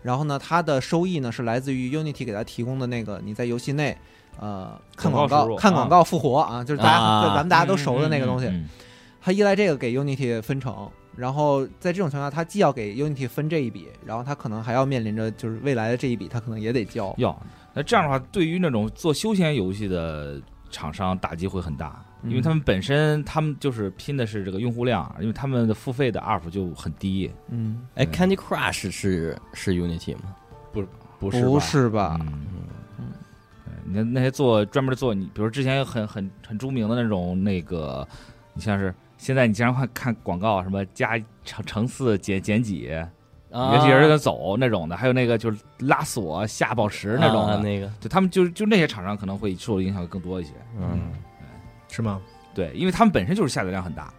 S2: 然后呢，它的收益呢是来自于 Unity 给它提供的那个你在游戏内。呃，看广
S6: 广告
S2: 告
S6: 收入，
S2: 看
S6: 啊
S2: 广告复活啊，就是大家、
S4: 啊
S2: 就咱们大家都熟的那个东西。
S6: 嗯嗯嗯
S2: 他依赖这个给 Unity 分成，然后在这种情况下，他既要给 Unity 分这一笔，然后他可能还要面临着就是未来的这一笔，他可能也得交。
S6: 哟，那这样的话，对于那种做休闲游戏的厂商打击会很大，因为
S2: 嗯
S6: 他们本身他们就是拼的是这个用户量，因为他们的付费的 UP 就很低。
S2: 嗯，
S4: 哎，Candy Crush 是是 Unity 吗？
S3: 不是
S2: 不
S3: 吧
S2: 是吧？
S6: 嗯
S2: 嗯
S6: 对你看那些做专门做你，比如之前有很很很著名的那种那个，你像是现在你经常看看广告，什么加乘乘四减减几，
S4: 啊
S6: 尤其人在走那种的，还有那个就是拉锁下宝石那种
S4: 啊
S6: 的，
S4: 那个，
S6: 对他们就就那些厂商可能会受影响会更多一些。
S4: 嗯
S5: 是吗？
S6: 对，因为他们本身就是下载量很大。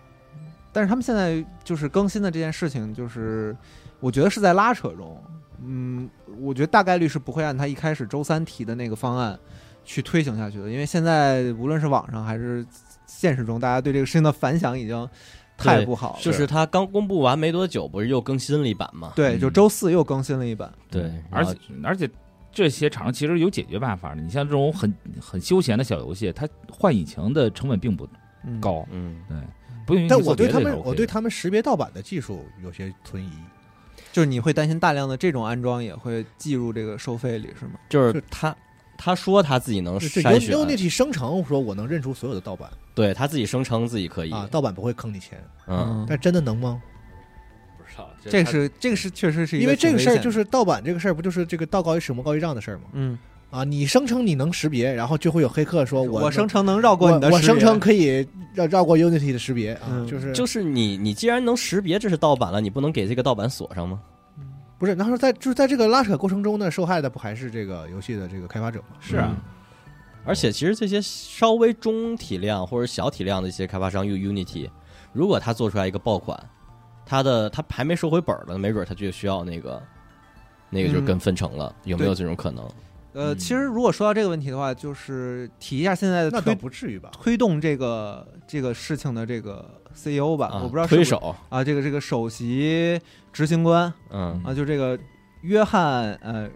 S2: 但是他们现在就是更新的这件事情，就是我觉得是在拉扯中。嗯，我觉得大概率是不会按他一开始周三提的那个方案去推行下去的，因为现在无论是网上还是现实中，大家对这个事情的反响已经太
S4: 对
S2: 不好了。
S4: 就是他刚公布完没多久，不是又更新了一版吗？
S2: 对，
S6: 嗯
S2: 就周四又更新了一版。
S4: 对，
S6: 而且而且这些厂商其实有解决办法的。你像这种很很休闲的小游戏，它换引擎的成本并不
S2: 嗯，
S6: 高，
S4: 嗯，
S6: 不用
S5: 但
S6: 你做
S5: 我对
S6: 别
S5: 他
S6: 的
S5: 们
S6: 也 OK
S5: 我对他们识别盗版的技术有些存疑，
S2: 就是你会担心大量的这种安装也会计入这个收费里，是吗？
S4: 就是他他说他自己能
S5: 就是
S4: 筛选，
S5: Unity 生成说我能认出所有的盗版
S4: 对他自己声称自己可以，
S5: 啊，盗版不会坑你钱，
S4: 嗯，
S5: 但真的能吗？
S3: 不知道，
S2: 这个是这个是确实是一
S5: 因为这
S2: 挺
S5: 个
S2: 危
S5: 事儿
S2: 险
S5: 就是盗版这个事儿，不就是这个道高一尺魔高一丈的事儿吗？
S2: 嗯
S5: 啊，你声称你能识别，然后就会有黑客说我
S2: 我声称能绕过
S5: 我
S2: 你的
S5: 我
S2: 识别
S5: 声称可以绕绕过 Unity 的识别啊，
S2: 嗯
S5: 就是
S4: 就是你你既然能识别这是盗版了，你不能给这个盗版锁上吗？
S5: 不是，然后在就是在这个拉扯过程中呢，受害的不还是这个游戏的这个开发者吗？
S6: 是啊，
S4: 嗯而且其实这些稍微中体量或者小体量的一些开发商用 Unity，如果他做出来一个爆款，他的他还没收回本儿呢，没准他就需要那个那个就跟分成了，有没有这种可能？
S2: 呃，
S4: 嗯
S2: 其实如果说到这个问题的话，就是提一下现在的
S5: 那
S2: 推
S5: 倒不至于吧？
S2: 推动这个这个事情的这个 CEO 吧，
S4: 啊，
S2: 我不知道是不
S4: 推
S2: 是
S4: 手，
S2: 啊，这个这个首席执行官
S4: 嗯
S2: 啊，就这个约翰呃，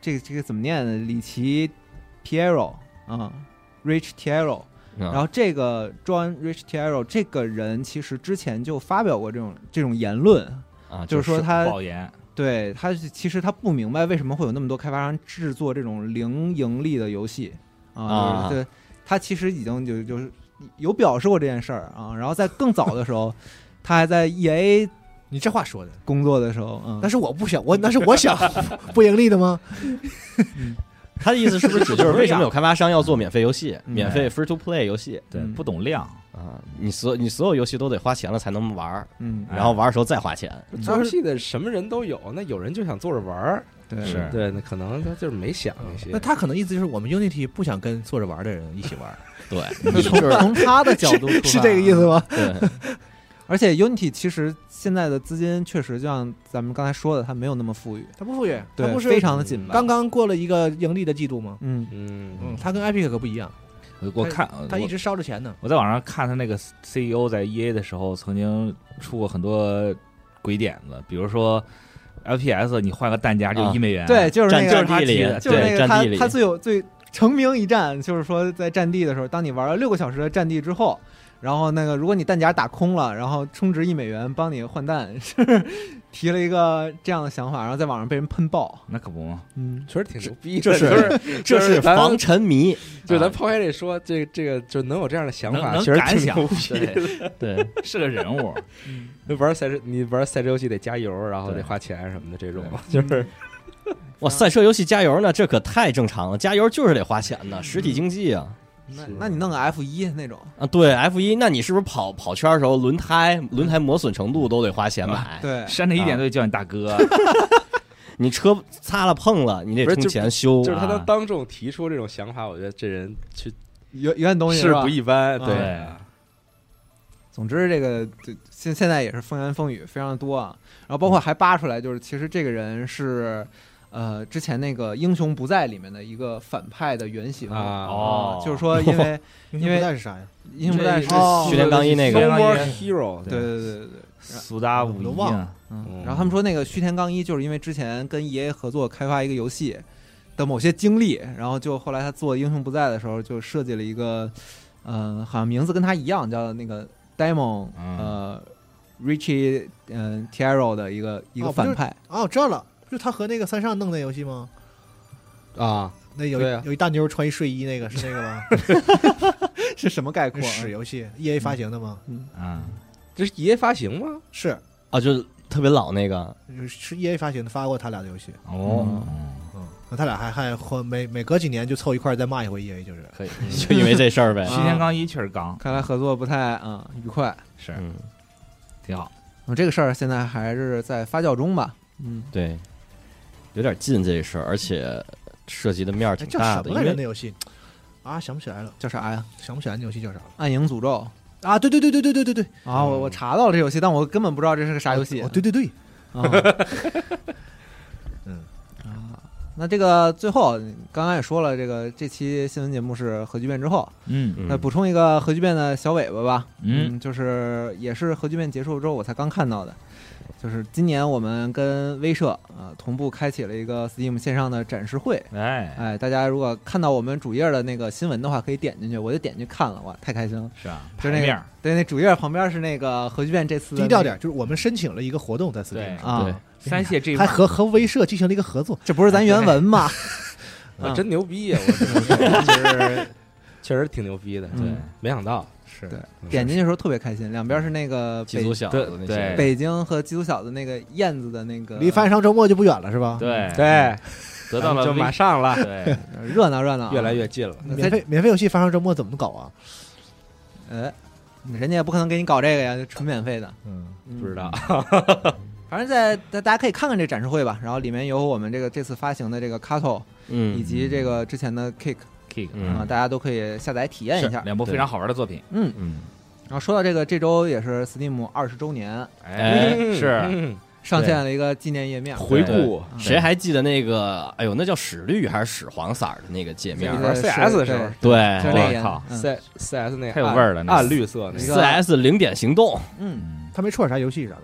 S2: 这个这个怎么念呢？里奇 Piero 啊，Rich Tiero。然后这个 John Rich Tiero 这个人其实之前就发表过这种这种言论，
S4: 啊，
S2: 就是说他
S6: 保研
S2: 对他是其实他不明白为什么会有那么多开发商制作这种零盈利的游戏啊，
S4: 啊
S2: 就是对，他其实已经就就是有表示过这件事儿啊。然后在更早的时候，他还在 E A
S5: 你这话说的，
S2: 工作的时候，嗯
S5: 但，是我不想，我那是我想 [laughs] 不盈利的吗？
S4: 他的意思是不是指就是为什么有开发商要做免费游戏，
S2: 嗯
S4: 免费 free to play 游戏
S6: 对
S2: 嗯
S6: 不懂量，
S4: 啊？你所你所有游戏都得花钱了才能玩儿，
S2: 嗯，
S6: 哎
S4: 然后玩儿的时候再花钱。
S3: 做游戏的什么人都有，那有人就想坐着玩儿，
S2: 对，
S6: 是
S3: 对，那可能他就是没想那些。
S5: 啊那他可能意思就是我们 Unity 不想跟坐着玩的人一起
S2: [laughs]
S5: 玩，
S4: 对，
S2: 就
S5: [laughs]
S2: 从从他的角度出发
S5: 是这个意思吗？
S4: 对，
S2: 而且 Unity 其实现在的资金确实就像咱们刚才说的，它没有那么富裕，
S5: 他不富裕，他
S2: 对，
S5: 不是嗯
S2: 非常的紧吧？
S5: 刚刚过了一个盈利的季度吗？
S2: 嗯，
S5: 嗯
S3: 嗯，，
S5: 他跟 Epic 可不一样，
S6: 我我看
S5: 他一
S6: 我
S5: 直烧着钱呢。
S6: 我在网上看他那个 CEO 在 EA 的时候，曾经出过很多鬼点子，比如说 FPS 你换个弹夹就
S4: 啊
S6: 一美元，
S2: 对，就是那
S4: 占
S2: 个
S4: 占地
S6: 提
S4: 里
S6: 的，
S2: 就是那
S4: 对，
S2: 个
S4: 占
S2: 他
S4: 地里
S2: 他最有最成名一战，就是说在战地的时候，当你玩了六个小时的战地之后，然后那个如果你弹夹打空了，然后充值一美元帮你换弹， [laughs] 是提了一个这样的想法，然后在网上被人喷爆。
S6: 那可不嘛，
S2: 嗯，
S3: 确实挺牛逼的，
S4: 这是
S3: 就是
S4: 这
S3: 就是
S4: 是
S3: 咱
S4: 防沉迷，
S3: 就咱
S4: 啊
S3: 抛开这说，这这个就能有这样的想
S6: 能
S3: 法，
S6: 能
S3: 其实
S6: 敢
S3: 挺
S6: 想
S3: 牛，逼的。 [laughs]
S6: 对，
S4: 啊对，
S6: 是个人
S4: [laughs]
S6: 物，
S3: 玩赛车，你玩赛车游戏得加油，然后得
S6: 对
S3: 花钱什么的，这种
S6: 对
S3: 就是
S4: 哇，赛车游戏加油呢，这可太正常了，加油就是得花钱呢，实体经济啊。
S2: 那
S3: 是
S2: 那你弄个 F 一那种，
S4: 啊，对 F 一，那你是不是跑跑圈的时候轮胎轮胎磨损程度都得花钱买？，
S2: 对，
S6: 山里一
S4: 啊
S6: 点都得叫你大哥，
S4: 你车擦了碰了，你得
S3: 不是
S4: 充
S3: 就
S4: 钱修
S3: 就是他能
S4: 啊。
S3: 当众提出这种想法，我觉得这人去
S2: 有有点东西
S3: 是
S2: 吧
S3: 不？一般，
S2: 啊
S3: 对。
S2: 总之，这个这现现在也是风言风语非常多啊。然后包括还扒出来，就是其实这个人是，呃，之前那个《英雄不在》里面的一个反派的原型
S3: 啊
S6: 哦
S2: 就是说因为因为
S5: 那是啥呀？
S2: 英雄不在是
S3: 哦
S4: 训练纲一那
S3: ，No
S4: 个
S3: more hero，
S2: 对对对对对。
S6: 苏达五
S5: 我都
S6: 一
S5: 忘
S6: 啊，
S2: 嗯，然后他们说那个须田刚一就是因为之前跟 EA 合作开发一个游戏的某些经历，然后就后来他做《英雄不在》的时候就设计了一个，呃，好像名字跟他一样叫那个 Demon，
S6: 嗯
S2: 呃，Richie，嗯、t i e r o 的一个一个
S5: 哦不就
S2: 反
S5: 是
S2: 派。
S5: 哦，我知道了，就他和那个三上弄那游戏吗？
S3: 啊，
S5: 那有
S3: 对啊
S5: 一有一大妞穿一睡衣，那个是那个吗？
S2: 是什么概括
S5: 那
S2: 啊？
S5: 屎游戏，E A 发行的吗？
S6: 嗯，
S3: 这是爷发行吗？
S5: 是，
S4: 啊，就是特别老那个，
S5: 是 E A 发行的，发过他俩的游戏。
S6: 哦，
S5: 嗯，那他俩还还或每每隔几年就凑一块儿再骂一回 E A，就是
S4: 可以，就因为这事儿呗
S2: 啊。
S6: 徐天刚一确实刚，
S2: 看来合作不太啊、愉快。
S6: 是
S4: 嗯，
S6: 挺好，
S2: 嗯，这个事儿现在还是在发酵中吧。嗯，
S4: 对，有点近这事儿，而且涉及的面儿
S5: 哎
S4: 挺
S5: 叫
S4: 大
S5: 什
S4: 的，
S5: 么
S4: 因
S5: 来着？
S4: 为
S5: 那游戏啊，想不起来了，
S2: 叫啥呀？
S5: 想不起来那游戏叫啥了
S2: 暗影诅咒
S5: 啊？对对对对对对对对，
S2: 啊！我我查到了这游戏，但我根本不知道这是个啥游戏。
S5: 哦，对对对，
S2: 啊，
S5: 嗯
S2: 啊，那这个最后刚刚也说了，这个这期新闻节目是核聚变之后，
S6: 嗯
S4: 嗯
S2: 那补充一个核聚变的小尾巴吧。
S6: 嗯，
S2: 就是也是核聚变结束之后我才刚看到的，就是今年我们跟威社啊同步开启了一个 Steam 线上的展示会。
S6: 哎，
S2: 哎，大家如果看到我们主页的那个新闻的话，可以点进去，我就点进去看了，哇，太开心了！
S6: 是啊，
S2: 就
S6: 牌
S2: 那个
S6: 面儿，
S2: 对，那主页旁边是那个核聚变这次的
S5: 低调
S2: 那
S5: 点，就是我们申请了一个活动在 Steam 上，
S6: 对
S2: 啊
S4: 对，
S6: 三谢这一
S5: 还
S6: 块
S5: 和和威社进行了一个合作，
S2: 这不是咱原文吗？
S3: 我
S2: 嗯
S3: 真牛逼呀！我 [laughs] 真确实挺牛逼的，
S2: 嗯
S3: 对，没想到嗯是
S2: 对点进去的时候特别开心，两边是那个
S4: 嗯几
S2: 北
S4: 足小
S6: 对
S4: 子那
S6: 对
S4: 些，
S2: 北京和基督小子那个燕子的那个
S6: 嗯
S5: 离发展商周末就不远了，是吧？
S6: 对
S3: 哎对，
S6: 得到了
S3: 就
S6: 微
S3: 马上了，
S2: [laughs]
S6: 对，
S2: 热闹热闹啊，
S3: 越来越近了。
S2: 那
S7: 免
S2: 在
S7: 费免费游戏发烧周末怎么搞啊？
S2: 呃，人家也不可能给你搞这个呀，纯免费的。
S5: 嗯，
S3: 不知道，
S2: 反正在大大家可以看看这展示会吧，然后里面有我们这个这次发行的这个 Cato [laughs] 以
S4: 嗯
S2: 及这个之前的 Kick
S6: 可以
S2: 啊、
S4: 嗯
S2: 大家都可以下载体验一下。
S6: 两部非常好玩的作品，
S2: 嗯，
S4: 嗯，
S2: 然后说到这个，这周也是 Steam 二十周年
S6: 哎，
S3: 嗯
S6: 是
S3: 嗯
S2: 上线了一个纪念页面，
S3: 回顾
S2: 对
S4: 谁还记得那个？哎呦，那叫屎绿还是屎黄色儿的那个界面
S3: 面
S4: 儿？
S3: 玩
S2: 对
S3: CS
S2: 对
S3: 时候
S4: 对，
S2: 就是那个
S6: 靠
S2: 嗯
S3: C C S 那个嗯
S6: 太有
S3: 暗
S6: 味儿了那个
S3: 暗绿色那
S2: 一
S3: 个，
S4: 四
S2: 个
S4: S 零点行动，
S2: 嗯，
S5: 他没出点啥游戏啥的，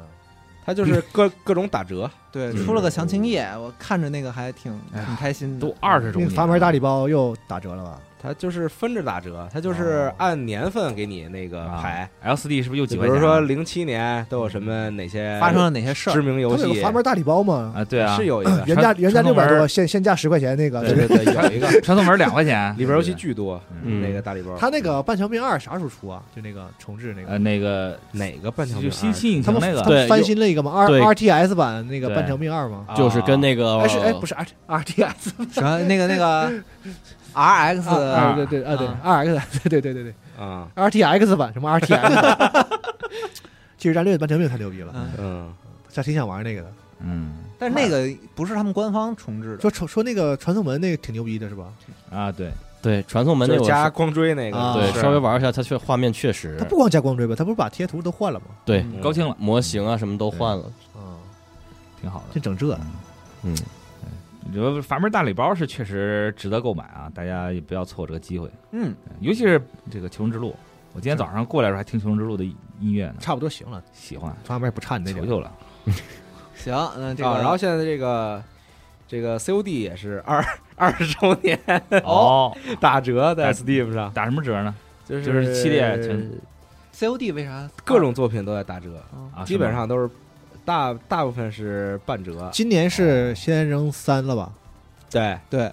S3: 它 [laughs] 就是各各种打折，
S2: 对，
S4: 嗯
S2: 出了个详情页，我看着那个还挺
S6: 哎呀
S2: 挺开心的。嗯
S6: 都二十周
S5: 那
S6: 年
S5: 个
S6: 了，
S5: 嗯阀门大礼包又打折了吧？
S3: 它就是分着打折，它就是按年份给你那个
S6: 啊
S3: 排。
S6: LCD 是不是又几
S3: 就
S6: 块
S3: 比
S6: 钱
S3: 如
S6: 啊？
S3: 说零七年都有什么哪些
S2: 发生了哪些事
S3: 知
S2: 儿？
S3: 名
S5: 他
S3: 游
S5: 们有
S3: 戏
S5: 个阀门大礼包吗？
S6: 啊，对啊，
S3: 是有一个，
S5: 原价
S6: 传
S5: 原价
S6: 传
S5: 六
S6: 统
S5: 百
S6: 文
S5: 多，现现价十块钱那个。
S3: 对对对，有一个
S6: 传送门两块钱，
S3: [laughs] 里边游戏巨多，
S4: 嗯
S3: 那个大礼包。
S5: 他那个《半条命二》啥时候出啊？就那个重置那
S6: 呃
S5: 个，
S6: 那个
S3: 哪个半条
S6: 就
S3: 命
S6: 新
S3: 二
S6: 新引
S5: 他
S6: 擎
S5: 们
S6: 那个
S5: 他们
S4: 对
S5: 翻新了一个嘛，R
S4: 对啊
S5: R T S 版那个《
S6: 对
S5: 半条命二》吗？
S3: 啊
S4: 就是跟那个
S5: 哎是哎不是 R R T S
S2: 什么那个那 [laughs] 个 RX
S5: 啊对对啊对 R X [laughs] 对对对对对
S3: 啊
S5: R T X 版什么 R T X？技术战略的半条命太牛逼了，
S2: 嗯，
S3: 嗯，
S5: 他挺想玩那个的。
S6: 嗯
S2: 但是那个不是他们官方重置的，
S5: 说说那个传送门那个挺牛逼的是吧？
S6: 啊对，
S4: 对传送门
S3: 就
S4: 那
S3: 是
S4: 个
S3: 加光追那
S5: 啊
S3: 个，
S4: 对
S3: 是
S4: 稍微玩一下，它确画面确实
S5: 他不光加光追吧，他不是把贴图都换了吗？
S4: 对
S2: 嗯
S6: 高清了，
S4: 模型啊什么都换了，
S5: 啊，
S6: 挺好
S5: 这
S6: 的。
S5: 整这
S4: 嗯，
S6: 你说阀门大礼包是确实值得购买啊，大家也不要错过这个机会，
S2: 嗯，
S6: 尤其是这个《求生之路》，我今天早上过来的时候还听《求生之路》的音乐呢，
S5: 差不多行了，
S6: 喜欢，
S5: 阀门也不差你那
S6: 求
S5: 点。
S6: 求了，
S2: 行，那这个，
S3: 啊，然后现在这个这个 COD 也是二二十周年
S6: 哦，
S3: [laughs] 打折在
S6: 打
S3: Steam 上，
S6: 打什么折呢？
S3: 就是
S6: 就是系列
S5: 呃
S6: 全
S2: COD 为啥
S3: 各种作品都在打折，
S6: 啊，
S3: 基本上都是大大部分是半折。
S5: 今年是《仙人扔三》了吧？
S3: 对，
S2: 对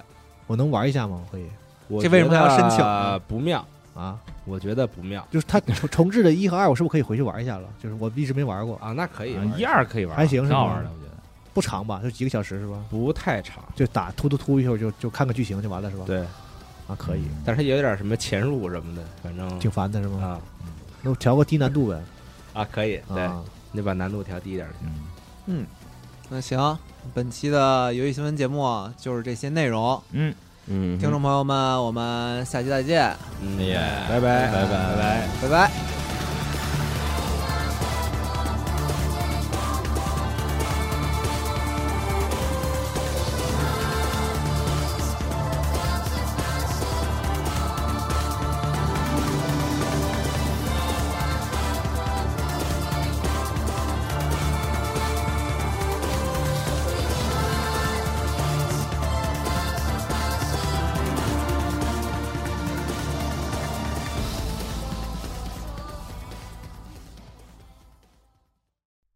S5: 我能玩一下吗？我可以
S3: 我
S2: 这为什么还要申请呢
S3: 啊？不妙，
S5: 啊，
S3: 我觉得不妙
S5: 就是它重重置的一和二，我是不是可以回去玩一下了？就是我一直没玩过，
S3: 啊，那可以
S6: 啊
S3: 玩
S6: 一二可以玩，
S5: 还行是
S6: 挺
S5: 吧
S6: 好玩的，我觉得。
S5: 不长吧，就几个小时是吧？
S3: 不太长，
S5: 就打突突突一会儿就就看个剧情就完了是吧？
S3: 对，
S5: 啊，可以，
S3: 但是也有点什么潜入什么的，反正
S5: 挺烦的是吗？
S3: 啊
S5: 那我调个低难度呗。
S3: 啊可以，对，
S5: 啊，
S3: 你把难度调低一点。
S6: 嗯，
S2: 那行，本期的游戏新闻节目就是这些内容，
S4: 嗯，
S2: 听众朋友们，我们下期再见，
S3: 嗯
S4: 哎呀
S3: 拜拜
S4: 拜拜拜拜。
S2: 拜拜。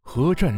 S8: 核战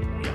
S8: 模样。